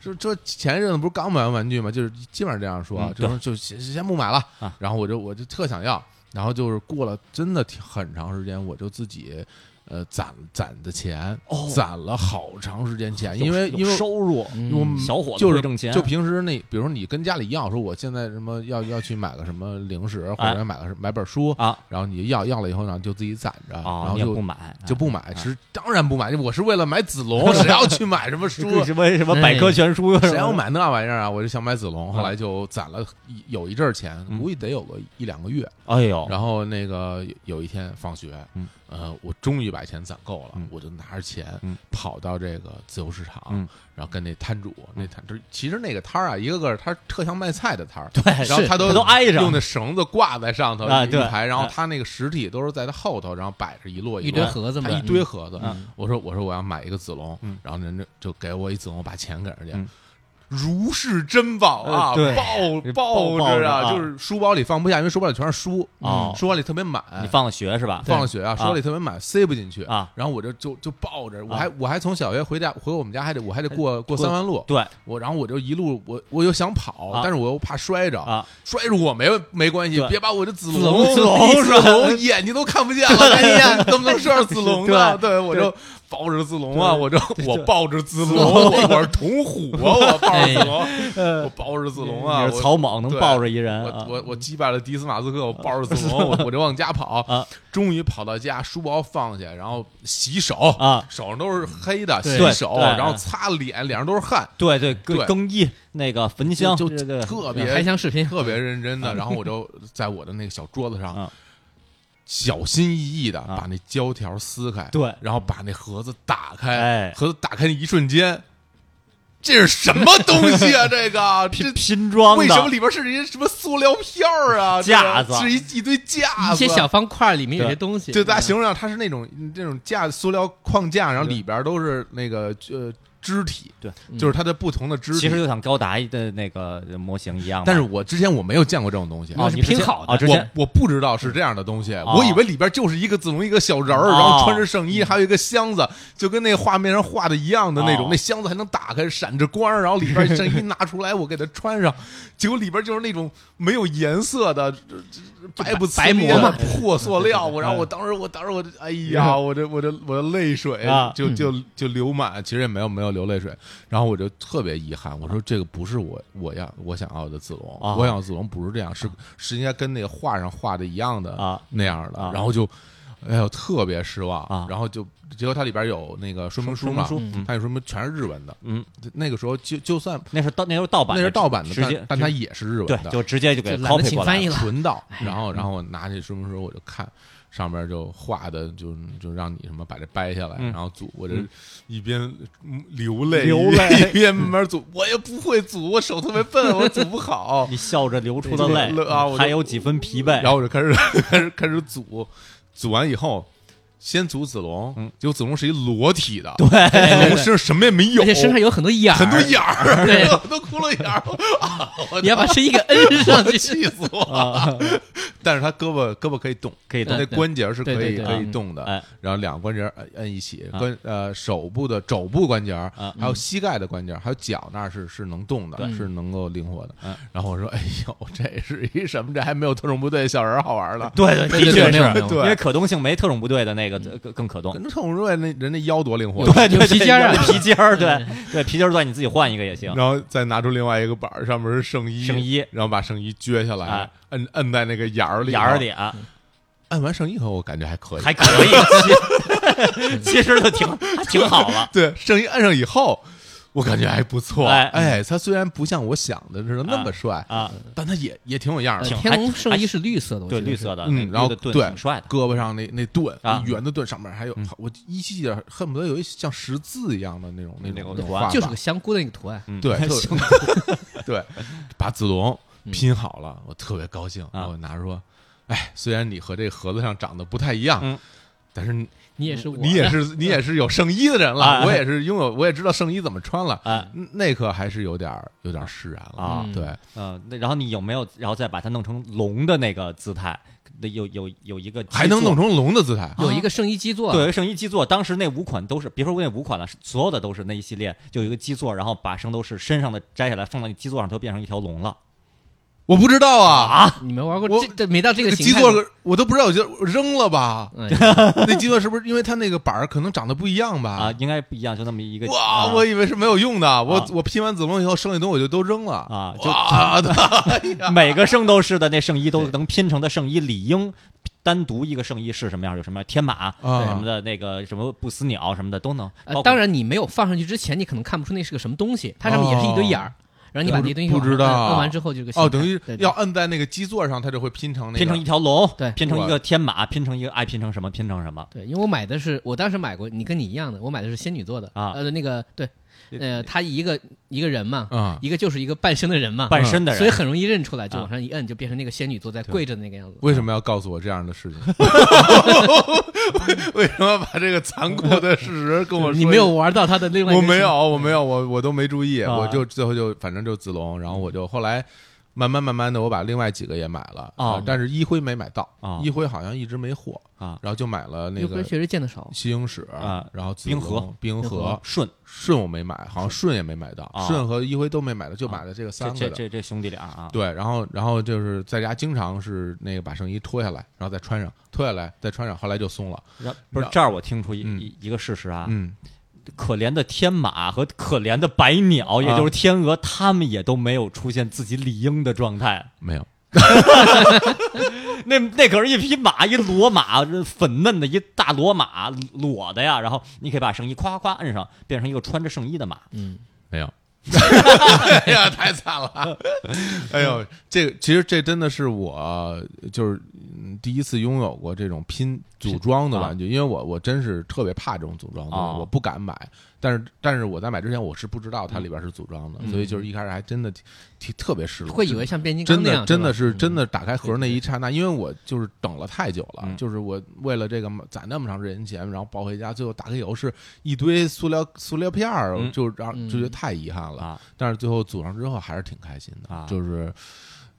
B: 说这前一阵子不是刚买完玩具嘛，就是基本上这样说，啊
A: 嗯
B: 就说就先先不买了
A: 啊。
B: 然后我就我就特想要，然后就是过了真的挺很长时间，我就自己呃攒攒的钱，
A: 哦
B: 攒了好长时间钱，
A: 有
B: 因为
A: 有
B: 因为
A: 收入，
B: 我
E: 嗯
A: 小伙子
B: 就是
A: 会挣钱
B: 就平时那，比如说你跟家里要说，我现在什么要要去买个什么零食，或者
A: 哎
B: 要买个什买本书
A: 啊，
B: 然后你要要了以后，然后就自己攒着，然
A: 啊，
B: 后
A: 你也
B: 就
A: 不买，
B: 就不买，
A: 哎
B: 是当然不买，我是为了买子 龙，谁要去买什么书？
A: 什么什么百科全 书，
B: 谁要买那玩意儿啊？我就想买子龙，后来就攒了一有一阵儿钱，
A: 嗯
B: 估计得有个一两个月。
A: 哎呦，
B: 然后那个有一天放学
A: 嗯，
B: 呃，我终于把钱攒够了
A: 嗯，
B: 我就拿着钱
A: 嗯
B: 跑到这个自由市场
A: 嗯，
B: 然后跟那摊主，那摊就是其实那个摊儿啊，一个个他特像卖菜的摊儿，
A: 对，
B: 然后
A: 是
B: 他都
A: 都挨上
B: 用，那绳子挂在上头
A: 啊
B: 一
A: 对
B: 排，然后
A: 哎
B: 他那个实体都是在他后头，然后摆着一摞
E: 一
B: 摞
E: 堆盒子
B: 他
E: 嘛，
B: 一堆盒子
A: 嗯。
B: 我说我说我要买一个子龙
A: 嗯，
B: 然后人家就给我一子龙，我把钱给人家
A: 嗯，
B: 如是珍宝啊
A: 呃，对
B: 抱
A: 抱抱
B: 着
A: 着啊
B: 就是书包里放不下，因为书包里全是书
A: 哦
B: 书包里特别满，
A: 你放了学是吧？
B: 放了学啊，
A: 啊
B: 书包里特别满，塞不进去
A: 啊。
B: 然后我就就就抱着，我
A: 啊
B: 还我还从小学回家回我们家还得我还得过过三万路，
A: 对
B: 我然后我就一路我我又想跑
A: 啊，
B: 但是我又怕摔着
A: 啊，
B: 摔着我没没关系，
A: 对
B: 别把我这子
A: 子龙
B: 子
A: 子龙
B: 子龙眼睛都看不见了，哎呀，能不能说点子龙呢？对，我就抱着子龙啊，
A: 对
B: 我就
A: 对
B: 我
A: 对
B: 抱着子龙，我我是童虎啊，我抱着子龙，
A: 呃
B: 我抱着子龙啊，
A: 你
B: 我
A: 是曹猛能
B: 对
A: 抱着一人
B: 我
A: 啊，
B: 我我击败了迪斯马斯克，我抱着子龙，我我就往家跑，
A: 啊
B: 终于跑到家，书包放下，然后洗手
A: 啊，
B: 手上都是黑的，
E: 对
B: 洗手，
A: 对
B: 然后擦脸，脸上都是汗，
A: 对对，
B: 对
A: 更更衣那个焚香，
B: 就
A: 对
B: 就
A: 对
B: 特
E: 开
B: 别
E: 箱视频，
B: 特别认真的，然后我就在我的那个小桌子上
A: 啊，
B: 小心翼翼的
A: 啊
B: 把那胶条撕开，
A: 对
B: 然后把那盒子打开
A: 哎，
B: 盒子打开的一瞬间。这是什么东 西啊？这个这
A: 拼拼装的，
B: 为什么里边是一些什么塑料片 儿啊？这
A: 架子
B: 是一一堆架
E: 一
B: 子，
E: 些小啊方块里面有些东西，嗯
B: 对大家形容一下，它是那种那种架塑料框架，然后里边都是那个呃肢体，
A: 对，
B: 就是它的不同的肢体。
A: 其实就像高达的那个模型一样嘛，
B: 但是我之前我没有见过这种东西。
E: 哦
A: 啊，
E: 是
A: 你之前
E: 拼好的
A: 啊，之
B: 我
A: 前
B: 我不知道是这样的东西，我以为里边就是一个子龙一个小人儿，
A: 哦
B: 然后穿着圣衣，还有一个箱子，就跟那个画面上画的一样的那种
A: 哦。
B: 那箱子还能打开，闪着光儿，然后里边圣衣拿出来，我给它穿上，结果里边就是那种没有颜色的这这白不呲
E: 白
B: 裂
E: 膜嘛
B: 的破塑料。我然后我当时我当时我就哎呀，我这我这我的泪水
A: 啊
B: 就就就流满，其实也没有没有流泪水。然后我就特别遗憾，我说这个不是我我要我想要的子龙，
A: 啊
B: 我想要子龙不是这样，是是应该跟那个画上画的一样的
A: 啊
B: 那样的
A: 啊。
B: 然后就，哎呦特别失望
A: 啊
B: 然后就结果它里边有那个说明书嘛，
A: 说明书嗯
B: 它有说明全是日文的。
A: 嗯，
B: 那个时候就就算
A: 那是盗那是盗版
B: 那
A: 的，
B: 是盗版的，
A: 直接
B: 但但它也是日文
A: 对
B: 的，，
A: 就直接就哎给
E: 就懒得
A: copy
E: 请
A: 过来
E: 翻译
A: 了，
E: 了，
B: 纯盗。
A: 嗯
B: 然后，然后我拿起说明书，我就看上面就画的就，就让你什么把这掰下来，
A: 嗯
B: 然后组，我这一边嗯流泪，
A: 流
B: 一边
A: 泪
B: 一边慢慢组。我也不会组，我手特别笨，我组不好
A: 你。笑着流出的泪
B: 对啊我就
A: 还有几分疲惫，
B: 然后我就开始 开始开始组，组完以后。先组子龙
A: 嗯，
B: 结果子龙是一裸体的，对，我身上什么也没有，
E: 而且身上有很多眼儿，
B: 很多眼儿，
E: 对
B: 很多窟窿眼儿，啊我
E: 你要把身一给摁上 去，
B: 气死我！
A: 啊，
B: 但是他胳膊胳膊可以动，
A: 可以
B: 他
A: 动
B: 那关节是可
E: 对
B: 以
E: 对对
B: 可以
E: 嗯
B: 动的
A: 哎，
B: 然后两个关节摁摁一起，
A: 啊
B: 关呃手部的肘部关节儿
A: 啊，
B: 还有膝盖的关节儿，还有脚那儿是是能动的，
A: 对
B: 是能够灵活的
A: 嗯。
B: 然后我说：“哎呦，这是一什么？这还没有特种部队小人儿好玩呢。
A: 对对，的确
E: 对对对
A: 是，
E: 对
A: 因为可动性没特种部队的那个更更可动
B: 跟，特种部队那人那腰多灵活。”
A: 对对
E: 有
A: 对，
E: 嗯皮筋儿啊嗯
A: 有皮筋儿，对对，皮筋儿断你自己换一个也行，
B: 然后再拿出另外一个板儿，上面是圣衣，
A: 圣衣
B: 然后把圣衣撅下来
A: 哎，
B: 摁摁在那个眼儿里，
A: 眼儿里。啊，
B: 摁完圣衣以后，我感觉还可以，
A: 还可 以，其其实就挺还挺好了。
B: 对，圣衣按上以后，我感觉还不错。
A: 哎
B: 哎，他虽然不像我想的似的那么帅，
A: 啊，
B: 但他也也挺有样儿
E: 呃
B: 的。
A: 挺
E: 天龙圣衣是绿色嗯的，我
A: 对，
E: 记得
A: 绿
E: 是
A: 色的，
B: 嗯
A: 啊那
B: 然
A: 那
B: 后
A: 个盾
B: 对
A: 挺帅的，
B: 胳膊上那那盾
A: 啊
B: 圆的盾上面还有
A: 嗯，
B: 我依稀记得恨不得有一像十字一样的那种那
A: 那
B: 种
A: 个
B: 那种
A: 图案
B: 画法
E: 就是个香菇的那个图案。
A: 嗯
B: 对
A: 还
B: 特
A: 行
B: 对，把子龙
E: 嗯
B: 拼好了，我特别高兴。
A: 啊
B: 然后我拿着说：“哎，虽然你和这盒子上长得不太一样，
A: 嗯
B: 但是你
E: 你也是啊我，
B: 你也 是你也是有圣衣的人了，
A: 啊
B: 我也是拥有，我也知道圣衣怎么穿了。
A: 啊
B: 嗯那一刻还是有点儿有点儿释然了。
A: 啊
E: 嗯，
B: 对，
A: 嗯，那然后你有没有，然后再把它弄成龙的那个姿态？那有有有一个基
B: 还能
A: 座
B: 弄成龙的姿态。
E: 有一个圣衣基座，
A: 对，有一个圣衣基座，当时那五款都是，别说那五款了，是所有的都是那一系列，就有一个基座，然后把圣斗士身上的摘下来放到基座上，它就变成一条龙了。
B: 我不知道啊，
E: 你没玩过，
B: 我
E: 这这没到这
B: 那
E: 个
B: 个
E: 形
B: 基
E: 态
B: 座
E: 呢，。
B: 我都不知道，我就扔了吧
E: 哎
B: 那基座是不是因为它那个板儿可能长得不一样
A: 啊
B: 吧？，
A: 应该不一样，就那么一个
B: 哇，
A: 啊
B: 我以为是没有用的，我
A: 啊
B: 我拼完子龙以后，剩下东西我就都扔了。
A: 啊，就
B: 哇，哎呀
A: 每个圣斗士的那圣衣都能拼成的圣衣，理应单独一个圣衣是什么样？有什么天马、
B: 啊
A: 什么的，那个什么不死鸟什么的都能。包
E: 呃
A: 括
E: 当然你没有放上去之前，你可能看不出那是个什么东西，它上面也是一堆眼儿，然后你把这些东西
B: 哦不知道
E: 摁摁完之后就是个形态
B: 哦，等于
E: 对对
B: 要摁在那个基座上，它就会拼成那个
A: 拼成一条龙，
E: 对
A: 拼成一个天马，拼成一个爱拼成什么，拼成什么
E: 对，因为我买的是我当时买过，你跟你一样的，我买的是仙女座的
A: 啊
E: 呃那个对，呃他一个一个人嘛，
B: 啊，
E: 一个就是一个半身的人嘛，
A: 嗯半身的人，
E: 所以很容易认出来，就
A: 啊
E: 往上一摁就变成那个仙女座在跪着的那个样子。
B: 为什么要告诉我这样的事情？ 为为什么要把这个残酷的事实跟我说？
E: 你没有，玩到他的另外一个
B: 我没
E: 形
B: 有，
E: 态，
B: 我没有，我我都没注意，
A: 嗯啊嗯
B: 我就最后就反正就子龙，然后我就后来。慢慢慢慢的，我把另外几个也买了
A: 哦
B: 呃但是一辉没买到
A: 哦，
B: 一辉好像一直没货
A: 啊，
B: 然后就买了那
E: 有个
B: 个
E: 人确实见的少，
B: 西影史
A: 啊
B: 然后子
A: 冰河
B: 龙冰
E: 冰
B: 河
E: 河
A: 顺
B: 顺我没买，好像顺也没买到
A: 啊，
B: 顺和一辉都没买到，就买了这
A: 这
B: 个三
A: 这
B: 个的。
A: 这这兄弟俩啊，
B: 对，然后然后就是在家经常是那个把圣衣脱下来，然后再穿上，脱下来再穿上，后来就松了。
A: 然后不是
B: 然后
A: 这儿我听出一
B: 嗯
A: 一一个事实啊，
B: 嗯，
A: 可怜的天马和可怜的白鸟，也
B: 啊
A: 就是天鹅，他们也都没有出现自己理应的状态。
B: 没有，
A: 那那可是一匹马，一骡马，这粉嫩的一大骡马，裸的呀。然后你可以把圣衣夸夸夸摁上，变成一个穿着圣衣的马。
E: 嗯，
B: 没有。 哎呀，太惨了！哎呦，这个其实这真的是我就是嗯第一次拥有过这种拼组装的玩具，因为我我真是特别怕这种组装的，
A: 哦
B: 我不敢买。但是但是我在买之前我是不知道它里边是组装的，所以就是一开始还真的挺挺特别失落，
E: 会以为像变形金
B: 真
E: 刚那
B: 的
E: 样，
B: 真的
E: 对吧
B: 是真的打开盒那一刹那，因为我就是等了太久了，
A: 嗯
B: 就是我为了这个攒那么长时间钱，然后抱回家，最后打开以后是一堆塑料塑料片儿，
A: 嗯
B: 就让
E: 嗯
B: 就觉得太遗憾了。
A: 啊
B: 但是最后组上之后还是挺开心的，
A: 啊
B: 就是。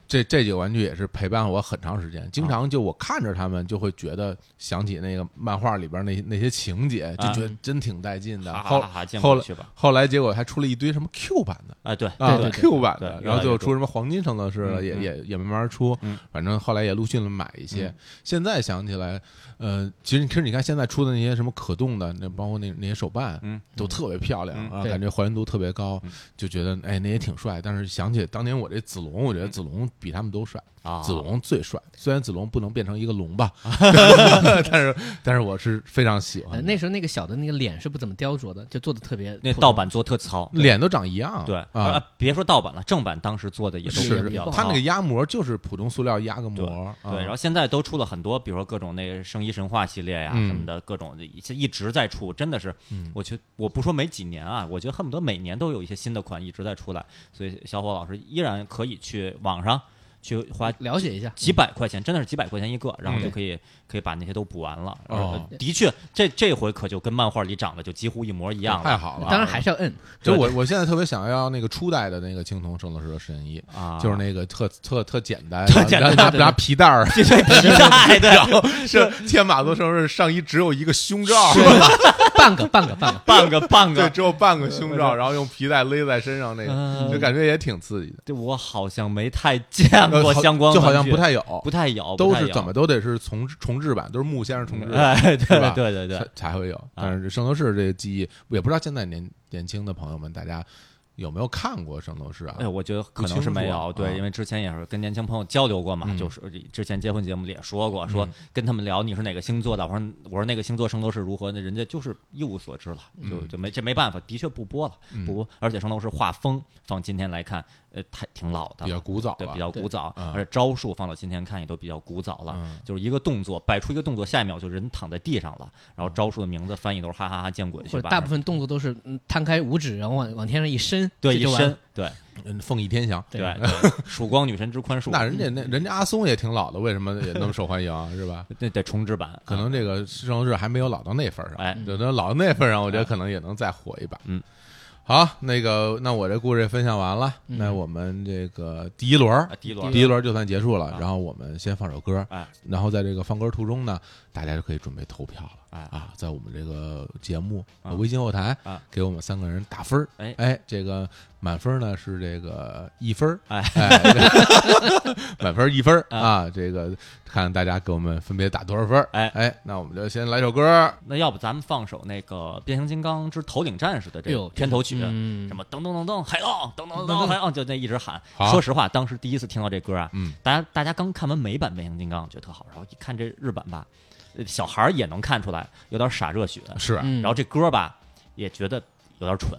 B: 这这几个玩具也是陪伴我很长时间，
E: 啊
B: 经常就我看着他们就会觉得想起那个漫画里边那那些情节，就
E: 嗯
A: 啊
B: 觉得真挺带劲的。
A: 哈
B: 后
A: 哈哈哈，见
B: 啊后
A: 过
B: 来
A: 去吧？
B: 后来结果还出了一堆什么 Q 版的，
A: 哎，对
B: 啊
A: 对对，
B: Q 版的，
A: 对
B: 然后最
A: 越来
B: 后
A: 越多
B: 出什么黄金圣斗士了，
A: 嗯
B: 也
A: 嗯
B: 也也慢慢出
A: 嗯，
B: 反正后来也陆续了买一些
A: 嗯。
B: 现在想起来，呃，其实你其实你看现在出的那些什么可动的，那包括那那些手办
A: 嗯，
B: 都特别漂亮
A: 嗯
B: 啊，
E: 对
B: 感觉还原度特别高
A: 嗯，
B: 就觉得哎那也挺帅。但是想起当年我这子龙，我觉得子龙比他们都帅，
A: 嗯啊，
B: 子龙最帅。虽然子龙不能变成一个龙吧， 但是但是我是非常喜
E: 呃
B: 欢的，
E: 那时候那个小的那个脸是不怎么雕琢的，就做的特别
A: 那
E: 普通
A: 盗版做特糙，
B: 脸都长一样，
A: 对呃
B: 啊，，
A: 别说盗版了，正版当时做的也都
B: 是
E: 也
A: 比较
E: 不
B: 他
A: 糙
B: 那个压模就是普通塑料压个模，啊
A: 对，然后现在都出了很多，比如说各种那个圣衣神话系列呀、
B: 嗯
A: 什么的，各种一一直在出，真的是，
B: 嗯
A: 我觉我不说没几年啊，我觉得恨不得每年都有一些新的款一直在出来，所以小伙老师依然可以去网上去花
E: 了解一下，
A: 几百块钱，真的是几百块钱一个，然后
B: 嗯
A: 就可以、可以把那些都补完了。
B: 哦
A: 呃的确，这这回可就跟漫画里长得就几乎一模一样
B: 太
A: 了
B: 好了。
E: 当然还 是要摁，
B: 就我我现在特别想要那个初代的那个青铜圣斗士的神衣，
A: 啊，
B: 就是那个特特特简单，
A: 特简单
B: 然后拿
E: 对对对
B: 拿皮带儿，
A: 这这皮带，对，
B: 是天马座圣斗士上衣只有一个胸罩，
E: 半个半个半 个，
A: 半个半
B: 对，
A: 个。
B: 只有半个胸罩，然后用皮带勒在身上，那
A: 嗯
B: 个就感觉也挺刺激的。
A: 这我好像没太见
B: 呃
A: 过
B: 好
A: 相关
B: 就好
A: 玩
B: 像
A: 具
B: 不太有，
A: 不太有，
B: 都
A: 不太
B: 是
A: 有
B: 怎么都得是重制重制版，都是木先生重制版。
A: 哎，对
B: 是吧啊
A: 对对对啊
B: 才才会有。但是圣斗士这个记忆，也不知道现在年年轻的朋友们大家有没有看过《圣斗士》啊？
A: 哎，我觉得可能是没有，对，因为之前也是跟年轻朋友交流过嘛，就是之前结婚节目里也说过，说跟他们聊你是哪个星座的，我说我说那个星座圣斗士如何，那人家就是一无所知了，就就没这没办法，的确不播了，不播，而且圣斗士画风放今天来看，呃，太挺老的
B: 比较
A: 了。
B: 古早啊
A: 对，
B: 了，
A: 比较古早，
B: 嗯
A: 而且招数放到今天看也都比较古早了，
B: 嗯
A: 就是一个动作摆出一个动作，下一秒就人躺在地上了，然后招数的名字翻译都是哈哈哈见鬼去
E: 或者
A: 吧，
E: 大部分动作都是嗯摊开五指，然后往往天上一伸，
A: 对
E: 这
A: 一
E: 就完了
A: 身，对
B: 嗯凤翼天翔。
A: 对，对曙光女神之宽恕，
B: 那人家那人家阿松也挺老的，为什么也那么受欢迎啊？是 吧？
A: 那得重置版，嗯
B: 可能这个《圣斗士》还没有老到那份儿上，
A: 哎
B: 等到老到那份儿上，我觉得可能也能再火一把。
A: 嗯，
B: 好，那个，那我这故事也分享完了，那我们这个第一轮儿
A: 嗯啊，第一轮
B: 第一轮就算结束了
A: 啊。
B: 然后我们先放首歌，
A: 哎，
B: 然后在这个放歌途中呢，大家就可以准备投票了。
A: 哎
B: 啊，在我们这个节目、
A: 啊
B: 呃微信后台
A: 啊，
B: 给我们三个人打分儿
A: 哎
B: 哎，这个满分呢是这个一分儿
A: 哎
B: 哎， 满分一分儿啊，这个看大家给我们分别打多少分儿
A: 哎
B: 哎，那我们就先来首歌，
A: 那要不咱们放首那个《变形金刚之头领战士》的这
E: 哎
A: 个
E: 呦
A: 片头曲，
E: 嗯
A: 什么噔噔噔噔海浪，噔噔噔噔海浪，就那一直喊
B: 好。
A: 说实话，当时第一次听到这歌啊，
B: 嗯
A: 大家大家刚看完美版《变形金刚》，觉得特好，然后一看这日版吧，呃小孩儿也能看出来有点傻热血，
B: 是
E: 嗯，
A: 然后这歌吧也觉得。有点蠢，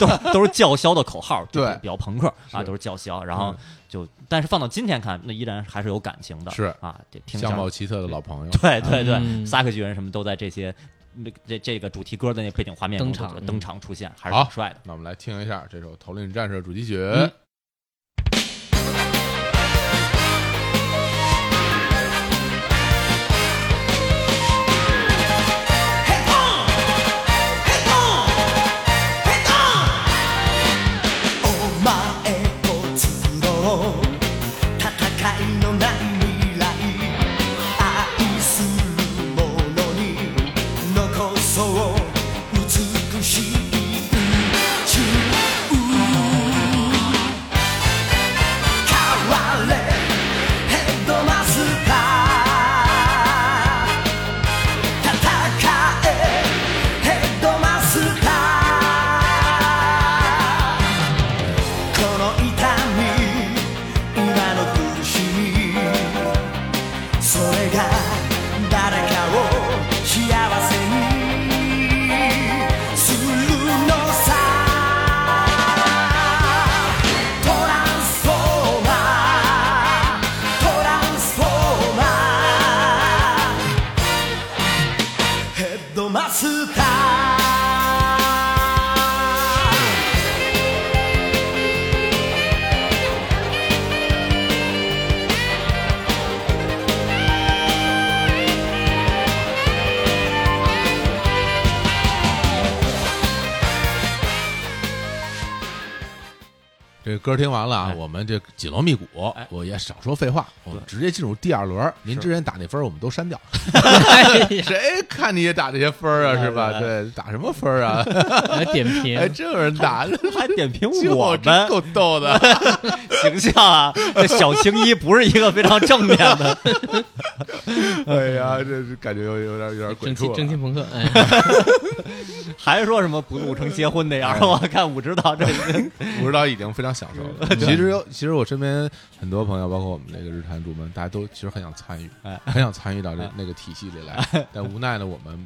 A: 都是 都是叫嚣的口号，就
B: 对
A: 比较朋克啊，
B: 是
A: 都是叫嚣。然后
B: 嗯
A: 就，但是放到今天看，那依然还是有感情的，
B: 是
A: 啊，这听
B: 相
A: 像
B: 貌奇特的老朋友，
A: 对对对，
E: 嗯
A: 萨克巨人什么都在这些那这这个主题歌的那背景画面中
E: 登场
A: 就登场出现，还是
B: 嗯好
A: 挺帅的。
B: 那我们来听一下这首《头领战士》主题曲。
A: 嗯
F: お前こその戦いのない未来愛する者に残そう美しい宇宙変われヘッドマスター戦えヘッドマスターこの痛み今の苦しみそれが誰かを幸せにするのさトランスフォーマートランスフォーマーヘッドマスター
B: 这个歌听完了啊，
A: 哎
B: 我们这紧锣密鼓
A: 哎，
B: 我也少说废话，我们直接进入第二轮。您之前打那分儿我们都 删掉，
E: 哎
B: 谁看你也打这些分儿啊，是吧？对，打什么分儿啊？
E: 来点 评
B: 哎，，这有人 打，
A: 还点评
B: 就
A: 我
B: 真
A: 们
B: 够逗 的。
A: 形象啊，这小青衣不是一个非常正面的。
B: 哎呀，这是感觉有有点有点鬼
E: 蒸汽
A: 啊
B: 畜了
E: 蒸汽朋克，哎，
A: 还说什么不录成结婚那样儿，
B: 哎
A: 我看武指导这
B: 不知道已经非常享受 了。其实有，其实我身边很多朋友，包括我们那个日坛主们，大家都其实很想参与，
A: 哎
B: 很想参与到这那个体系里来， 但无奈呢，我们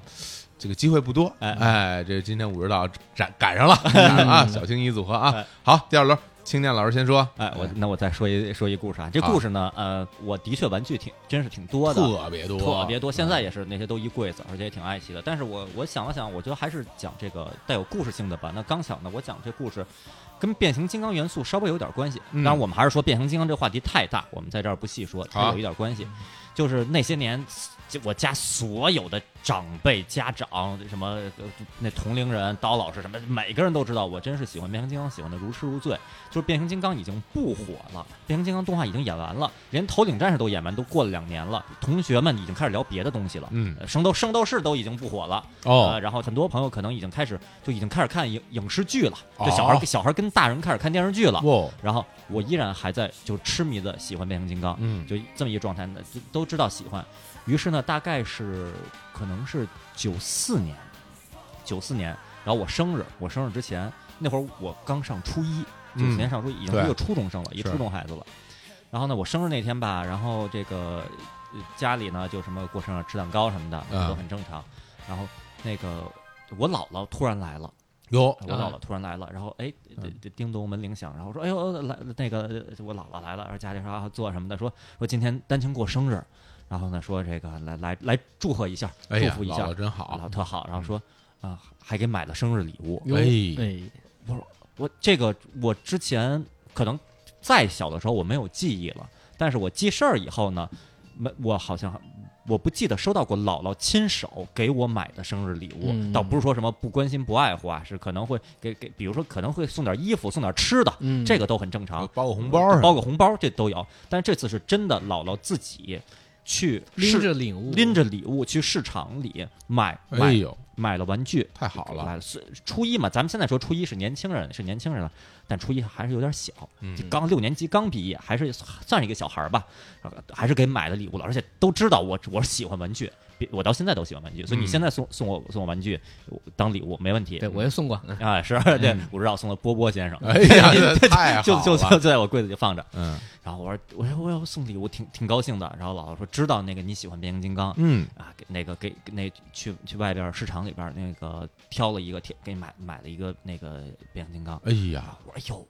B: 这个机会不多。
A: 哎
B: 哎，这今天武指导赶 赶上了赶上了啊，小清一组合啊
A: 哎。
B: 好，第二轮，青年老师先说。
A: 哎，我那我再说一说一故事啊，这
B: 好
A: 故事呢，呃，我的确玩具挺真是挺多的，
B: 特别多，嗯
A: 特别多，现在也是那些都一柜子，而且也挺爱惜的。但是我我想了想，我觉得还是讲这个带有故事性的吧。那刚想呢，我讲这故事跟变形金刚元素稍微有点关系。
B: 嗯
A: 当然，我们还是说变形金刚这话题太大，我们在这儿不细说，它
B: 好
A: 有一点关系。就是那些年，就我家所有的长辈、家长、什么呃那同龄人、刀老师什么，每个人都知道，我真是喜欢变形金刚，喜欢的如痴如醉。就是变形金刚已经不火了，变形金刚动画已经演完了，连头领战士都演完，都过了两年了，同学们已经开始聊别的东西了。
B: 嗯
A: 呃，圣斗圣斗士都已经不火了，
B: 哦
A: 呃，然后很多朋友可能已经开始就已经开始看影影视剧了，
B: 哦
A: 就小孩、小孩跟大人开始看电视剧了。
B: 哇，
A: 然后我依然还在就痴迷的喜欢变形金刚，
B: 嗯
A: 就这么一个状态呢，就都知道喜欢。于是呢，大概是可能是九四年，九四年，然后我生日，我生日之前，那会儿我刚上初一，九
B: 嗯
A: 四年上初一，已经是一个初中生了，一个
B: 是
A: 初中孩子了。然后呢，我生日那天吧，然后这个呃家里呢就什么过生日吃蛋糕什么的，
B: 啊
A: 都很正常。然后那个我姥姥突然来了，
B: 有
A: 我姥姥突然来了，然后哎，
B: 嗯
A: 这这叮咚门铃响，然后说哎呦来那个我姥姥来了，然后家里说啊做什么的，说说今天丹青过生日，然后呢说这个来来来祝贺一下，
B: 哎
A: 祝
B: 呀，
A: 福一下
B: 姥姥，嗯真
A: 姥
B: 好
A: 姥，特好，然后说啊还给买了生日礼物，
E: 哟
B: 哎
E: 哎，
A: 我这个我之前可能再小的时候我没有记忆了，但是我记事儿以后呢，没我好像我不记得收到过姥姥亲手给我买的生日礼物，
E: 嗯
A: 倒不是说什么不关心不爱护啊，是可能会给给，比如说可能会送点衣服，送点吃的，
E: 嗯
A: 这个都很正常，
B: 包个红包儿，
A: 包个红包这都有，但是这次是真的姥姥自己去市
E: 拎着领悟，
A: 拎着礼物去市场里买买、
B: 哎呦，
A: 买了玩具，
B: 太好了，
A: 来了，是初一嘛，咱们现在说初一是年轻人，是年轻人了，但初一还是有点小，
B: 嗯
A: 就刚六年级刚毕业，还是算是一个小孩儿吧，呃还是给买了礼物了，而且都知道我我是喜欢玩具，别我到现在都喜欢玩具，所以你
B: 嗯
A: 现在送送我送我玩具我当礼物没问题。
E: 对我也送过，嗯
A: 啊，是对，我知道送了波波先生，
B: 哎 呀，这太
A: 就
B: 好
A: 就就
B: 了，
A: 就在我柜子里放着。
B: 嗯
A: 然后我说我说我要送礼物，挺挺高兴的。然后姥姥说知道那个你喜欢变形金刚，
B: 嗯，
A: 啊，给那个给给那去去外边儿市场里边儿那个挑了一个，挑给买买了一个那个变形金刚。
B: 哎呀，
A: 我说哎呦，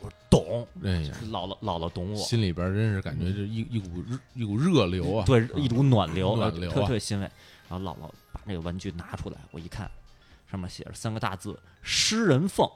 A: 我说懂，
B: 哎呀，
A: 姥姥姥姥懂我，
B: 心里边真是感觉这一一股热一股热流啊，
A: 对，一股暖流，
B: 暖
A: 我
B: 流
A: 特
B: 啊
A: 特别欣慰。然后姥姥把这个玩具拿出来，我一看，上面写着三个大字“狮人凤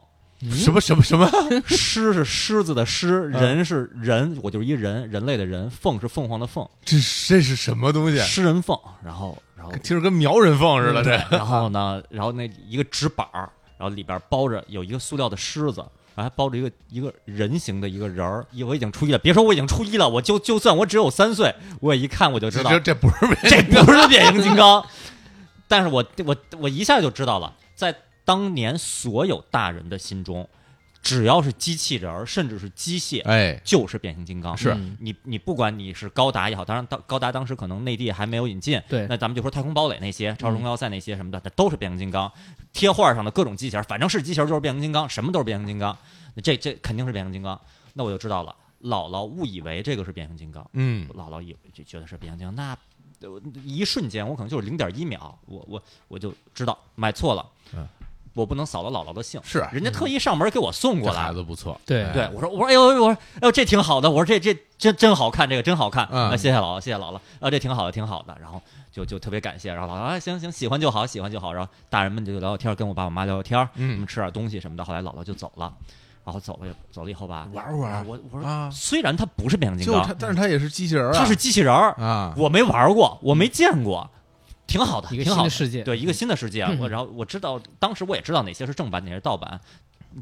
B: 什么什么什么，”，
A: 狮是狮子的狮，
B: 嗯
A: 人是人，我就是一人，人类的人，凤是凤凰的凤，
B: 这是这是什么东西？
A: 狮人凤。然后，然后
B: 听着跟苗人放似的，这
A: 然后呢，然后那一个纸板儿，然后里边包着有一个塑料的狮子，然后还包着一个一个人形的一个人儿。一我已经初一了，别说我已经初一了，我就就算我只有三岁，我一看我就知道
B: 这这不是别
A: 这不是变形金刚。但是我我我一下就知道了，在当年所有大人的心中，只要是机器人儿，甚至是机械，
B: 哎，
A: 就是变形金刚。
B: 是
E: 嗯
A: 你你不管你是高达也好，当然当高达当时可能内地还没有引进，
E: 对
A: 那咱们就说太空堡垒那些、超时空要塞那些什么的，那都是变形金刚。贴画上的各种机器人，反正是机器人就是变形金刚，什么都是变形金刚，那这这肯定是变形金刚。那我就知道了，姥姥误以为这个是变形金刚，
B: 嗯，
A: 姥姥也就觉得是变形金刚，那。呃一瞬间，我可能就是零点一秒，我我我就知道买错了，
B: 嗯
A: 我不能扫了姥姥的兴，
B: 是
A: 人家特意上门给我送过
B: 这
A: 来，
B: 孩子不错，
E: 对
B: 哎
A: 对，我说我说哎呦我说哎呦这挺好的，我说这这真真好看，这个真好看，
B: 嗯
A: 啊谢谢姥姥谢谢姥姥，啊这挺好的挺好的，然后就就特别感谢，然后姥姥啊行行喜欢就好喜欢就好，然后大人们就聊聊天，跟我爸我妈聊聊天，
B: 嗯
A: 我们吃点东西什么的，后来姥姥就走了，然后走了走了以后吧，
B: 玩会儿
A: 我我说、
B: 啊
A: 虽然他不是变形
B: 就
A: 金
B: 他
A: 刚，，
B: 但是他也是机器人啊，
A: 他是机器人儿，
B: 啊，
A: 我没玩过，我没见过，挺好的，
E: 一个
A: 挺
E: 新
A: 好
E: 的世界嗯
A: 对一个新的世界。我然后我知道，当时我也知道哪些是正版，哪些是盗版。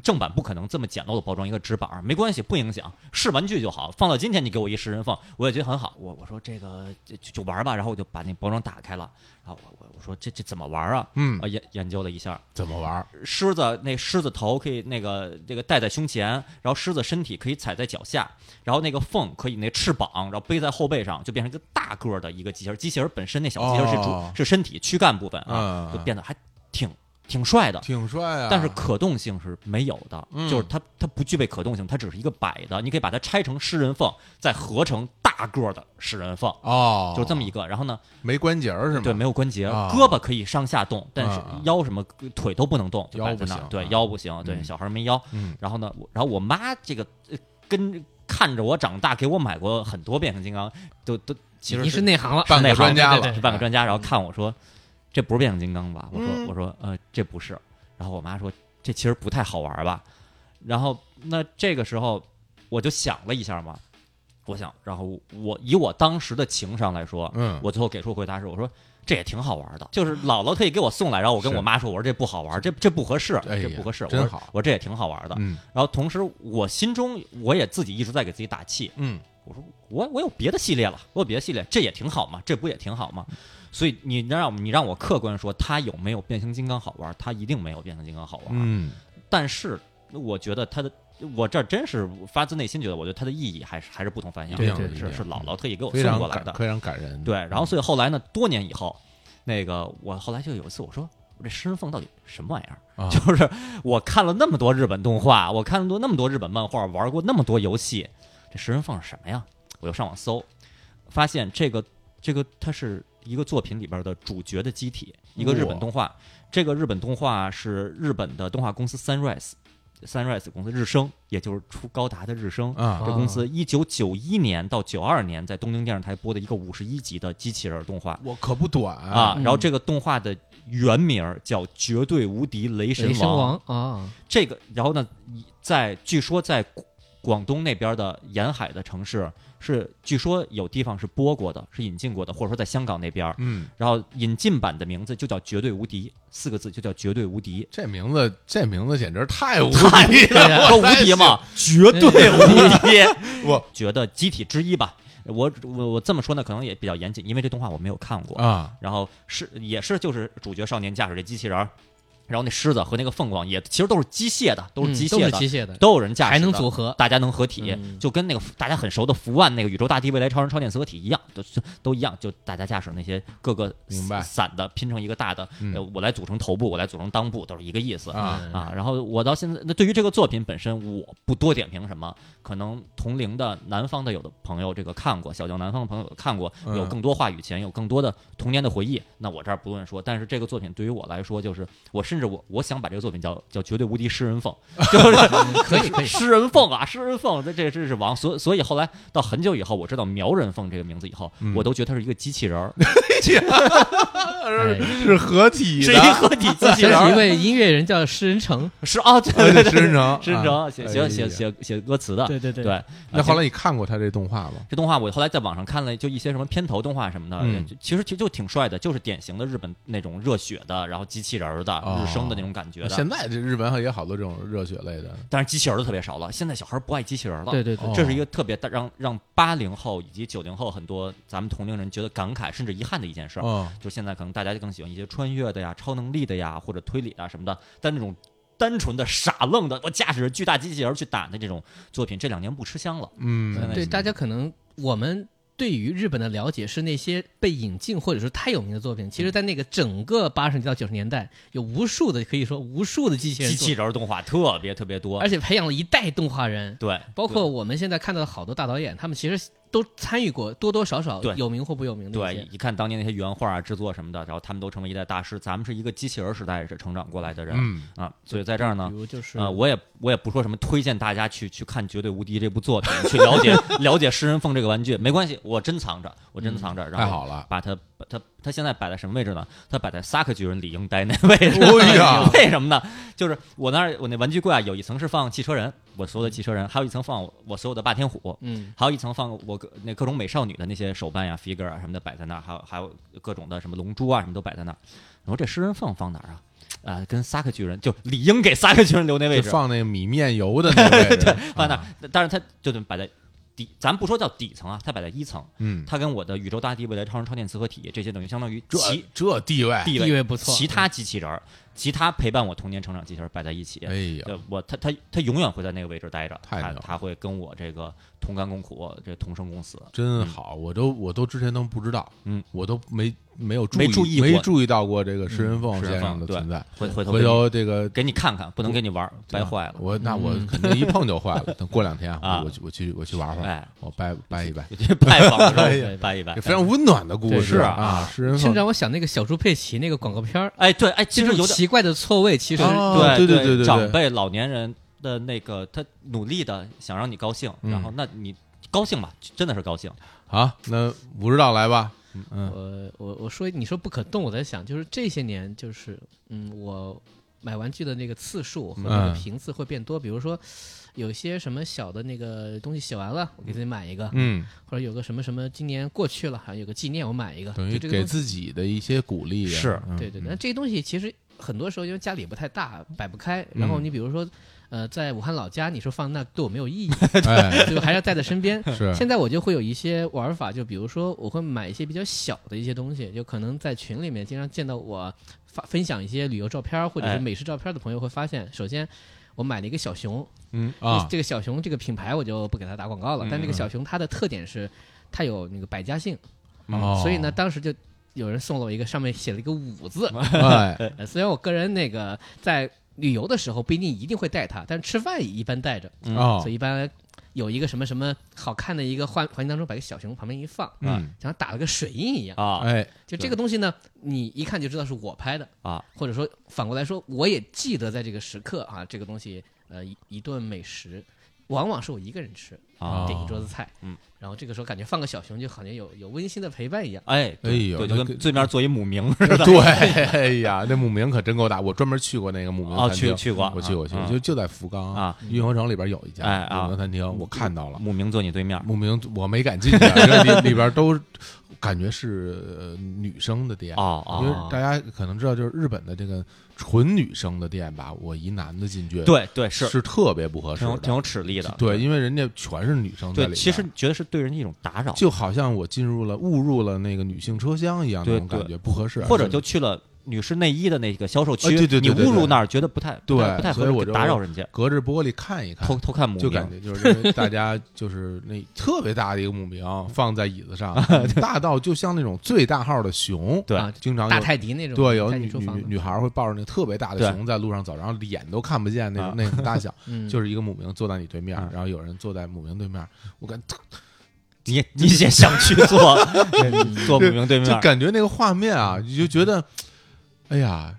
A: 正版不可能这么简陋的包装一个纸板儿，没关系，不影响，是玩具就好。放到今天，你给我一食人凤，我也觉得很好。我我说这个就就就玩吧，然后我就把那包装打开了，然后我我我说这这怎么玩啊？
B: 嗯
A: 啊研研究了一下，
B: 怎么玩儿？
A: 狮子那狮子头可以那个这个戴在胸前，然后狮子身体可以踩在脚下，然后那个凤可以那翅膀，然后背在后背上，就变成一个大个儿的一个机器人。机器人本身那小机器人是主、
B: 哦
A: 是身体躯干部分啊，
B: 嗯
A: 就变得还挺挺帅的。
B: 挺帅啊，
A: 但是可动性是没有的，
B: 嗯
A: 就是它它不具备可动性，它只是一个摆的，你可以把它拆成狮人凤，再合成大个儿的狮人凤，
B: 哦，
A: 就这么一个。然后呢，
B: 没关节儿是吗？
A: 对，没有关节，
B: 啊
A: 胳膊可以上下动，但是
B: 啊啊
A: 腰什么腿都不能动，就
B: 腰
A: 摆
B: 不
A: 在那儿
B: 行
A: 对
B: 啊，
A: 腰不行，对，
B: 嗯
A: 小孩没腰。
B: 嗯
A: 然后呢，我然后我妈这个呃跟看着我长大，给我买过很多变形金刚，都都其实
E: 你是内行了，
B: 半个
A: 内行
B: 专家
A: 对对
B: 了，
A: 是半个专家，然后看我说这不是变形金刚吧？我说
B: 嗯
A: 我说呃这不是，然后我妈说这其实不太好玩吧？然后那这个时候我就想了一下嘛，我想，然后我以我当时的情商来说，
B: 嗯
A: 我最后给出回答是我说。这也挺好玩的，就是姥姥特意给我送来，然后我跟
B: 是
A: 我妈说，我说这不好玩，这这不合适，
B: 哎呀
A: 这不合适。我
B: 真
A: 说
B: 好
A: 我说这也挺好玩的。
B: 嗯
A: 然后同时，我心中我也自己一直在给自己打气，
B: 嗯，
A: 我说我我有别的系列了，我有别的系列，这也挺好嘛，这不也挺好嘛？所以你让你让我客观说，它有没有变形金刚好玩？它一定没有变形金刚好玩。
B: 嗯，
A: 但是我觉得它的，我这儿真是发自内心觉得，我觉得它的意义还是还是不同凡响的。
B: 这样的
E: 对
B: 一
A: 是
B: 点
A: 是姥姥特意给我
B: 非
A: 送
B: 常
A: 过来
B: 感
A: 的，
B: 非常感人，嗯
A: 对。然后所以后来呢，多年以后，那个我后来就有一次我说，我这食人缝到底什么玩意儿？
B: 啊
A: 就是我看了那么多日本动画，我看了多那么多日本漫画，玩过那么多游戏，这食人缝是什么呀？我又上网搜，发现这个这个它是一个作品里边的主角的机体，一个日本动画。这个日本动画是日本的动画公司 Sunrise。Sunrise 公司日升，也就是出高达的日升
B: 啊
A: 这公司一九九一年到九二年在东京电视台播的一个五十一集的机器人动画
B: 我可不短
A: 啊，
E: 嗯
A: 然后这个动画的原名儿叫《绝对无敌雷神
E: 雷神
A: 王》，
E: 王啊，
A: 这个，然后呢，在据说在广东那边的沿海的城市是，据说有地方是播过的，是引进过的，或者说在香港那边，
B: 嗯，
A: 然后引进版的名字就叫《绝对无敌》，四个字就叫《绝对无 敌
B: 这名字这名字简直太无》，
A: 太
B: 敌了，
A: 说
B: 我
A: 无
B: 太
A: 敌
B: 信
A: 嘛，绝对无敌。
B: 我
A: 觉得机体之一吧。我我我这么说呢，可能也比较严谨，因为这动画我没有看过。
B: 啊，
A: 然后是也是就是主角少年驾驶这机器人儿，然后那狮子和那个凤凰也其实都是机械的，都是机械
E: 嗯
A: 的，
E: 都是机械的，
A: 都有人驾驶的，
E: 还能组合
A: 大家能合体，
E: 嗯
A: 就跟那个大家很熟的福万那个宇宙大帝未来超人超电磁合体一样，都都一样，就大家驾驶那些各个
B: 明白
A: 散的拼成一个大的，
B: 嗯
A: 呃我来组成头部，我来组成裆部，都是一个意思
B: 啊
E: 嗯
A: 啊，然后我到现在，那对于这个作品本身，我不多点评什么。可能同龄的南方的有的朋友这个看过，小江南方的朋友有看过，
B: 嗯
A: 有更多话语权，有更多的童年的回忆。那我这儿不论说，但是这个作品对于我来说，就是我甚至我我想把这个作品叫叫绝对无敌诗人凤， 就是
E: 嗯可以可以
A: 诗人凤啊，诗人凤，这这这是王。所所以后来到很久以后，我知道苗人凤这个名字以后，
B: 嗯
A: 我都觉得他是一个机器人儿，
E: 哎
B: 是合体
A: 是一
B: 的，
A: 合体 机器
E: 这
A: 人
E: 是一
A: 儿，
E: 位音乐人叫施人成，
A: 是啊，对
B: 呃
A: 对对，
B: 石人成，
A: 真诚，
B: 啊
A: 写写写。
B: 哎呀
A: 写写歌词的。
E: 对对，
A: 对，啊
B: 那后来你看过他这动画吗？
A: 这动画我后来在网上看了，就一些什么片头动画什么的，
B: 嗯
A: 就其实就就挺帅的，就是典型的日本那种热血的，然后机器人儿的、
B: 哦
A: 日升的那种感觉的。
B: 现在这日本也好多这种热血类的，
A: 但是机器人儿特别少了，现在小孩儿不爱机器人儿了。
E: 对对对
B: 哦
A: 这是一个特别大让让八零后以及九零后很多咱们同龄人觉得感慨甚至遗憾的一件事儿。
B: 嗯，
A: 就现在可能大家就更喜欢一些穿越的呀、超能力的呀，或者推理啊什么的，但那种。单纯的傻愣的，我驾驶着巨大机器人儿去打的这种作品，这两年不吃香了。
B: 嗯，
E: 对，大家可能我们对于日本的了解是那些被引进或者说太有名的作品。
A: 嗯
E: 其实，在那个整个八十年到九十年代，有无数的可以说无数的机器人
A: 机
E: 作
A: 器
E: 品，
A: 人儿动画特别特别多，
E: 而且培养了一代动画人，
A: 对，
E: 包括我们现在看到的好多大导演，他们其实都参与过多多少少
A: 对
E: 有名或不有名的一
A: 对
E: 些，。
A: 一看当年那些原画啊、制作什么的，然后他们都成为一代大师。咱们是一个机器人时代是成长过来的人、
B: 嗯，
A: 啊，所以在这儿呢
E: 比。如就是
A: 啊，我也我也不说什么推荐大家去去看《绝对无敌》这部作品，去了 解了解食人凤这个玩具，没关系，我珍藏着，我珍藏着，然
B: 嗯太
A: 后
B: 好了，
A: 把它把它它现在摆在什么位置呢？它摆在萨克巨人李应呆那位置。
B: 哎呀
A: 为什么呢？就是我那儿我那玩具柜啊，有一层是放汽车人，我所有的汽车人，还有一层放我我所有的霸天虎，
E: 嗯，
A: 还有一层放我各那各种美少女的那些手办呀、figure 啊什么的摆在那儿，还有还有各种的什么龙珠啊什么都摆在那儿。我说这诗人放放哪儿啊？啊、跟萨克巨人就理应给萨克巨人留那位
B: 就
A: 置，
B: 放那米面 油的那个位置，
A: 放那
B: 啊，
A: 儿。但是它就得摆在底，咱不说叫底层啊，它摆在一层。
B: 嗯，
A: 它跟我的宇宙大帝、未来超人、超电磁合体这些等于相当于
B: 这
A: 其
B: 这地位，嗯
A: 地
E: 地位不错
A: 其他机器人儿，其他陪伴我童年成长机器人儿摆在一起。
B: 哎呀，
A: 对我他他他永远会在那个位置待着，
B: 太
A: 他
B: 牛了
A: 他会跟我这个同甘共苦，这同生共死。
B: 真
A: 嗯
B: 好，我都我都之前都不知道，
A: 嗯，
B: 我都没没有注
A: 没
B: 意
A: 注意过
B: 没注意到过这个食人凤
A: 食人
B: 先生
A: 凤
B: 的
A: 对
B: 存在，
A: 回回头给
B: 回
A: 你
B: 头这个
A: 给你看看，不能给你玩儿，掰坏了。
B: 我那我
E: 嗯
B: 肯定一碰就坏了，等过两天
A: 啊
B: 我我去我去我去玩会儿，
A: 哎，
B: 我掰掰一掰，
A: 我去拜访的时
B: 哎
A: 候
B: 呀
A: 对掰一掰
B: 这。非常温暖的故
E: 对
B: 事
E: 是
A: 啊
B: 啊，食人
E: 甚
B: 凤
E: 至让我想那个小猪佩奇那个广告片儿，
A: 哎，对，哎，其实
E: 这
A: 有
E: 种
A: 点
E: 奇怪的错位，其实
B: 啊
A: 对
B: 对对对
A: 对
B: 对
A: 长辈老年人的那个，他努力的想让你高兴，
B: 嗯
A: 然后那你高兴吧，真的是高兴。
B: 好，那武指导来吧，嗯
E: 我我我说你说不可动，我在想，就是这些年，就是嗯，我买玩具的那个次数和那个
B: 嗯
E: 频次会变多。比如说，有些什么小的那个东西写完了，我给自己买一个，
B: 嗯，
E: 或者有个什么什么今年过去了，好像有个纪念，我买一个。
B: 等于
E: 就这
B: 嗯
E: 个
B: 给
E: 东西，
B: 自己的一些鼓励啊，
A: 是
B: 嗯
E: 对对对。那这些东西其实很多时候因为家里不太大，摆不开。然后
B: 嗯
E: 你比如说，呃，在武汉老家，你说放那对我没有意义，
B: 哎
E: 就还是要带在身边。
B: 是
E: 现在我就会有一些玩法，就比如说我会买一些比较小的一些东西，就可能在群里面经常见到我发分享一些旅游照片儿或者
A: 哎
E: 是美食照片儿的朋友会发现，首先。我买了一个小熊，
B: 嗯啊，
E: 这个小熊这个品牌我就不给它打广告了。但这个小熊它的特点是，它有那个百家姓，
B: 哦
E: 嗯所以呢，，当时就有人送了我一个上面写了一个五字，
B: 哎，
E: 呃虽然我个人那个在旅游的时候不一定一定会带它，但是吃饭也一般带着，
B: 哦
E: 嗯所，以一般有一个什么什么好看的一个环环境当中，把一个小熊旁边一放，啊
B: 嗯，
E: 像打了个水印一样。
A: 啊，
B: 哎，
E: 就这个东西呢，你一看就知道是我拍的
A: 啊，
E: 或者说反过来说，我也记得在这个时刻啊，这个东西呃一一顿美食。往往是我一个人吃，
B: 哦
A: 啊
E: 点一桌子菜，
A: 嗯，
E: 然后这个时候感觉放个小熊就好像有有温馨的陪伴一样。
A: 哎，对
B: 哎呦
A: 对
B: 那
A: 就
B: 跟
A: 跟对面坐一母明似的，
B: 对，哎呀，那慕名可真够大，我专门去过那个慕名
A: 哦
B: 餐厅
A: 去去过
B: 我去我去，
A: 啊啊
B: 就就在福冈
A: 啊，
B: 运河城里边有一家
A: 哎啊
B: 慕名餐厅，我看到了。
A: 母明坐你对面，
B: 慕名我没敢 进去，啊因为里里边都感觉是呃女生的店
A: 哦哦
B: 因为大家可能知道，就是日本的这个纯女生的店吧，我一男的进去，，
A: 对对是
B: 是特别不合适
A: 挺有
B: 的，
A: 挺有齿力的，
B: 对，因为人家全是女生在
A: 对，
B: 里边
A: 其实觉得是对人家一种打扰，
B: 就好像我进入了误入了那个女性车厢一样那
A: 对
B: 种感
A: 对
B: 觉，不合适，啊
A: 或者就去了女士内衣的那个销售区，
B: 啊对对对
A: 你
B: 对对
A: 误入那儿觉得不太不太
B: 对
A: 不太合
B: 所以
A: 适，
B: 我
A: 就
B: 就
A: 打扰人家，
B: 隔着玻璃看一看
A: 偷。偷看母
B: 就感
A: 明，
B: 觉就是因为大家就是那特别大的一个母名放在椅子上， 大到就像那种最大号的熊，
A: 对
E: 啊
B: 经常有
E: 大泰迪那种，
B: 对，有
E: 泰迪
B: 女
E: 厨房
B: 女，女孩会抱着那特别大
A: 对
B: 的熊在路上走，然后脸都看不见那
A: 啊
B: 种那种大小，
E: 嗯，
B: 就是一个母明坐在你对面
A: 嗯，
B: 然后有人坐在母明对面，我感觉
A: 你你也想去 坐坐母明对面嗯
B: 就，感觉那个画面啊，你就觉得，哎呀，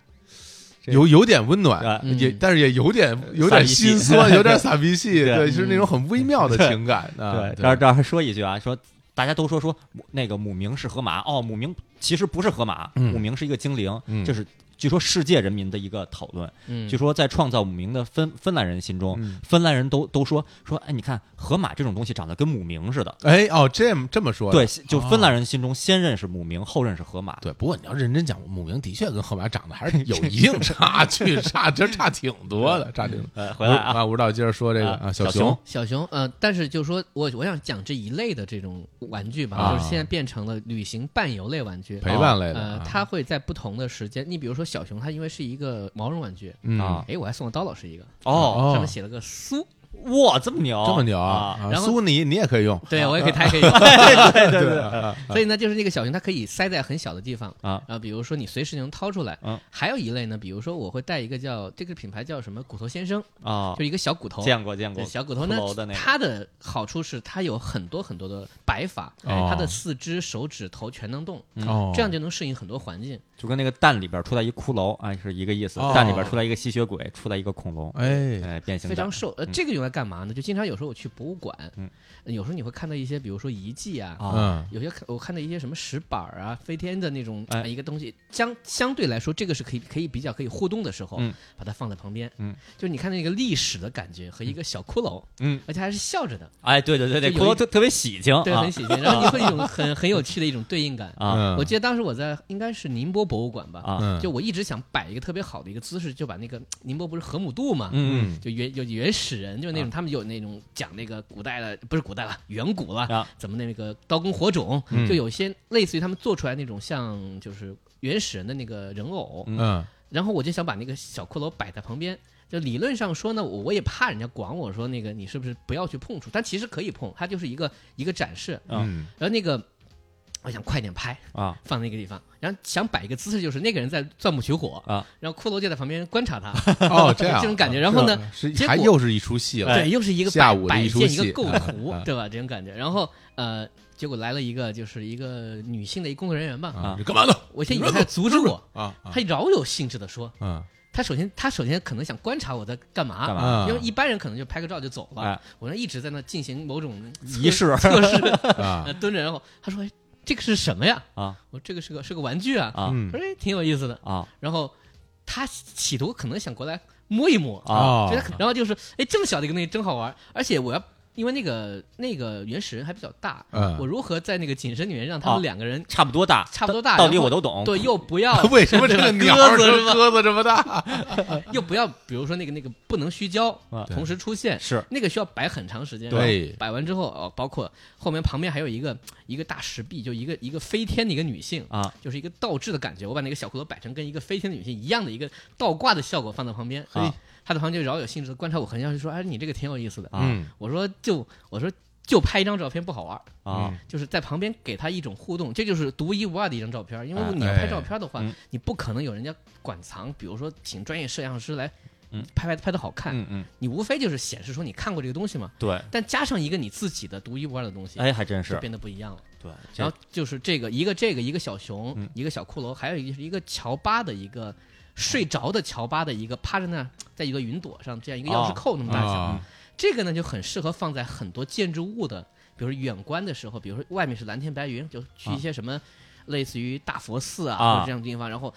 A: 这
B: 有有点温暖，
A: 啊
E: 嗯
B: 也但是也有点有
A: 傻
B: 点
A: 逼气
B: 心酸，有点傻逼气，
A: 对
B: 对，是那种很微妙的情感啊。
A: 对，这儿这儿还说一句啊，说大家都说说那个母明是河马，哦，母明其实不是河马，
B: 嗯
A: 母明是一个精灵，
B: 嗯
A: 这是据说世界人民的一个讨论。
E: 嗯
A: 据说在创造母明的芬芬兰人心中，
B: 嗯
A: 芬兰人都都说说，哎，你看河马这种东西长得跟母明似的。
B: 哎哦，这么这么说的哦
A: 对，就芬兰人心中先认识母明，后认识河马。
B: 对，不过你要认真讲，母明的确跟河马长得还是有一 定差距，差真差挺多的，差挺
E: 嗯
B: 多。
A: 呃，回来啊，
B: 啊，吴导接着说这个
A: 啊
B: 啊，小
A: 小熊
E: 小熊，呃，但是就是说我我想讲这一类的这种玩具吧，
B: 啊
E: 就是现在变成了旅行伴游类玩具。
B: 陪伴类的
E: 呃
B: 啊，
E: 它会在不同的时间，你比如说小熊，它因为是一个毛绒玩具，
B: 嗯
A: 啊
E: 哎，我还送了刀老师一个，
A: 哦，
B: 哦
E: 上面写了个苏，
A: 哇，这么牛，
B: 这么牛
A: 啊！
B: 啊！
E: 哦然后
B: 苏尼你也可以用，
E: 啊 对我也可以，它也可以用，
B: 对对啊对，
E: 所以呢，就是那个小熊它可以塞在很小的地方
A: 啊
E: 然后比如说你随时能掏出来
A: 嗯。
E: 还有一类呢，比如说我会带一个叫这个品牌叫什么骨头先生，
A: 啊
E: 就，一个小骨头，
A: 见过见过
E: 对，小骨头
A: 骷髅的那
E: 呢，
A: 个
E: 它的好处是它有很多很多的摆法，
B: 哦
E: 它的四肢、手指头全能动，
A: 嗯
B: 哦，
E: 嗯这样就能适应很多环境。
A: 就跟那个蛋里边出来一骷髅，哎，是一个意思。
B: 哦
A: 蛋里边出来一个吸血鬼，出来一个恐龙，
B: 哎，
A: 哎，变形
E: 非常
A: 蛋
E: 瘦，呃，
A: 嗯
E: 这个用来干嘛呢？就经常有时候我去博物馆
A: 嗯，
E: 呃有时候你会看到一些，比如说遗迹啊，
A: 啊，
B: 嗯，
E: 有些看我看到一些什么石板儿啊、飞天的那种
A: 哎
E: 呃一个东西，相相对来说，这个是可以可以比较可以互动的时候
A: 嗯，
E: 把它放在旁边，
A: 嗯，
E: 就是你看那个历史的感觉和一个小骷髅，
A: 嗯，
E: 而且还是笑着的，
A: 哎，对对对对，
E: 就
A: 骷
E: 有
A: 髅
E: 一
A: 特特别喜庆，
E: 对，
A: 啊
E: 很喜庆，然后你会有一种很很有趣的一种对应 感。
A: 啊
B: 嗯
E: 我记得当时我在应该是宁波博物馆吧，
A: 啊
B: 嗯
E: 就我一直想摆一个特别好的一个姿势，就把那个宁波不是河姆渡嘛，
A: 嗯
E: 就原有原始人，就是那种、他们有那种讲那个古代的，不是古代了，远古了，
A: 啊
E: 怎么那个刀耕火种，
B: 嗯
E: 就有些类似于他们做出来那种像就是原始人的那个人偶，
A: 嗯
B: 嗯
E: 然后我就想把那个小骷髅摆在旁边。就理论上说呢，我我也怕人家管我说那个你是不是不要去碰触，但其实可以碰，它就是一个一个展示。
B: 嗯
E: 然后那个我想快点拍，
A: 啊
E: 放那个地方，然后想摆一个姿势，就是那个人在钻木取火，
A: 啊
E: 然后骷髅就在旁边 观察他，
B: 哦，这样
E: 啊 这种感觉然后呢
B: 是
E: 结
B: 还
E: 果
B: 又是一出戏了，
E: 对，又是一个
B: 下
E: 摆
B: 午的
E: 摆
B: 一出
E: 件一个
B: 戏
E: 构图
B: 啊，
E: 对吧？这种感觉。然后呃，结果来了一个就是一个女性的一工作人员吧，
B: 啊
A: 啊，
B: 你干嘛呢？
E: 我先以为他阻止我，
B: 啊 啊
E: 他饶有兴致的说，
B: 嗯
E: 他首先他首先可能想观察我在干嘛，
A: 干嘛
B: 啊，
E: 因为一般人可能就拍个照就走了，
A: 哎
E: 我那一直在那进行某种
A: 仪 式
E: 测试，
B: 啊
E: 呃 蹲着，然后他说、哎、这个是什么呀？
A: 啊
E: 我说这个是个是个玩具啊，
A: 啊
B: 嗯
E: 我说哎挺有意思的。
A: 啊
E: 然后他企图可能想过来摸一摸，
B: 哦
A: 啊
E: 觉得 然后就是哎这么小的一个东西真好玩，而且我要因为那个那个原始人还比较大，
B: 嗯
E: 我如何在那个景深里面让他
A: 啊
E: 们两个人
A: 差不多大，
E: 差不多大，
A: 道理我
E: 然
A: 都
E: 后
A: 懂。
E: 对，又不要
B: 为什么这个鸟
E: 鸽子
B: 这
E: 是吧啊
B: 鸽子这么大？
E: 又不要，比如说那个那个不能虚焦
A: 啊，
E: 同时出现
A: 是
E: 那个需要摆很长时间，
B: 对
E: 然后摆完之后哦，包括后面旁边还有一个一个大石壁，就一个一个飞天的一个女性
A: 啊，
E: 就是一个倒置的感觉。我把那个小骷髅摆成跟一个飞天的女性一样的一个倒挂的效果放在旁边，所以
A: 啊嗯
E: 他在旁边就饶有兴致的观察我，很像是说，哎，你这个挺有意思的。
A: 啊
B: 嗯
E: 我说就我说就拍一张照片不好玩儿，
A: 啊
B: 嗯，
E: 就是在旁边给他一种互动，这就是独一无二的一张照片儿。因为
A: 哎
E: 你要拍照片的话，
A: 嗯
E: 你不可能有人家馆藏，比如说请专业摄像师来
A: 嗯
E: 拍拍拍的好看，
A: 嗯嗯，
E: 你无非就是显示说你看过这个东西嘛，
A: 对，
E: 但加上一个你自己的独一无二的东西，
A: 哎，还真，
E: 就是变得不一样了。
A: 对，这
E: 然后就是这个一个这个一个小熊，
A: 嗯
E: 一个小骷髅，还有一个是一个乔巴的一个睡着的乔巴的一个趴着那儿，在一个云朵上这样一个钥匙扣那嗯么大小，
B: 啊
E: 这个呢就很适合放在很多建筑物的，比如说远观的时候，比如说外面是蓝天白云，就去一些什么类似于大佛寺啊
A: 啊
E: 或者这样的地方，然后。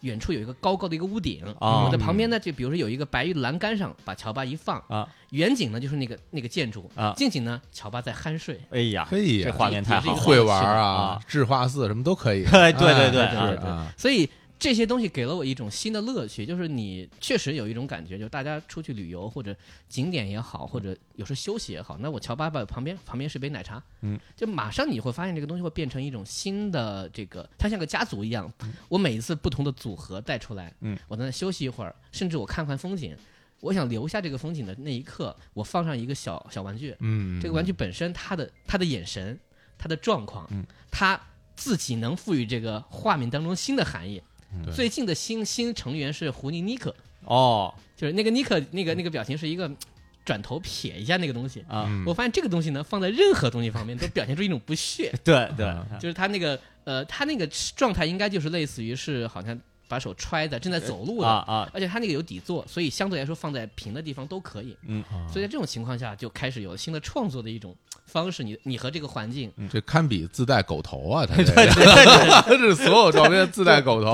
E: 远处有一个高高的一个屋顶，
A: 啊
E: 我在旁边呢，就比如说有一个白玉栏杆上，把乔巴一放，
A: 啊
E: 远景呢就是那个那个建筑，
A: 啊
E: 近景呢乔巴在酣睡，
A: 哎呀，
B: 可以
A: 这
B: 呀
A: 画面太好
E: 这
A: 了，
E: 个
B: 会玩儿
A: 啊
B: 啊，智化寺什么都可 以。
A: 对对对嗯
B: 哎
A: 对
E: 对
B: 是
E: 对
B: 啊，
E: 所以这些东西给了我一种新的乐趣，就是你确实有一种感觉，就是大家出去旅游或者景点也好，或者有时候休息也好，那我乔巴巴旁边旁边是杯奶茶，
A: 嗯，
E: 就马上你会发现这个东西会变成一种新的这个，它像个家族一样，我每一次不同的组合带出来，
A: 嗯，
E: 我在那休息一会儿，甚至我看看风景。我想留下这个风景的那一刻，我放上一个小小玩具，
B: 嗯，
E: 这个玩具本身它的它的眼神、它的状况，
A: 嗯
E: 它自己能赋予这个画面当中新的含义。
B: 对
E: 最近的新新成员是胡尼尼克，
A: 哦
E: 就是那个尼克那个那个表情是一个嗯转头瞥一下那个东西。
A: 啊，，
B: 嗯
E: 我发现这个东西呢，放在任何东西方面都表现出一种不屑
A: 对对，
E: 就是他那个呃，他那个状态应该就是类似于是好像把手揣在正在走路的，
A: 啊啊，
E: 而且他那个有底座，所以相对来说放在平的地方都可以。
A: 嗯，
E: 所以在这种情况下，就开始有了新的创作的一种方式。你你和这个环境，
A: 嗯
B: 这堪比自带狗头啊，他这个 这是所有照片自带狗头。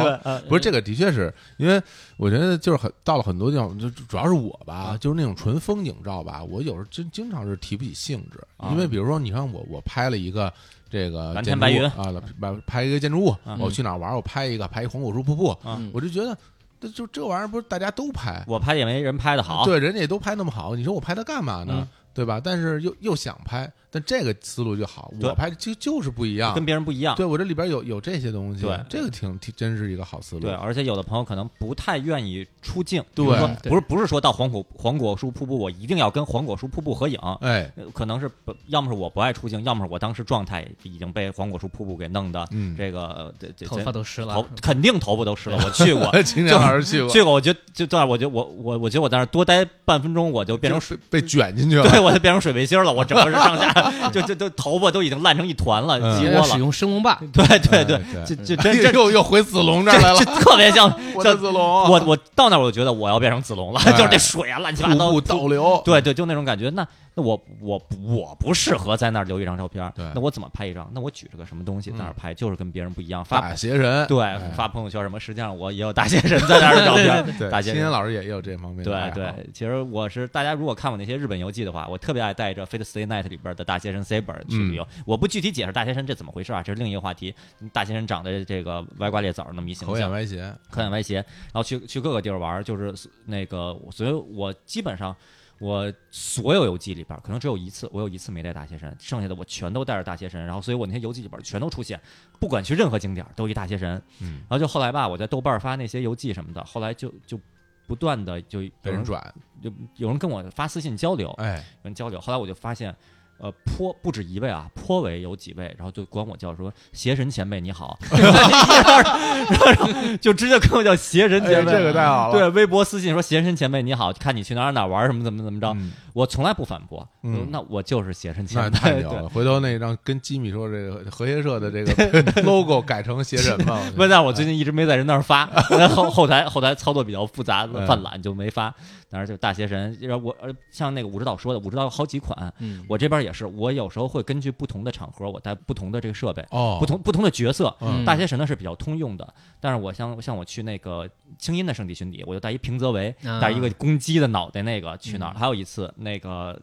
B: 不是这个，的确是因为我觉得就是很到了很多地方，就主要是我吧，就是那种纯风景照吧，我有时候真经常是提不起兴致，
A: 啊
B: 因为比如说你看我我拍了一个这个
A: 蓝天
B: 建筑
A: 白
B: 物
A: 云
B: 啊，拍拍一个建筑物，
A: 嗯
B: 我去哪儿玩儿我拍一个，拍一黄果树瀑布，
A: 啊
E: 嗯，
B: 我就觉得这就这玩意儿不是大家都拍，
A: 我拍也没人拍的好，
B: 对，人家也都拍那么好，你说我拍它干嘛呢？
A: 嗯
B: 对吧？但是又又想拍，但这个思路就好，
A: 对
B: 我拍就就是不一
E: 啊
B: 样，
A: 跟别人不一样。
B: 对我这里边有有这些东西，
A: 对
B: 这个挺挺真是一个好思路。
A: 对，啊而且有的朋友可能不太愿意出镜，
B: 对
A: 比如说
E: 嗯对
A: 不是不是说到黄果黄果树瀑布，我一定要跟黄果树瀑布合影，
B: 哎，
A: 呃可能是不要么是我不爱出镜，要么是我当时状态已经被黄果树瀑布给弄的，
B: 嗯，。
A: 这个呃这这
E: 头发都湿
A: 头
E: 了。
A: 肯定头发都湿了，我去过
B: 青年老师 去过，
A: 去过，我觉得就这样，我觉得我我我觉得我在那儿多待半分钟，我就变成
B: 就被被卷进去了。
A: 对我就变成水背心儿了，我整个是上下就就都头发都已经烂成一团了，
B: 嗯
A: 鸡窝
E: 要使
A: 了。
E: 用升龙霸，
A: 对对对
B: 哎，
A: 这
B: 对
A: 这这这
B: 又又回子龙这儿来
A: 这这，
B: 了
A: 特别像
B: 我的
A: 像
B: 子龙，我
A: 我我到那儿我就觉得我要变成子龙了，
B: 哎
A: 就是这水啊乱七八
B: 瀑
A: 糟
B: 布，倒流，
A: 对对，就那种感觉。那那我我我不适合在那儿留一张照片儿，
B: 对
A: 那我怎么拍一张？那我举着个什么东西在那儿拍，就是跟别人不一样，发
B: 打邪神，
A: 对
B: 哎，
A: 发朋友圈什么。实际上我也有大仙人在那儿的照片
B: 对，
A: 大
B: 青
A: 仙
B: 年
A: 人。
B: 老师也也有这方面的
A: 对
B: 爱好，
A: 对，其实我是大家如果看我那些日本游记的话，我特别爱带着《Fate Stay Night》里边的大仙神 Saber 去
B: 嗯
A: 旅游。我不具体解释大仙神这怎么回事啊，这是另一个话题。大仙神长得这个歪瓜裂枣儿那么一形
B: 口
A: 象
B: 眼，歪斜，
A: 科眼歪斜，然后去去各个地儿玩儿，就是所那个，所以我基本上我所有游记里边儿，可能只有一次，我有一次没带大邪神，剩下的我全都带着大邪神，然后所以我那些游记里边儿全都出现，不管去任何景点儿都一大邪神，
B: 嗯，
A: 然后就后来吧，我在豆瓣儿发那些游记什么的，后来就就不断的就有
B: 被人
A: 人
B: 转，
A: 有有人跟我发私信交流，
B: 哎，
A: 有人交流，后来我就发现。呃，颇不止一位啊，颇为有几位，然后就管我叫说“邪神前辈你 好”，然后然后就直接管我叫“邪神
B: 哎
A: 前辈”，
B: 这个太好了，
A: 对，微博私信说“邪神前辈你好，看你去哪儿哪儿玩儿，什么怎么怎么着”，
B: 嗯
A: 我从来不反驳，
B: 嗯
A: 那我就是邪神
B: 那
A: 前
B: 太
A: 辈，
B: 牛
A: 对
B: 了！。回头那让跟吉米说，这个和谐社的这个 logo 改成邪神吧。
A: 不是，但我最
E: 嗯
A: 近一直没在人那儿 发，我在后后台后台操作比较复杂，
B: 嗯
A: 犯懒就没发。当然就大邪神，然后我呃像那个武指导说的，武指导有好几款，
E: 嗯，
A: 我这边也是，我有时候会根据不同的场合，我带不同的这个设备，
B: 哦，
A: 不同不同的角色。
E: 嗯
A: 大邪神呢是比较通用的，但是我像像我去那个清音的圣地巡礼，我就带一平泽唯，
E: 啊
A: 带一个公鸡的脑袋那个去那儿。
E: 嗯
A: 还有一次那个，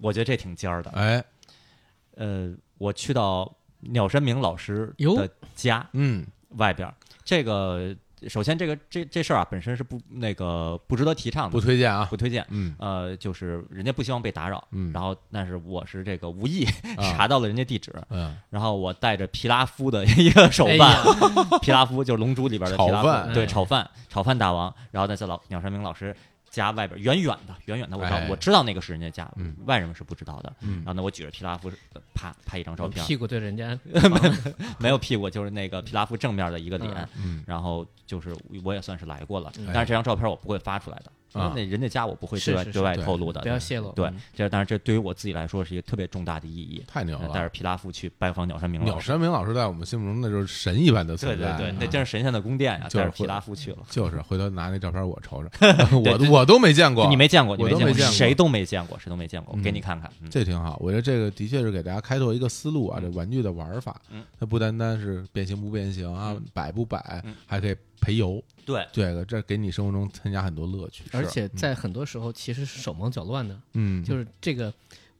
A: 我觉得这挺尖儿的，
B: 哎，
A: 呃，我去到鸟山明老师
E: 哟
A: 的家
B: 嗯，
A: 外边儿，这个首先这个这这事儿啊本身是不那个不值得提倡的，
B: 不推荐啊
A: 不，推荐。
B: 嗯
A: 呃，就是人家不希望被打扰，
B: 嗯，
A: 然后但是我是这个无意
B: 啊
A: 查到了人家地址，
B: 嗯，
A: 然后我带着皮拉夫的一个手
E: 哎
A: 办
E: 呀，
A: 皮拉夫就是《龙珠》里边的皮拉夫
B: 炒饭
A: 对
E: 哎
A: 炒饭炒饭大王，然后呢，这老鸟山明老师家外边远远的，远远的，我知道、
B: 哎
A: 我知道那个是人家家，
B: 嗯
A: 外人们是不知道的。
B: 嗯
A: 然后呢，我举着皮拉夫，呃啪拍一张照片，
E: 屁股对着人家，
A: 没有屁股，就是那个皮拉夫正面的一个脸。
E: 嗯
B: 嗯
A: 然后就是我也算是来过了，
E: 嗯
A: 但是这张照片我不会发出来的，因
B: 啊
A: 为那人家家我不会
E: 是
A: 对外
E: 是是
A: 对外
B: 对
A: 透露的。
E: 不要泄露。
A: 对
E: 嗯，
A: 这但是这对于我自己来说是一个特别重大的意义。
B: 太牛
A: 呃
B: 了！
A: 带着皮拉夫去拜访鸟山明
B: 鸟
A: 老师，
B: 山明老师在我们心目中那就是神一般的
A: 对
B: 存
A: 对
B: 在，
A: 对，那
B: 啊
A: 真是神仙的宫殿呀！
B: 就是
A: 带着皮
B: 会
A: 拉夫去了，
B: 就是回头拿那照片我瞅瞅，
A: 对
B: 我
A: 对
B: 都我都没见过，
A: 你没见过，你
B: 我都
A: 见
B: 没见过
A: 谁都没见过，谁都没见过，我给
B: 嗯
A: 你看看。嗯
B: 这挺好，我觉得这个的确是给大家开拓一个思路啊，这玩具的玩法
A: 嗯，
B: 它不单单是变形不变形啊
A: 嗯，
B: 摆不摆
A: 嗯，
B: 还可以陪游，
A: 对，
B: 这个这给你生活中增加很多乐趣。
E: 而
B: 是
E: 且在很多时候其实是手忙脚乱的，
B: 嗯，
E: 就是这个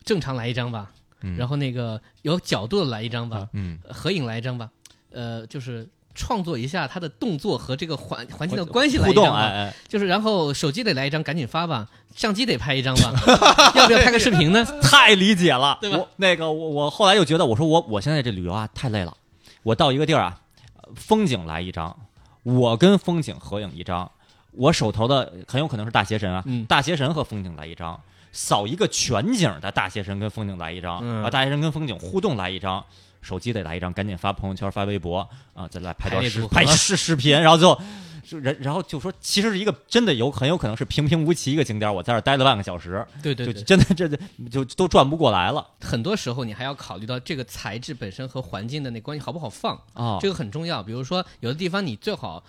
E: 正常来一张吧，
B: 嗯
E: 然后那个有角度的来一张吧，
B: 嗯，
E: 合影来一张吧，呃，就是创作一下他的动作和这个环环境的关系来
A: 互
E: 一
A: 动，
E: 张
B: 啊
A: 哎
E: 吧，
A: 哎，
E: 就是然后手机得来一张，赶紧发 吧，相机得拍一张 吧，要不要拍个视频呢？
A: 太理解了，
E: 对吧
A: 我那个我我后来又觉得，我说我我现在这旅游啊太累了，我到一个地儿啊，呃风景来一张，我跟风景合影一张，我手头的很有可能是大邪神啊，
E: 嗯
A: 大邪神和风景来一张。扫一个全景的大邪神跟风景来一张，
E: 嗯
A: 啊，大邪神跟风景互动来一张，手机得来一张，赶紧发朋友圈发微博啊，再来拍
E: 排
A: 段
E: 列
A: 视
E: 组合
A: 拍视视频，然后最后就然然后就说，其实是一个真的有很有可能是平平无奇一个景点，我在这儿待了半个小时，
E: 对对
A: 就
E: 对，
A: 真的这就就都转不过来了
E: 很多时候你还要考虑到这个材质本身和环境的那关系好不好放，
A: 啊
E: 这个很重要。比如说有的地方你最好。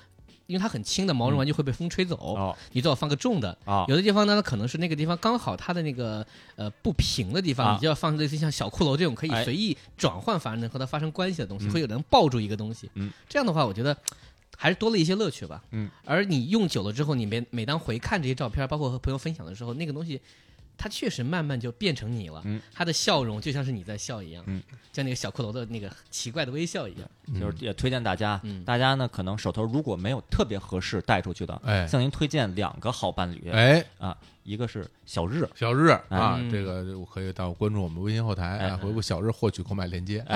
E: 因为它很轻的毛绒玩具会被风吹走，
A: 哦
E: 你最好放个重的，
A: 啊
E: 有的地方呢，可能是那个地方刚好它的那个呃不平的地方，
A: 啊
E: 你就要放类似像小骷髅这种可以
A: 哎
E: 随意转换，反而能和它发生关系的东西，
A: 嗯
E: 会有能抱住一个东西。
A: 嗯，
E: 这样的话，我觉得。还是多了一些乐趣吧。
A: 嗯，
E: 而你用久了之后，你每每当回看这些照片，包括和朋友分享的时候，那个东西，它确实慢慢就变成你了。
A: 嗯，
E: 它的笑容就像是你在笑一样。
A: 嗯，
E: 像那个小骷髅的那个奇怪的微笑一样。
A: 就是也推荐大家，
E: 嗯
A: 大家呢可能手头如果没有特别合适带出去的，
B: 哎
A: 向您推荐两个好伴侣，
B: 哎，
A: 啊，一个是小日，
B: 小日啊
E: 嗯，
B: 这个我可以到关注我们微信后台，
A: 哎
B: 啊，回复小日获取购买链接，
A: 对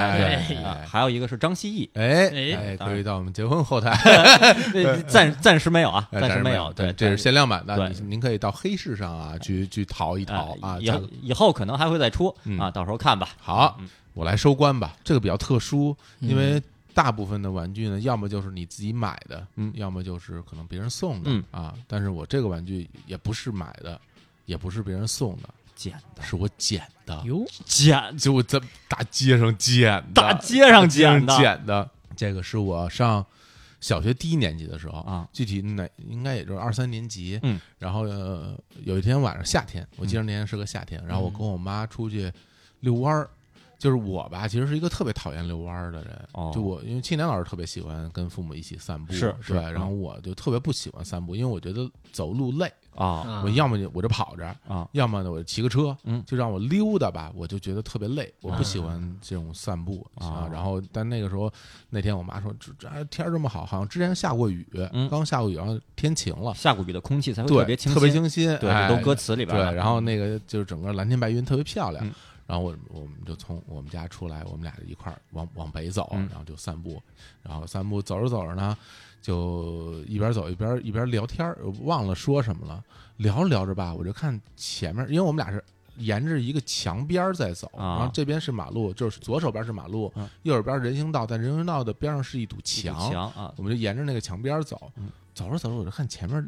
A: 啊
B: 哎
A: 还有一个是张希毅，
B: 哎
E: 哎
B: 哎，
A: 当
B: 可
A: 然
B: 以到我们结婚 后台，
A: 呃暂暂时没有啊，
B: 哎
A: 暂时没
B: 有，
A: 对，
B: 这是限量版的，
A: 对哎
B: 你您可以到黑市上啊去去淘一淘啊，
A: 以
B: 价
A: 后
B: 格
A: 以后可能还会再出
B: 嗯
A: 啊，到时候看吧。
B: 好
A: 嗯，
B: 我来收官吧。这个比较特殊，因为大部分的玩具呢，要么就是你自己买的，
A: 嗯
B: 要么就是可能别人送的，
A: 嗯
B: 啊。但是我这个玩具也不是买的，也不是别人送的，
A: 捡的
B: 是我捡的，
E: 哟，
A: 捡，
B: 就我在大街上捡的，
A: 大街上捡
B: 上
A: 的
B: 捡的。这个是我上小学低年级的时候
A: 啊，
B: 具体哪应该也就是二三年级。
A: 嗯，
B: 然后呃，有一天晚上夏天，我记得那天是个夏
A: 嗯
B: 天，然后我跟我妈出去遛弯儿。就是我吧，其实是一个特别讨厌遛弯儿的人。
A: 哦
B: 就我，因为青年老师特别喜欢跟父母一起散步，
A: 是是
B: 对。
A: 嗯
B: 然后我就特别不喜欢散步，因为我觉得走路累。
A: 啊
E: 啊
B: 我要么就我就跑着
A: 啊，
B: 要么呢我就骑个车，
A: 嗯
B: 就让我溜达吧，我就觉得特别累，我
E: 啊
B: 不喜欢这种散步
A: 啊
B: 然后但那个时候那天我妈说，这这天儿这么好，好像之前下过雨
A: 嗯，
B: 刚下过雨，然后天晴了，
A: 下过雨的空气才会
B: 对，
A: 别清
B: 特别
A: 新，
B: 清新，
A: 对，
B: 哎
A: 这都歌词里边
B: 对，
A: 儿的。
B: 然后那个就是整个蓝天白云特别漂亮
A: 嗯。
B: 然后我我们就从我们家出来，我们俩就一块儿往往北走，
A: 嗯
B: 然后就散步，然后散步走着走着呢，就一边走一边一边聊天儿，忘了说什么了。聊着聊着吧，我就看前面，因为我们俩是沿着一个墙边儿在走，
A: 啊
B: 然后这边是马路，就是左手边是马路，
A: 嗯
B: 右手边人行道，但人行道的边上是一堵墙，
A: 墙啊，
B: 我们就沿着那个墙边儿走，
A: 嗯
B: 走着走着我就看前面。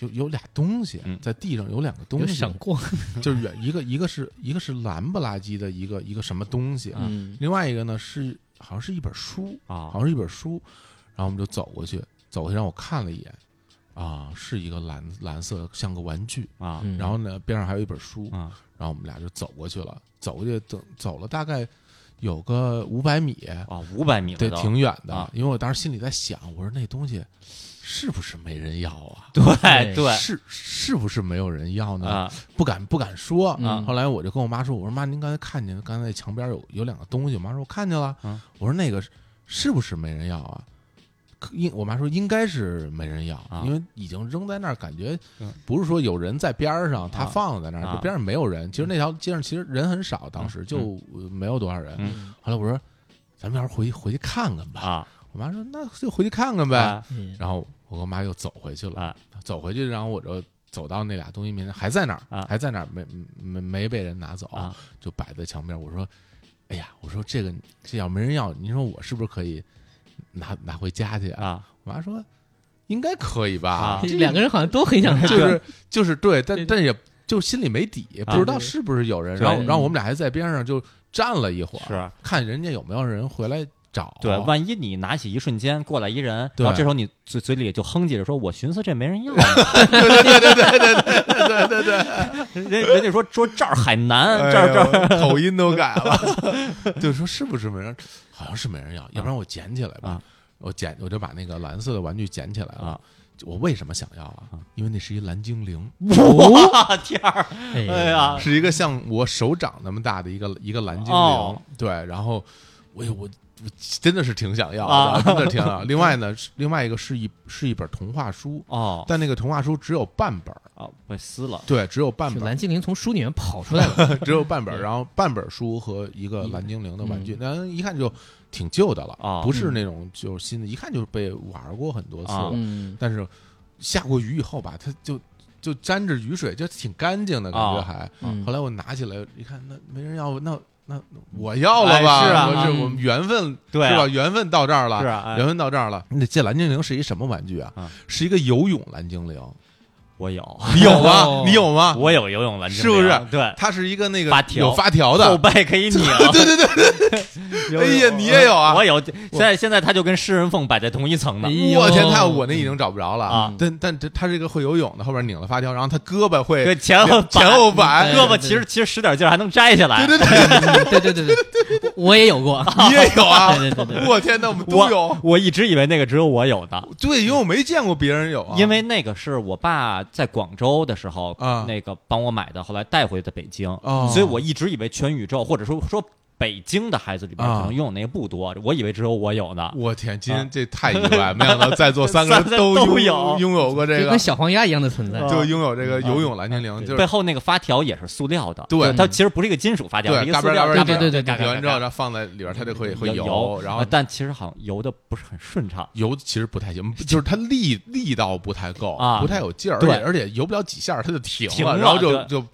B: 有有俩东西
A: 嗯
B: 在地上，有两个东
E: 有
B: 西，
E: 闪过。
B: 就是远一个一个是一个是蓝不拉几的一个一个什么东西，
E: 嗯，
B: 另外一个呢是好像是一本书，好
A: 啊
B: 像是一本书，然后我们就走过去，走过去让我看了一眼，啊，是一个蓝蓝色像个玩具，
A: 啊
E: 嗯
B: 然后呢边上还有一本书，
A: 啊
B: 然后我们俩就走过去了，走过去等走了大概有个五百米，
A: 啊，五百米了
B: 对，
A: 都
B: 挺远
A: 啊
B: 的，因为我当时心里在想，我说那东西是不是没人要啊？
A: 对对
B: 是是不是没有人要呢？
A: 啊
B: 不敢不敢说
E: 嗯
B: 后来我就跟我妈说：“我说妈，您刚才看见刚才那墙边有有两个东西。”我妈说：“我看见了。
A: 嗯
B: 我说：“那个是是不是没人要啊？”可应我妈说应该是没人要，
A: 啊
B: 因为已经扔在那儿，感觉
A: 嗯
B: 不是说有人在边儿上，他
A: 啊
B: 放在那儿，
A: 啊
B: 就边上没有人。其实那条街上其实人很少，当时就呃没有多少人。
A: 嗯
B: 后来我说，咱们要是回回去看看吧。
A: 啊
B: 我妈说那就回去看看呗。
A: 啊
E: 嗯
B: 然后我跟我妈又走回去了，
A: 啊
B: 走回去，然后我就走到那俩东西面前，还在那儿，
A: 啊
B: 还在那儿，没没没被人拿走，
A: 啊
B: 就摆在墙边。我说，哎呀，我说这个这要没人要，您说我是不是可以拿拿回家去啊？
A: 啊，
B: 我妈说，应该可以吧，
A: 啊
B: 这
E: 两个人好像都 很想拿，
B: 就是就是对，但
E: 对
B: 但也就心里没底，
A: 啊
B: 不知道是不是有人。
A: 对嗯
B: 然后然后我们俩还在边上就站了一会儿，
A: 是啊
B: 看人家有没有人回来找。
A: 对，万一你拿起一瞬间过来一人，
B: 对
A: 然后这时候你嘴嘴里就哼唧着说：“我寻思这没人要呢。”对对对对对对对对人人家说说这儿海南，
B: 哎 呦
A: 这儿这儿
B: 口音都改了， 就说是不是没人？好像是没人要，要不然我捡起来吧
A: 啊。
B: 我捡，我就把那个蓝色的玩具捡起来了
A: 啊。
B: 我为什么想要啊？因为那是一蓝精灵，
A: 哇天儿，哎呀，
B: 是一个像我手掌那么大的一个一个蓝精灵。
A: 哦
B: 对，然后我我我真的是挺想要的，
A: 啊
B: 真的挺 想要。另外呢，是另外一个是一是一本童话书，
A: 哦
B: 但那个童话书只有半本儿，
A: 啊，被撕了
B: 对，只有半
E: 就
B: 本儿
E: 蓝，精灵从书里面跑出来了，
B: 只有 半本儿，然后半本儿书和一个蓝精灵的玩具，那一看就挺旧的了，
A: 嗯啊
B: 不是那种就是新的，一看就是被玩过很多次
A: 啊
B: 了。
E: 嗯，
B: 但是下过雨以后吧，它就就沾着雨水，就挺干净的感觉
A: 啊
B: 还。
E: 嗯
B: 后来我拿起来一看，那没人要，那那我要了吧？
A: 哎是啊
B: 我这
E: 嗯
B: 我们缘分
A: 对啊
B: 是吧？缘分到这儿了，
A: 是啊哎
B: 缘分到这儿了。那这蓝精灵是一什么玩具啊
A: 啊？
B: 是一个游泳蓝精灵，
A: 我有，
B: 你有吗
E: 哦？
B: 你有吗？
A: 我有游泳蓝精灵
B: 是不是
A: 对，
B: 它是一个那个
A: 发条
B: 有发条
A: 后
B: 的，
A: 背可以 拧。
B: 对对对，哎呀你也有啊
A: 我有。现在现在它就跟诗人凤摆在同一层呢。
E: 哎呦
B: 我天，他我那已经找不着了
A: 啊
B: 但但这他是一个会游泳的，后边拧了发条，然后他胳膊会
A: 对，前后
B: 前后
A: 摆，
B: 摆，
A: 胳膊其实其实使点劲儿还能摘下来。
B: 对对对，
E: 嗯对对对对对，我也有过，
B: 你也有 啊？
E: 对对对对
B: 我天，那我们都
A: 我
B: 有。
A: 我一直以为那个只有我有的，
B: 对，因为我没见过别人有啊，
A: 因为那个是我爸在广州的时候
B: 啊，
A: 那个帮我买的，后来带回的北京，
B: 哦
A: 所以我一直以为全宇宙或者说说北京的孩子里边
B: 啊
A: 可能拥有那个不多，我以为只有我有呢。
B: 我天，今
A: 啊
B: 天这太意外，没想到在座三个人
A: 三个都
B: 拥
A: 有
B: 拥有过这
E: 就
B: 个啊
E: 跟，小黄鸭一样的存在，
B: 就拥有这个游泳蓝精灵，就
A: 背
B: 是
A: 后那个发条也是塑料的，
B: 对
A: 它其实不是一个金属发条，是一
B: 对，
A: 个
B: 嘎
A: 塑
B: 嘣嘎
A: 料
B: 嘣，
A: 的
E: 对对对对
B: 游完之后，然后放在里边，它就会会
A: 游，
B: 然
A: 呃
B: 后
A: 但其实好像游的不是很顺畅。
B: 游其实不太行，就是它力力道不太够
A: 啊
B: 不太有劲儿，而
A: 对
B: 且而且游不了几下儿它就停
A: 停
B: 了，
A: 了
B: 然后就
A: 对
B: 就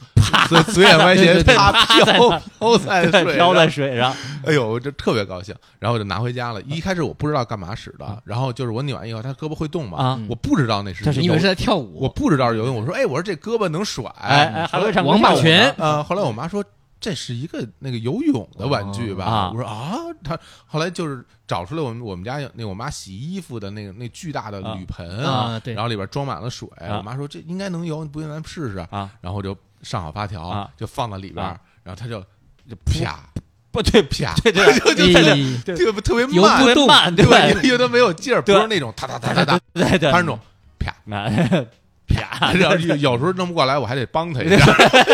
B: 嘴嘴眼歪斜，
E: 对对
B: 啪
A: 趴在
B: 飘 飘在
A: 对，
B: 水
A: 飘
B: 上，
A: 在水上，
B: 哎呦，我这特别高兴，然后我就拿回家了。一开始我不知道干嘛使的，然后就是我拧完以后，它胳膊会动嘛
A: 啊，
B: 我不知道那是
A: 这是
E: 你以
B: 游
E: 为是在跳舞？
B: 我不知道是游泳，我说哎，我说这胳膊能甩，
A: 哎哎，还会唱歌
E: 王
A: 跳
E: 霸
A: 舞呢
E: 群
B: 呃，后来我妈说这是一个那个游泳的玩具吧？
A: 哦啊
B: 我说啊，她后来就是找出来我们我们家有那我妈洗衣服的那个那巨大的铝盆
E: 啊啊对
B: 然后里边装满了水。
A: 啊
B: 我妈说这应该能游，你不信咱试试
A: 啊？
B: 然后就上好发条，
A: 啊
B: 就放到里边，
A: 啊
B: 然后她就就啪
A: 不对，
B: 啪，
A: 对对对
B: 就在那
E: 哎
B: 特别特别
E: 游
B: 慢
E: 不，动，
A: 慢，
B: 对吧？
A: 对
B: 因为它没有劲儿，不
A: 对
B: 是那种哒哒哒哒哒，
A: 对对，
B: 它是那种。啪
A: 那
B: 啪，然后有有时候弄不过来，我还得帮他一下，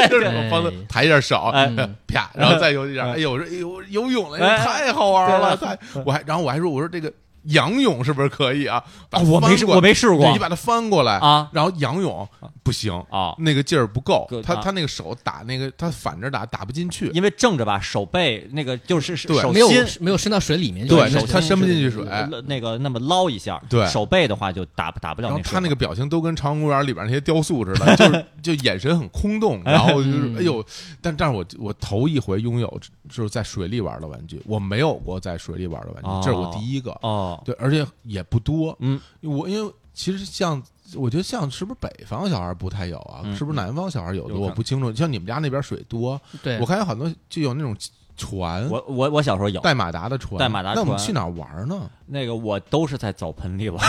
B: 就是我帮他抬一下手，
A: 哎
B: 啪，然后再游一下。
A: 哎
B: 哎呦，我说哎呦，游泳了，
A: 哎
B: 太好玩了，
A: 对
B: 太！我还然后我还说，我说这个仰泳是不是可以啊？把
A: 啊
B: 它
A: 我没
B: 翻
A: 试，
B: 过
A: 我没试
B: 对
A: 过
B: 你把它翻过来
A: 啊，
B: 然后仰泳不行，
A: 啊，
B: 那个劲儿不够
A: 够，
B: 他
A: 啊
B: 他那个手打那个他反着打打不进去，
A: 因为正着吧，手背那个就是是
B: 对
A: 手
E: 没有
A: 心
E: 没有伸到水里面去，
B: 对
E: 手
B: 他
E: 心
B: 伸不
E: 是
B: 进去水。
A: 呃那个那么捞一下，
B: 对
A: 手背的话就打不打不了
B: 然后
A: 那
B: 他那
A: 个
B: 个表情都跟《朝阳公园》里边那些雕塑似的， 就是就眼神很空洞，然后就是
E: 嗯
B: 哎呦，但但是我我头一回拥有就是在水里玩的玩具，我没有过在水里玩的玩具，
A: 哦
B: 这是我第一个，
A: 哦，
B: 对，而且也不多，
A: 嗯，
B: 我因为其实像我觉得像是不是北方小孩不太有啊，
A: 嗯
B: 是不是南方小孩有的
A: 有可能
B: 我不清楚，像你们家那边水多，
E: 对
B: 我，看有很多就有那种船，
A: 我我我小时候有
B: 带马达的船，
A: 带马达
B: 那我们
A: 船
B: 去哪儿玩呢？
A: 那个，我都是在澡盆里玩，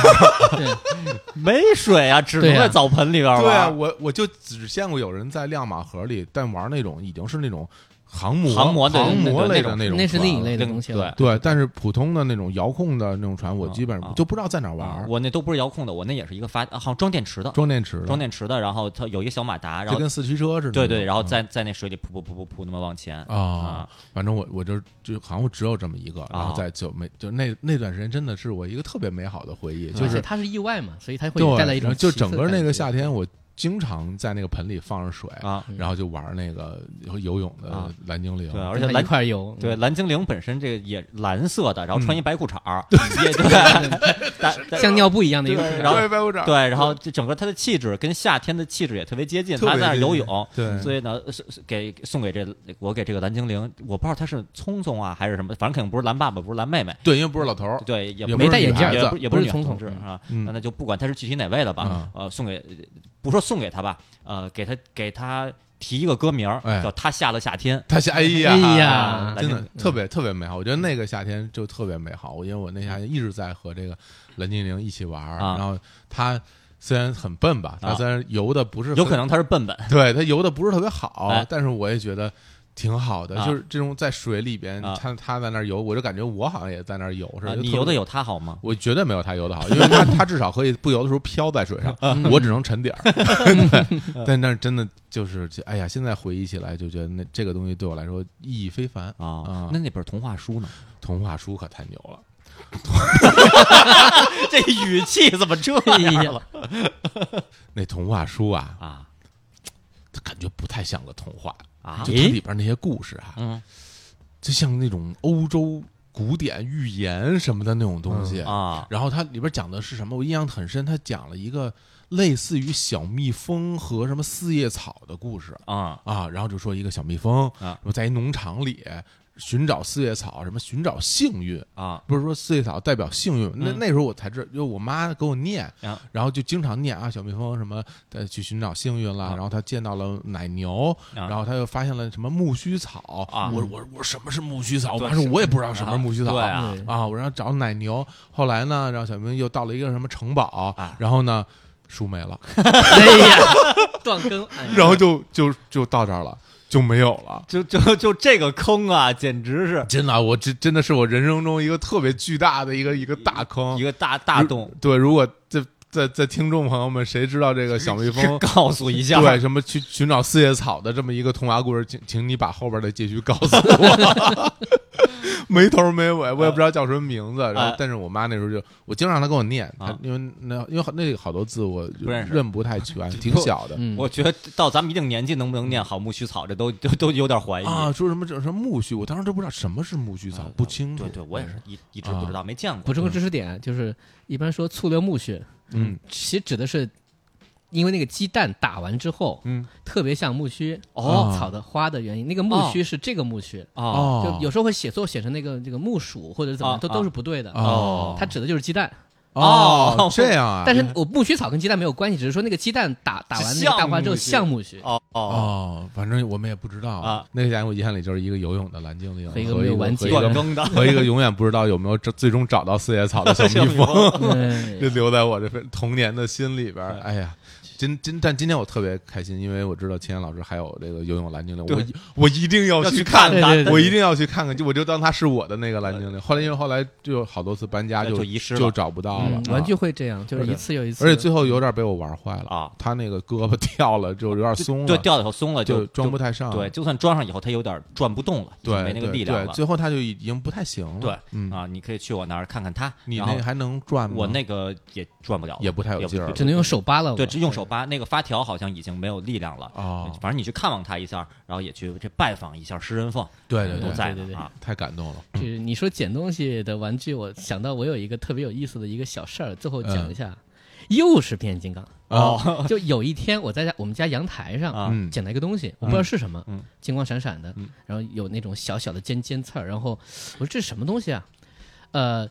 E: 对
A: 没水啊，只能
E: 对啊
A: 在澡盆里边玩。
B: 对啊，我我就只见过有人在亮马河里，但玩那种已经是那种航模
A: 航模对
B: 航模类
A: 对
B: 的那种，
E: 那是另一类
A: 那
E: 的
A: 个
E: 东西
A: 对
E: 了。
B: 对，但是普通的那种遥控的那种船，我
A: 啊
B: 基本上
A: 啊
B: 就不知道在哪儿玩
A: 啊
B: 儿，
A: 我那都不是遥控的，我那也是一个发，啊好像装电池的，
B: 装电池的，
A: 装电池的，然后它有一个小马达，然
B: 就
A: 后
B: 跟四驱车似的那种。
A: 对对，然后
B: 嗯
A: 在在那水里噗噗噗噗噗那么往前
B: 啊
A: 啊，
B: 反正我我就就好像我只有这么一个，然
A: 啊
B: 后在就没就那那段时间真的是我一个特别美好的回忆，就
A: 嗯
E: 而且
B: 是
E: 它是意外嘛，所以它会
B: 对，
E: 带来一
B: 然后
E: 种
B: 就
E: 奇特
B: 整个
E: 感
B: 那个
E: 觉
B: 夏天，我经常在那个盆里放着水，
A: 啊，
E: 嗯
B: 然后就玩那个游泳的
A: 啊
B: 蓝精灵。
A: 对，而且
E: 一
A: 蓝
E: 块儿游，
A: 对
E: 嗯，
A: 蓝精灵本身这个也蓝色的，然后
B: 嗯
A: 穿一白裤衩儿，也对，大大
E: 像尿布一样的一个
A: 对
E: 裤
A: 然
E: 衩
A: 后
B: 对，白部长，
A: 对，然后这整个它的气质跟夏天的气质也特别接近，
B: 特别
A: 他在那儿
B: 接
A: 游
B: 近
A: 泳。
B: 对，
A: 所以呢，是是给送给这我给这个蓝精灵，我不知道他是聪聪啊还是什么，反正肯定不是蓝爸爸，不是蓝妹妹，
B: 对，因为不是老头儿，
A: 对，也
B: 也
A: 不
B: 不
E: 没
B: 是
E: 戴
B: 女
E: 眼镜
B: 孩
E: 儿
A: 也
B: 子
A: 不也
E: 不
A: 是
E: 是
A: 女
E: 聪
A: 同
E: 聪
A: 志啊，
B: 嗯
A: 那那就不管她是具体哪位了吧，呃，送给不说送给她吧，呃，给她给她提一个歌名儿
B: 哎
A: 叫《他下了夏天》，
B: 他夏，哎呀，
E: 哎呀
B: 真的特
A: 嗯
B: 别特别美好。我觉得那个夏天就特别美好，我因为我那夏天一直在和这个蓝精灵一起玩儿，
A: 啊
B: 然后他虽然很笨吧，他
A: 啊
B: 虽然游的不是
A: 有
B: 很
A: 可能她是笨笨，
B: 对他游的不是特别好，
A: 哎
B: 但是我也觉得挺好的，
A: 啊
B: 就是这种在水里边，
A: 啊
B: 他他在那儿游，我就感觉我好像也在那儿游似的。
A: 啊
B: 就
A: 你
B: 特
A: 游的
B: 别，
A: 有她好吗？
B: 我绝对没有他游的好，因为他他至少可以不游的时候飘在水上，我只能沉底儿。对但那真的就是，哎呀，现在回忆起来就觉得那这个东西对我来说意义非凡
A: 啊，那那本童话书呢？
B: 童话书可太牛了。
A: 这语气怎么这
B: 哎
E: 哎
A: 样了
B: 那童话书啊，
A: 啊
B: 它感觉不太像个童话，
A: 啊
B: 就它里边那些故事啊，
A: 嗯
B: 就像那种欧洲古典寓言什么的那种东西。
A: 啊
B: 然后它里边讲的是什么？我印象很深，它讲了一个类似于小蜜蜂和什么四叶草的故事
A: 啊
B: 啊。然后就说一个小蜜蜂，
A: 啊
B: 然后在一农场里寻找四叶草，什么寻找幸运。
A: 啊
B: 不是说四叶草代表幸运，那
A: 嗯
B: 那时候我才知道，因为我妈给我念
A: 啊，
B: 然后就经常念啊，小蜜蜂什么呃去寻找幸运了，
A: 啊
B: 然后她见到了奶牛，
A: 啊
B: 然后她又发现了什么苜蓿草
A: 啊
B: 我我我什么是苜蓿草？我
A: 对
B: 妈说
A: 是
B: 我也不知道什么是苜蓿草
A: 对啊
E: 对
B: 啊，我让找奶牛，后来呢，然后小明又到了一个什么城堡，
A: 啊
B: 然后呢书没了，
E: 哎呀，断更，哎呀
B: 然后就就就到这儿了，就没有了。
A: 就就就这个坑啊，简直是
B: 真的啊，我这真的是我人生中一个特别巨大的一个一个大坑
A: 一，个大大洞。
B: 对，如果这在在听众朋友们谁知道这个小蜜蜂
A: 告诉一下，
B: 对什么去寻找四叶草的这么一个童话故事，请请你把后边的结局告诉我， 没头没尾，我也不知道叫什么名字。然后
A: 哎，
B: 但是我妈那时候就我经常让她跟我念，
A: 啊
B: 她因为那因为那好多字我
A: 不 认识
B: 认不太全，挺小的。
E: 嗯，
A: 我觉得到咱们一定年纪，能不能念好苜蓿草，这都都都有点怀疑。
B: 啊，说什么这什么苜蓿，我当时都不知道什么是苜蓿草，不清楚。
A: 啊对对，我
B: 嗯
A: 也是一一直不知道，
B: 啊
A: 没见过
E: 补。充个知识点，就是一般说醋溜木须，
B: 嗯，
E: 其实指的是。因为那个鸡蛋打完之后，
B: 嗯，
E: 特别像木须
B: 哦
E: 草的花的原因，那个木须是这个木须，
A: 啊
B: 哦
E: 就，有时候会写作写成那个这个木薯或者怎么
A: 啊
E: 样，都
A: 啊
E: 都是不对的。
B: 哦
E: 它指的就是鸡蛋，
B: 哦
A: 哦
B: 这样啊，
E: 但是我木须草跟鸡蛋没有关系，只是说那个鸡蛋打打完那个蛋花之后
A: 像
E: 像木须，
A: 哦哦，
B: 哦，反正我们也不知道
A: 啊。
B: 那个家伙印象里就是一个游泳的蓝精灵
E: 和一
B: 一
E: 个
B: 个
E: 没有完
B: 和
E: 结
B: 一
E: 的
A: 断
B: 个
A: 更的
B: 和一个永远不知道有没有这最终找到四叶草的小
A: 小
B: 蜜
A: 蜜蜂
B: 蜂，
E: 嗯
B: 就留在我这份童年的心里边儿。哎呀，今今但今天我特别开心，因为我知道秦岩老师还有这个游泳蓝精灵，我
A: 对
B: 一我一定要
A: 要
B: 去
A: 去
B: 看
E: 看
B: 它
E: 对对对
B: 我一定要去看看，就我就当它是我的那个蓝精灵。后来因为后来就有好多次搬家
A: 就
B: 就
A: 遗失了
B: 就找不到了啊
E: 嗯，玩具会这样，就是一次又一次，
B: 而且最后有点被我玩坏了
A: 啊，
B: 他那个胳膊掉了，就有点松了，
A: 对，掉的时候松了
B: 就
A: 就
B: 装不太上，
A: 对，就算装上以后，它有点转不动了，已经
B: 对，
A: 没那个
B: 对
A: 力量
B: 对，
A: 了。
B: 最后他就已经不太行了。
A: 对，
B: 嗯，
A: 啊，你可以去我那儿看看它。
B: 你
A: 然后
B: 那还能转吗？
A: 我那个也转不了了，
B: 嗯也不太有劲儿
A: 不
B: 了
E: 只能用手扒拉我。
A: 对，只用手扒那个发条，好像已经没有力量了。
B: 哦，
A: 反正你去看望他一下，然后也去这拜访一下食人凤，
B: 对对
A: 都
B: 对，
A: 在
E: 对对
A: 呢啊。
B: 太感动了。
E: 就是你说捡东西的玩具，我想到我有一个特别有意思的一个小事儿，最后
A: 嗯
E: 讲一下，又是变形金刚。
B: 哦，
E: 就有一天我在家我们家阳台上
A: 啊
B: 嗯
E: 捡到一个东西，我不知道是什么
A: 嗯，
E: 金光闪闪的
B: 嗯，
E: 然后有那种小小的尖尖刺儿，然后我说这是什么东西啊？呃，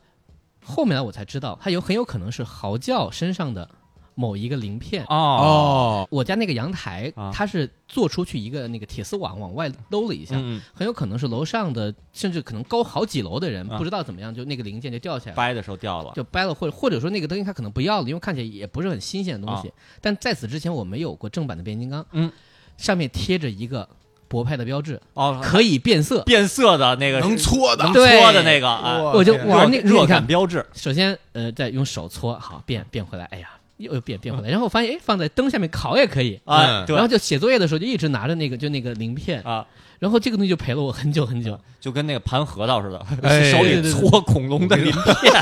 E: 后面来我才知道，它有很有可能是嚎叫身上的某一个鳞片。
A: 哦，
B: 哦，
E: 我家那个阳台
A: 啊，
E: 它是做出去一个那个铁丝网往外搂了一下，
A: 嗯，
E: 很有可能是楼上的，甚至可能高好几楼的人，
A: 啊
E: 不知道怎么样，就那个零件就掉下来了，
A: 掰的时候掉了，
E: 就掰了，或者或者说那个东西他可能不要了，因为看起来也不是很新鲜的东西。但在此之前，我没有过正版的变形金刚，
A: 啊嗯，
E: 上面贴着一个博派的标志，
A: 哦，
E: 可以变色。
A: 变色的那个
B: 能搓的
A: 能，
E: 对
A: 搓的那个啊，
E: 我就玩那
A: 热热
E: 你
A: 感
E: 看，
A: 标志
E: 首先呃，再用手搓，好变变回来，哎呀，又又 变变回来，然后我发现哎，放在灯下面烤也可以。
A: 啊，
B: 嗯
A: 对
E: 然后就写作业的时候就一直拿着那个就那个鳞片，
A: 啊
E: 然后这个东西就陪了我很久很久。
A: 就跟那个盘核桃似的，
B: 哎
A: 手里搓恐龙的鳞片，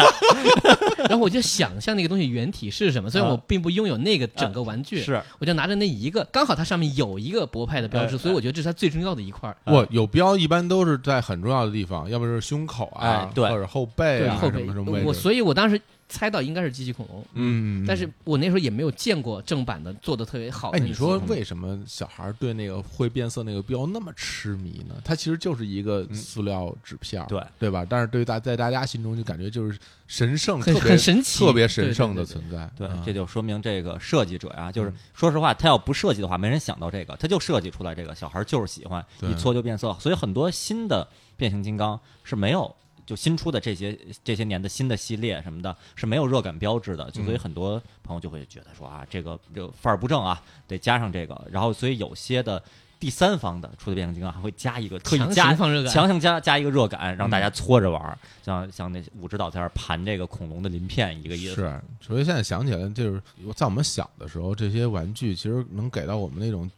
E: 然后我就想象那个东西原体是什么，虽然
A: 啊
E: 我并不拥有那个整个玩具，
B: 啊
A: 是
E: 我就拿着那一个，刚好它上面有一个博派的标
A: 哎
E: 志，所以我觉得这是它最重要的一块儿。
B: 我有标一般都是在很重要的地方，要不就是胸口啊
A: 哎，对
B: 或者后背啊，
E: 后背
B: 什么什么位，置。
E: 我所以，我当时猜到应该是机器恐龙，
B: 嗯，
E: 但是我那时候也没有见过正版的做的特别好的
B: 哎，
E: 那
B: 你
E: 种。
B: 说为什么小孩儿对那个会变色那个标那么痴迷呢？它其实就是一个塑料纸片儿，
A: 嗯对
B: 对吧？但是对于大在大家心中就感觉就是神圣，
E: 很
B: 特别
E: 很神奇，
B: 特别神圣的
E: 对对对
B: 存在。
A: 对
B: 嗯，
A: 这就说明这个设计者啊，
E: 嗯
A: 就是说实话，他要不设计的话，没人想到这个，他就设计出来这个小孩就是喜欢
B: 对
A: 一搓就变色，所以很多新的变形金刚是没有就新出的这些这些年的新的系列什么的是没有热感标志的，就
E: 嗯
A: 所以很多朋友就会觉得说啊，这个这个范儿不正啊，得加上这个，然后所以有些的。第三方的出的变形金刚还会加一个特意
E: 强行
A: 加
E: 放热感嗯
A: 强行加加一个热感，让大家搓着玩儿，像像那武指导在那儿盘这个恐龙的鳞片一个意思。
B: 是，所以现在想起来，就是在我们小的时候，这些玩具其实能给到我们那种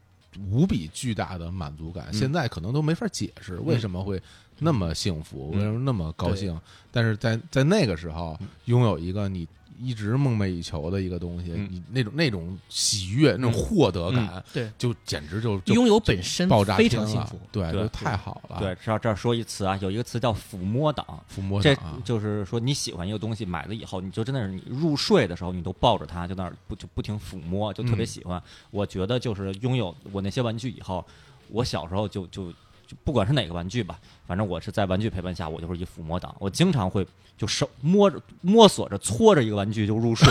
B: 无比巨大的满足感。现在可能都没法解释为什么会那么幸福，为什么那么高兴。但是在在那个时候，拥有一个你一直梦寐以求的一个东西，
A: 嗯
B: 你那种那种喜悦、那种获得感，
E: 对，
B: 就简直就就
E: 拥有本身
B: 爆炸
E: 非
B: 天
E: 常幸
B: 了
E: 福。
B: 对，
A: 对
B: 就太好了。
A: 对，，这儿这儿说一词啊，有一个词叫抚摸党。
B: 抚摸
A: 这
B: 上啊，
A: 就是说，你喜欢一个东西，买了以后，你就真的是你入睡的时候，你都抱着它，就那儿不就不停抚摸，就特别
B: 嗯
A: 喜欢。我觉得就是拥有我那些玩具以后，我小时候就就就不管是哪个玩具吧，反正我是在玩具陪伴下，我就是一抚摸党。我经常会就手摸着摸索着搓着一个玩具就入睡，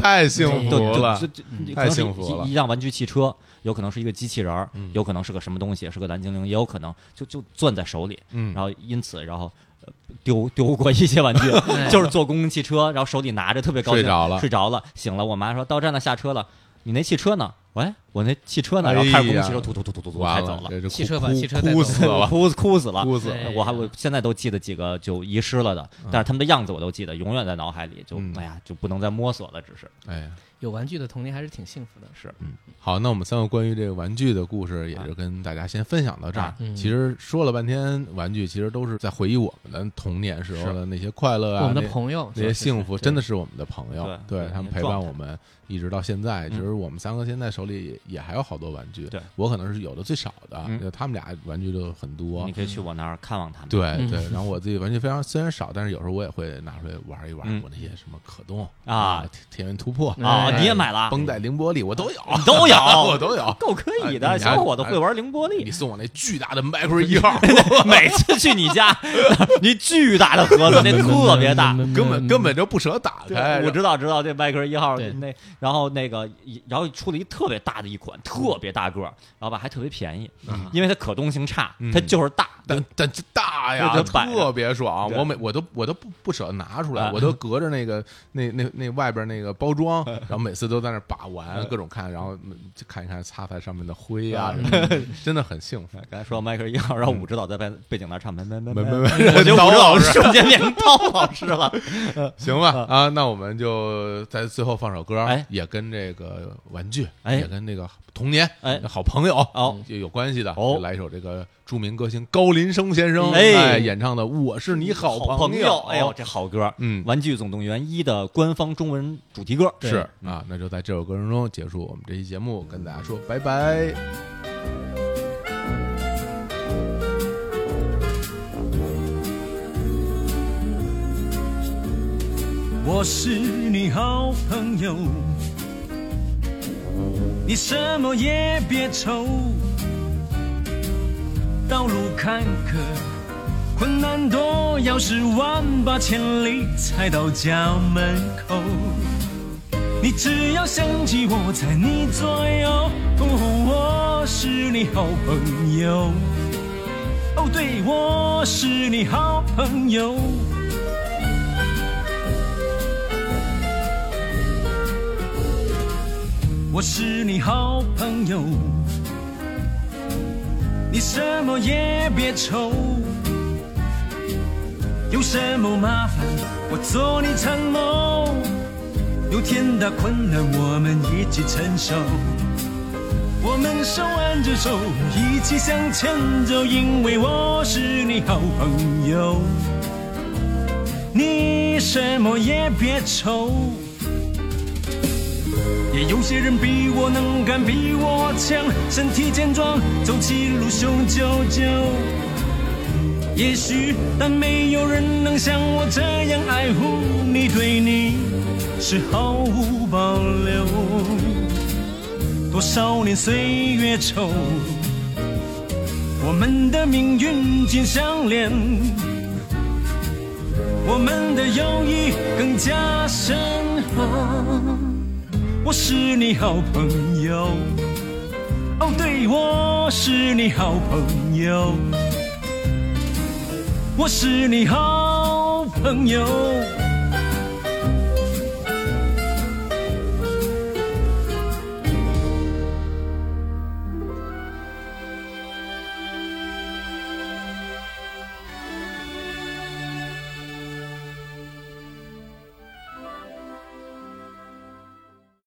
B: 太幸
A: 对
B: 福
A: 对
B: 了嗯
A: 这。这这
B: 太
A: 可能是
B: 幸福了
A: 一一辆玩具汽车，有可能是一个机器人儿
B: 嗯，
A: 有可能是个什么东西，是个蓝精灵，也有可能就就攥在手里，
B: 嗯
A: 然后因此然后。呃丢丢过一些玩 具
E: 哎，
A: 就是坐公共汽车，然后手里拿着特别高兴，
B: 睡着了
A: 睡着了，醒了，我妈说到站了，下车了，你那汽车呢？喂，我那汽车呢？
B: 哎
A: 然
B: 呀
A: 后开着公共汽车，突突突突突突开
B: 完
A: 走
B: 了，
A: 了，
B: 这就
E: 汽
B: 哭
E: 车把
B: 哭
E: 汽车带
B: 哭
E: 走
B: 死 了，
A: 哭哭死了，
B: 哭死了。
E: 哎
A: 我还我现在都记得几个就遗失了的，但是他们的样子我都记得，永远在脑海里，就
B: 嗯
A: 哎呀就不能再摸索了，只是
B: 哎呀。
E: 有玩具的童年还是挺幸福的。
A: 是
B: 好，那我们三个关于这个玩具的故事，也是跟大家先分享到这儿
E: 啊。嗯
B: 其实说了半天玩具，其实都是在回忆我们的童年时候的那些快乐啊，
E: 我们的
B: 那
E: 朋友
B: 那些幸福，
A: 是是
B: 真的是我们的朋友，
A: 对
B: 他们
A: 那
B: 陪
A: 些状
B: 伴
A: 态
B: 我们一直到现在。其实我们三个现在手里也也还有好多玩具，
A: 嗯对
B: 我可能是有的最少的，
A: 嗯
B: 就他们俩玩具就很多
A: 你。可以去我那儿看望他们。
B: 对
E: 嗯
B: 对，然后我自己玩具非常虽然少，但是有时候我也会拿出来玩一玩，
A: 嗯
B: 我那些什么可动
A: 啊，
B: 田田园突破
A: 啊，
E: 哎
A: 你也买了，
B: 绷带、零玻璃，我都有，
A: 你都有
B: 我都有。
A: 够可以的，
B: 哎你还
A: 小伙子会玩凌波
B: 你
A: 丽。
B: 送我那巨大的 Micro 一 号，
A: 每次去你家，你巨大的盒子，那特别大。
B: 根本根本就不舍打开。
A: 我知道，知道这迈克尔一号
E: 对
A: 那，然后那个，然后出了一特别大的一款，特别大个儿，然后吧还特别便宜，因为它可动性差
B: 嗯，
A: 它就是大。
B: 但但这大呀，
A: 那就摆着
B: 特别爽！
A: 对
B: 我每我都我都不不舍得拿出来，
A: 啊
B: 我都隔着那个那那那外边那个 包装，然后每次都在那儿把玩，
A: 嗯
B: 各种看，然后嗯就看一看擦擦上面的灰呀，什么 的真的很幸福。
A: 刚才说到迈克尔一号，然后武指导在背背景那儿唱，没没没
B: 没
A: 没
B: 没没
A: 我觉得
B: 刀
A: 武指
B: 老
A: 导
B: 师
A: 瞬间变成刀老师了。
B: 行吧啊，那我们就在最后放首歌
A: 哎，
B: 也跟这个玩具，
A: 哎
B: 也跟那个童年，
A: 哎
B: 好朋友嗯
A: 哦
B: 就有关系的，
A: 哦
B: 就来一首这个著名歌星高林生先生
A: 哎
B: 演唱的《我是你好
A: 朋
B: 友》。
A: 哎呦，这好歌！
B: 嗯
A: 《玩具总动员一》的官方中文主题歌
B: 是啊，那就在这首歌声中结束我们这期节目，跟大家说拜拜。
G: 我是你好朋友，你什么也别愁，道路坎坷，困难多，要是万八千里才到家门口。你只要想起我，在你左右，哦，我是你好朋友。哦，对，我是你好朋友。我是你好朋友，你什么也别愁，有什么麻烦我做你参谋，有天大困难我们一起承受。我我们手挽着手，一起向前走，因为我是你好朋友。你什么也别愁。也有些人比我能干，比我强，身体健壮，走起路雄赳赳。也许，但没有人能像我这样爱护你，对你是毫无保留。多少年岁月稠，我们的命运紧相连，我们的友谊更加深厚。我是你好朋友，哦，对，我是你好朋友。我是你好朋友。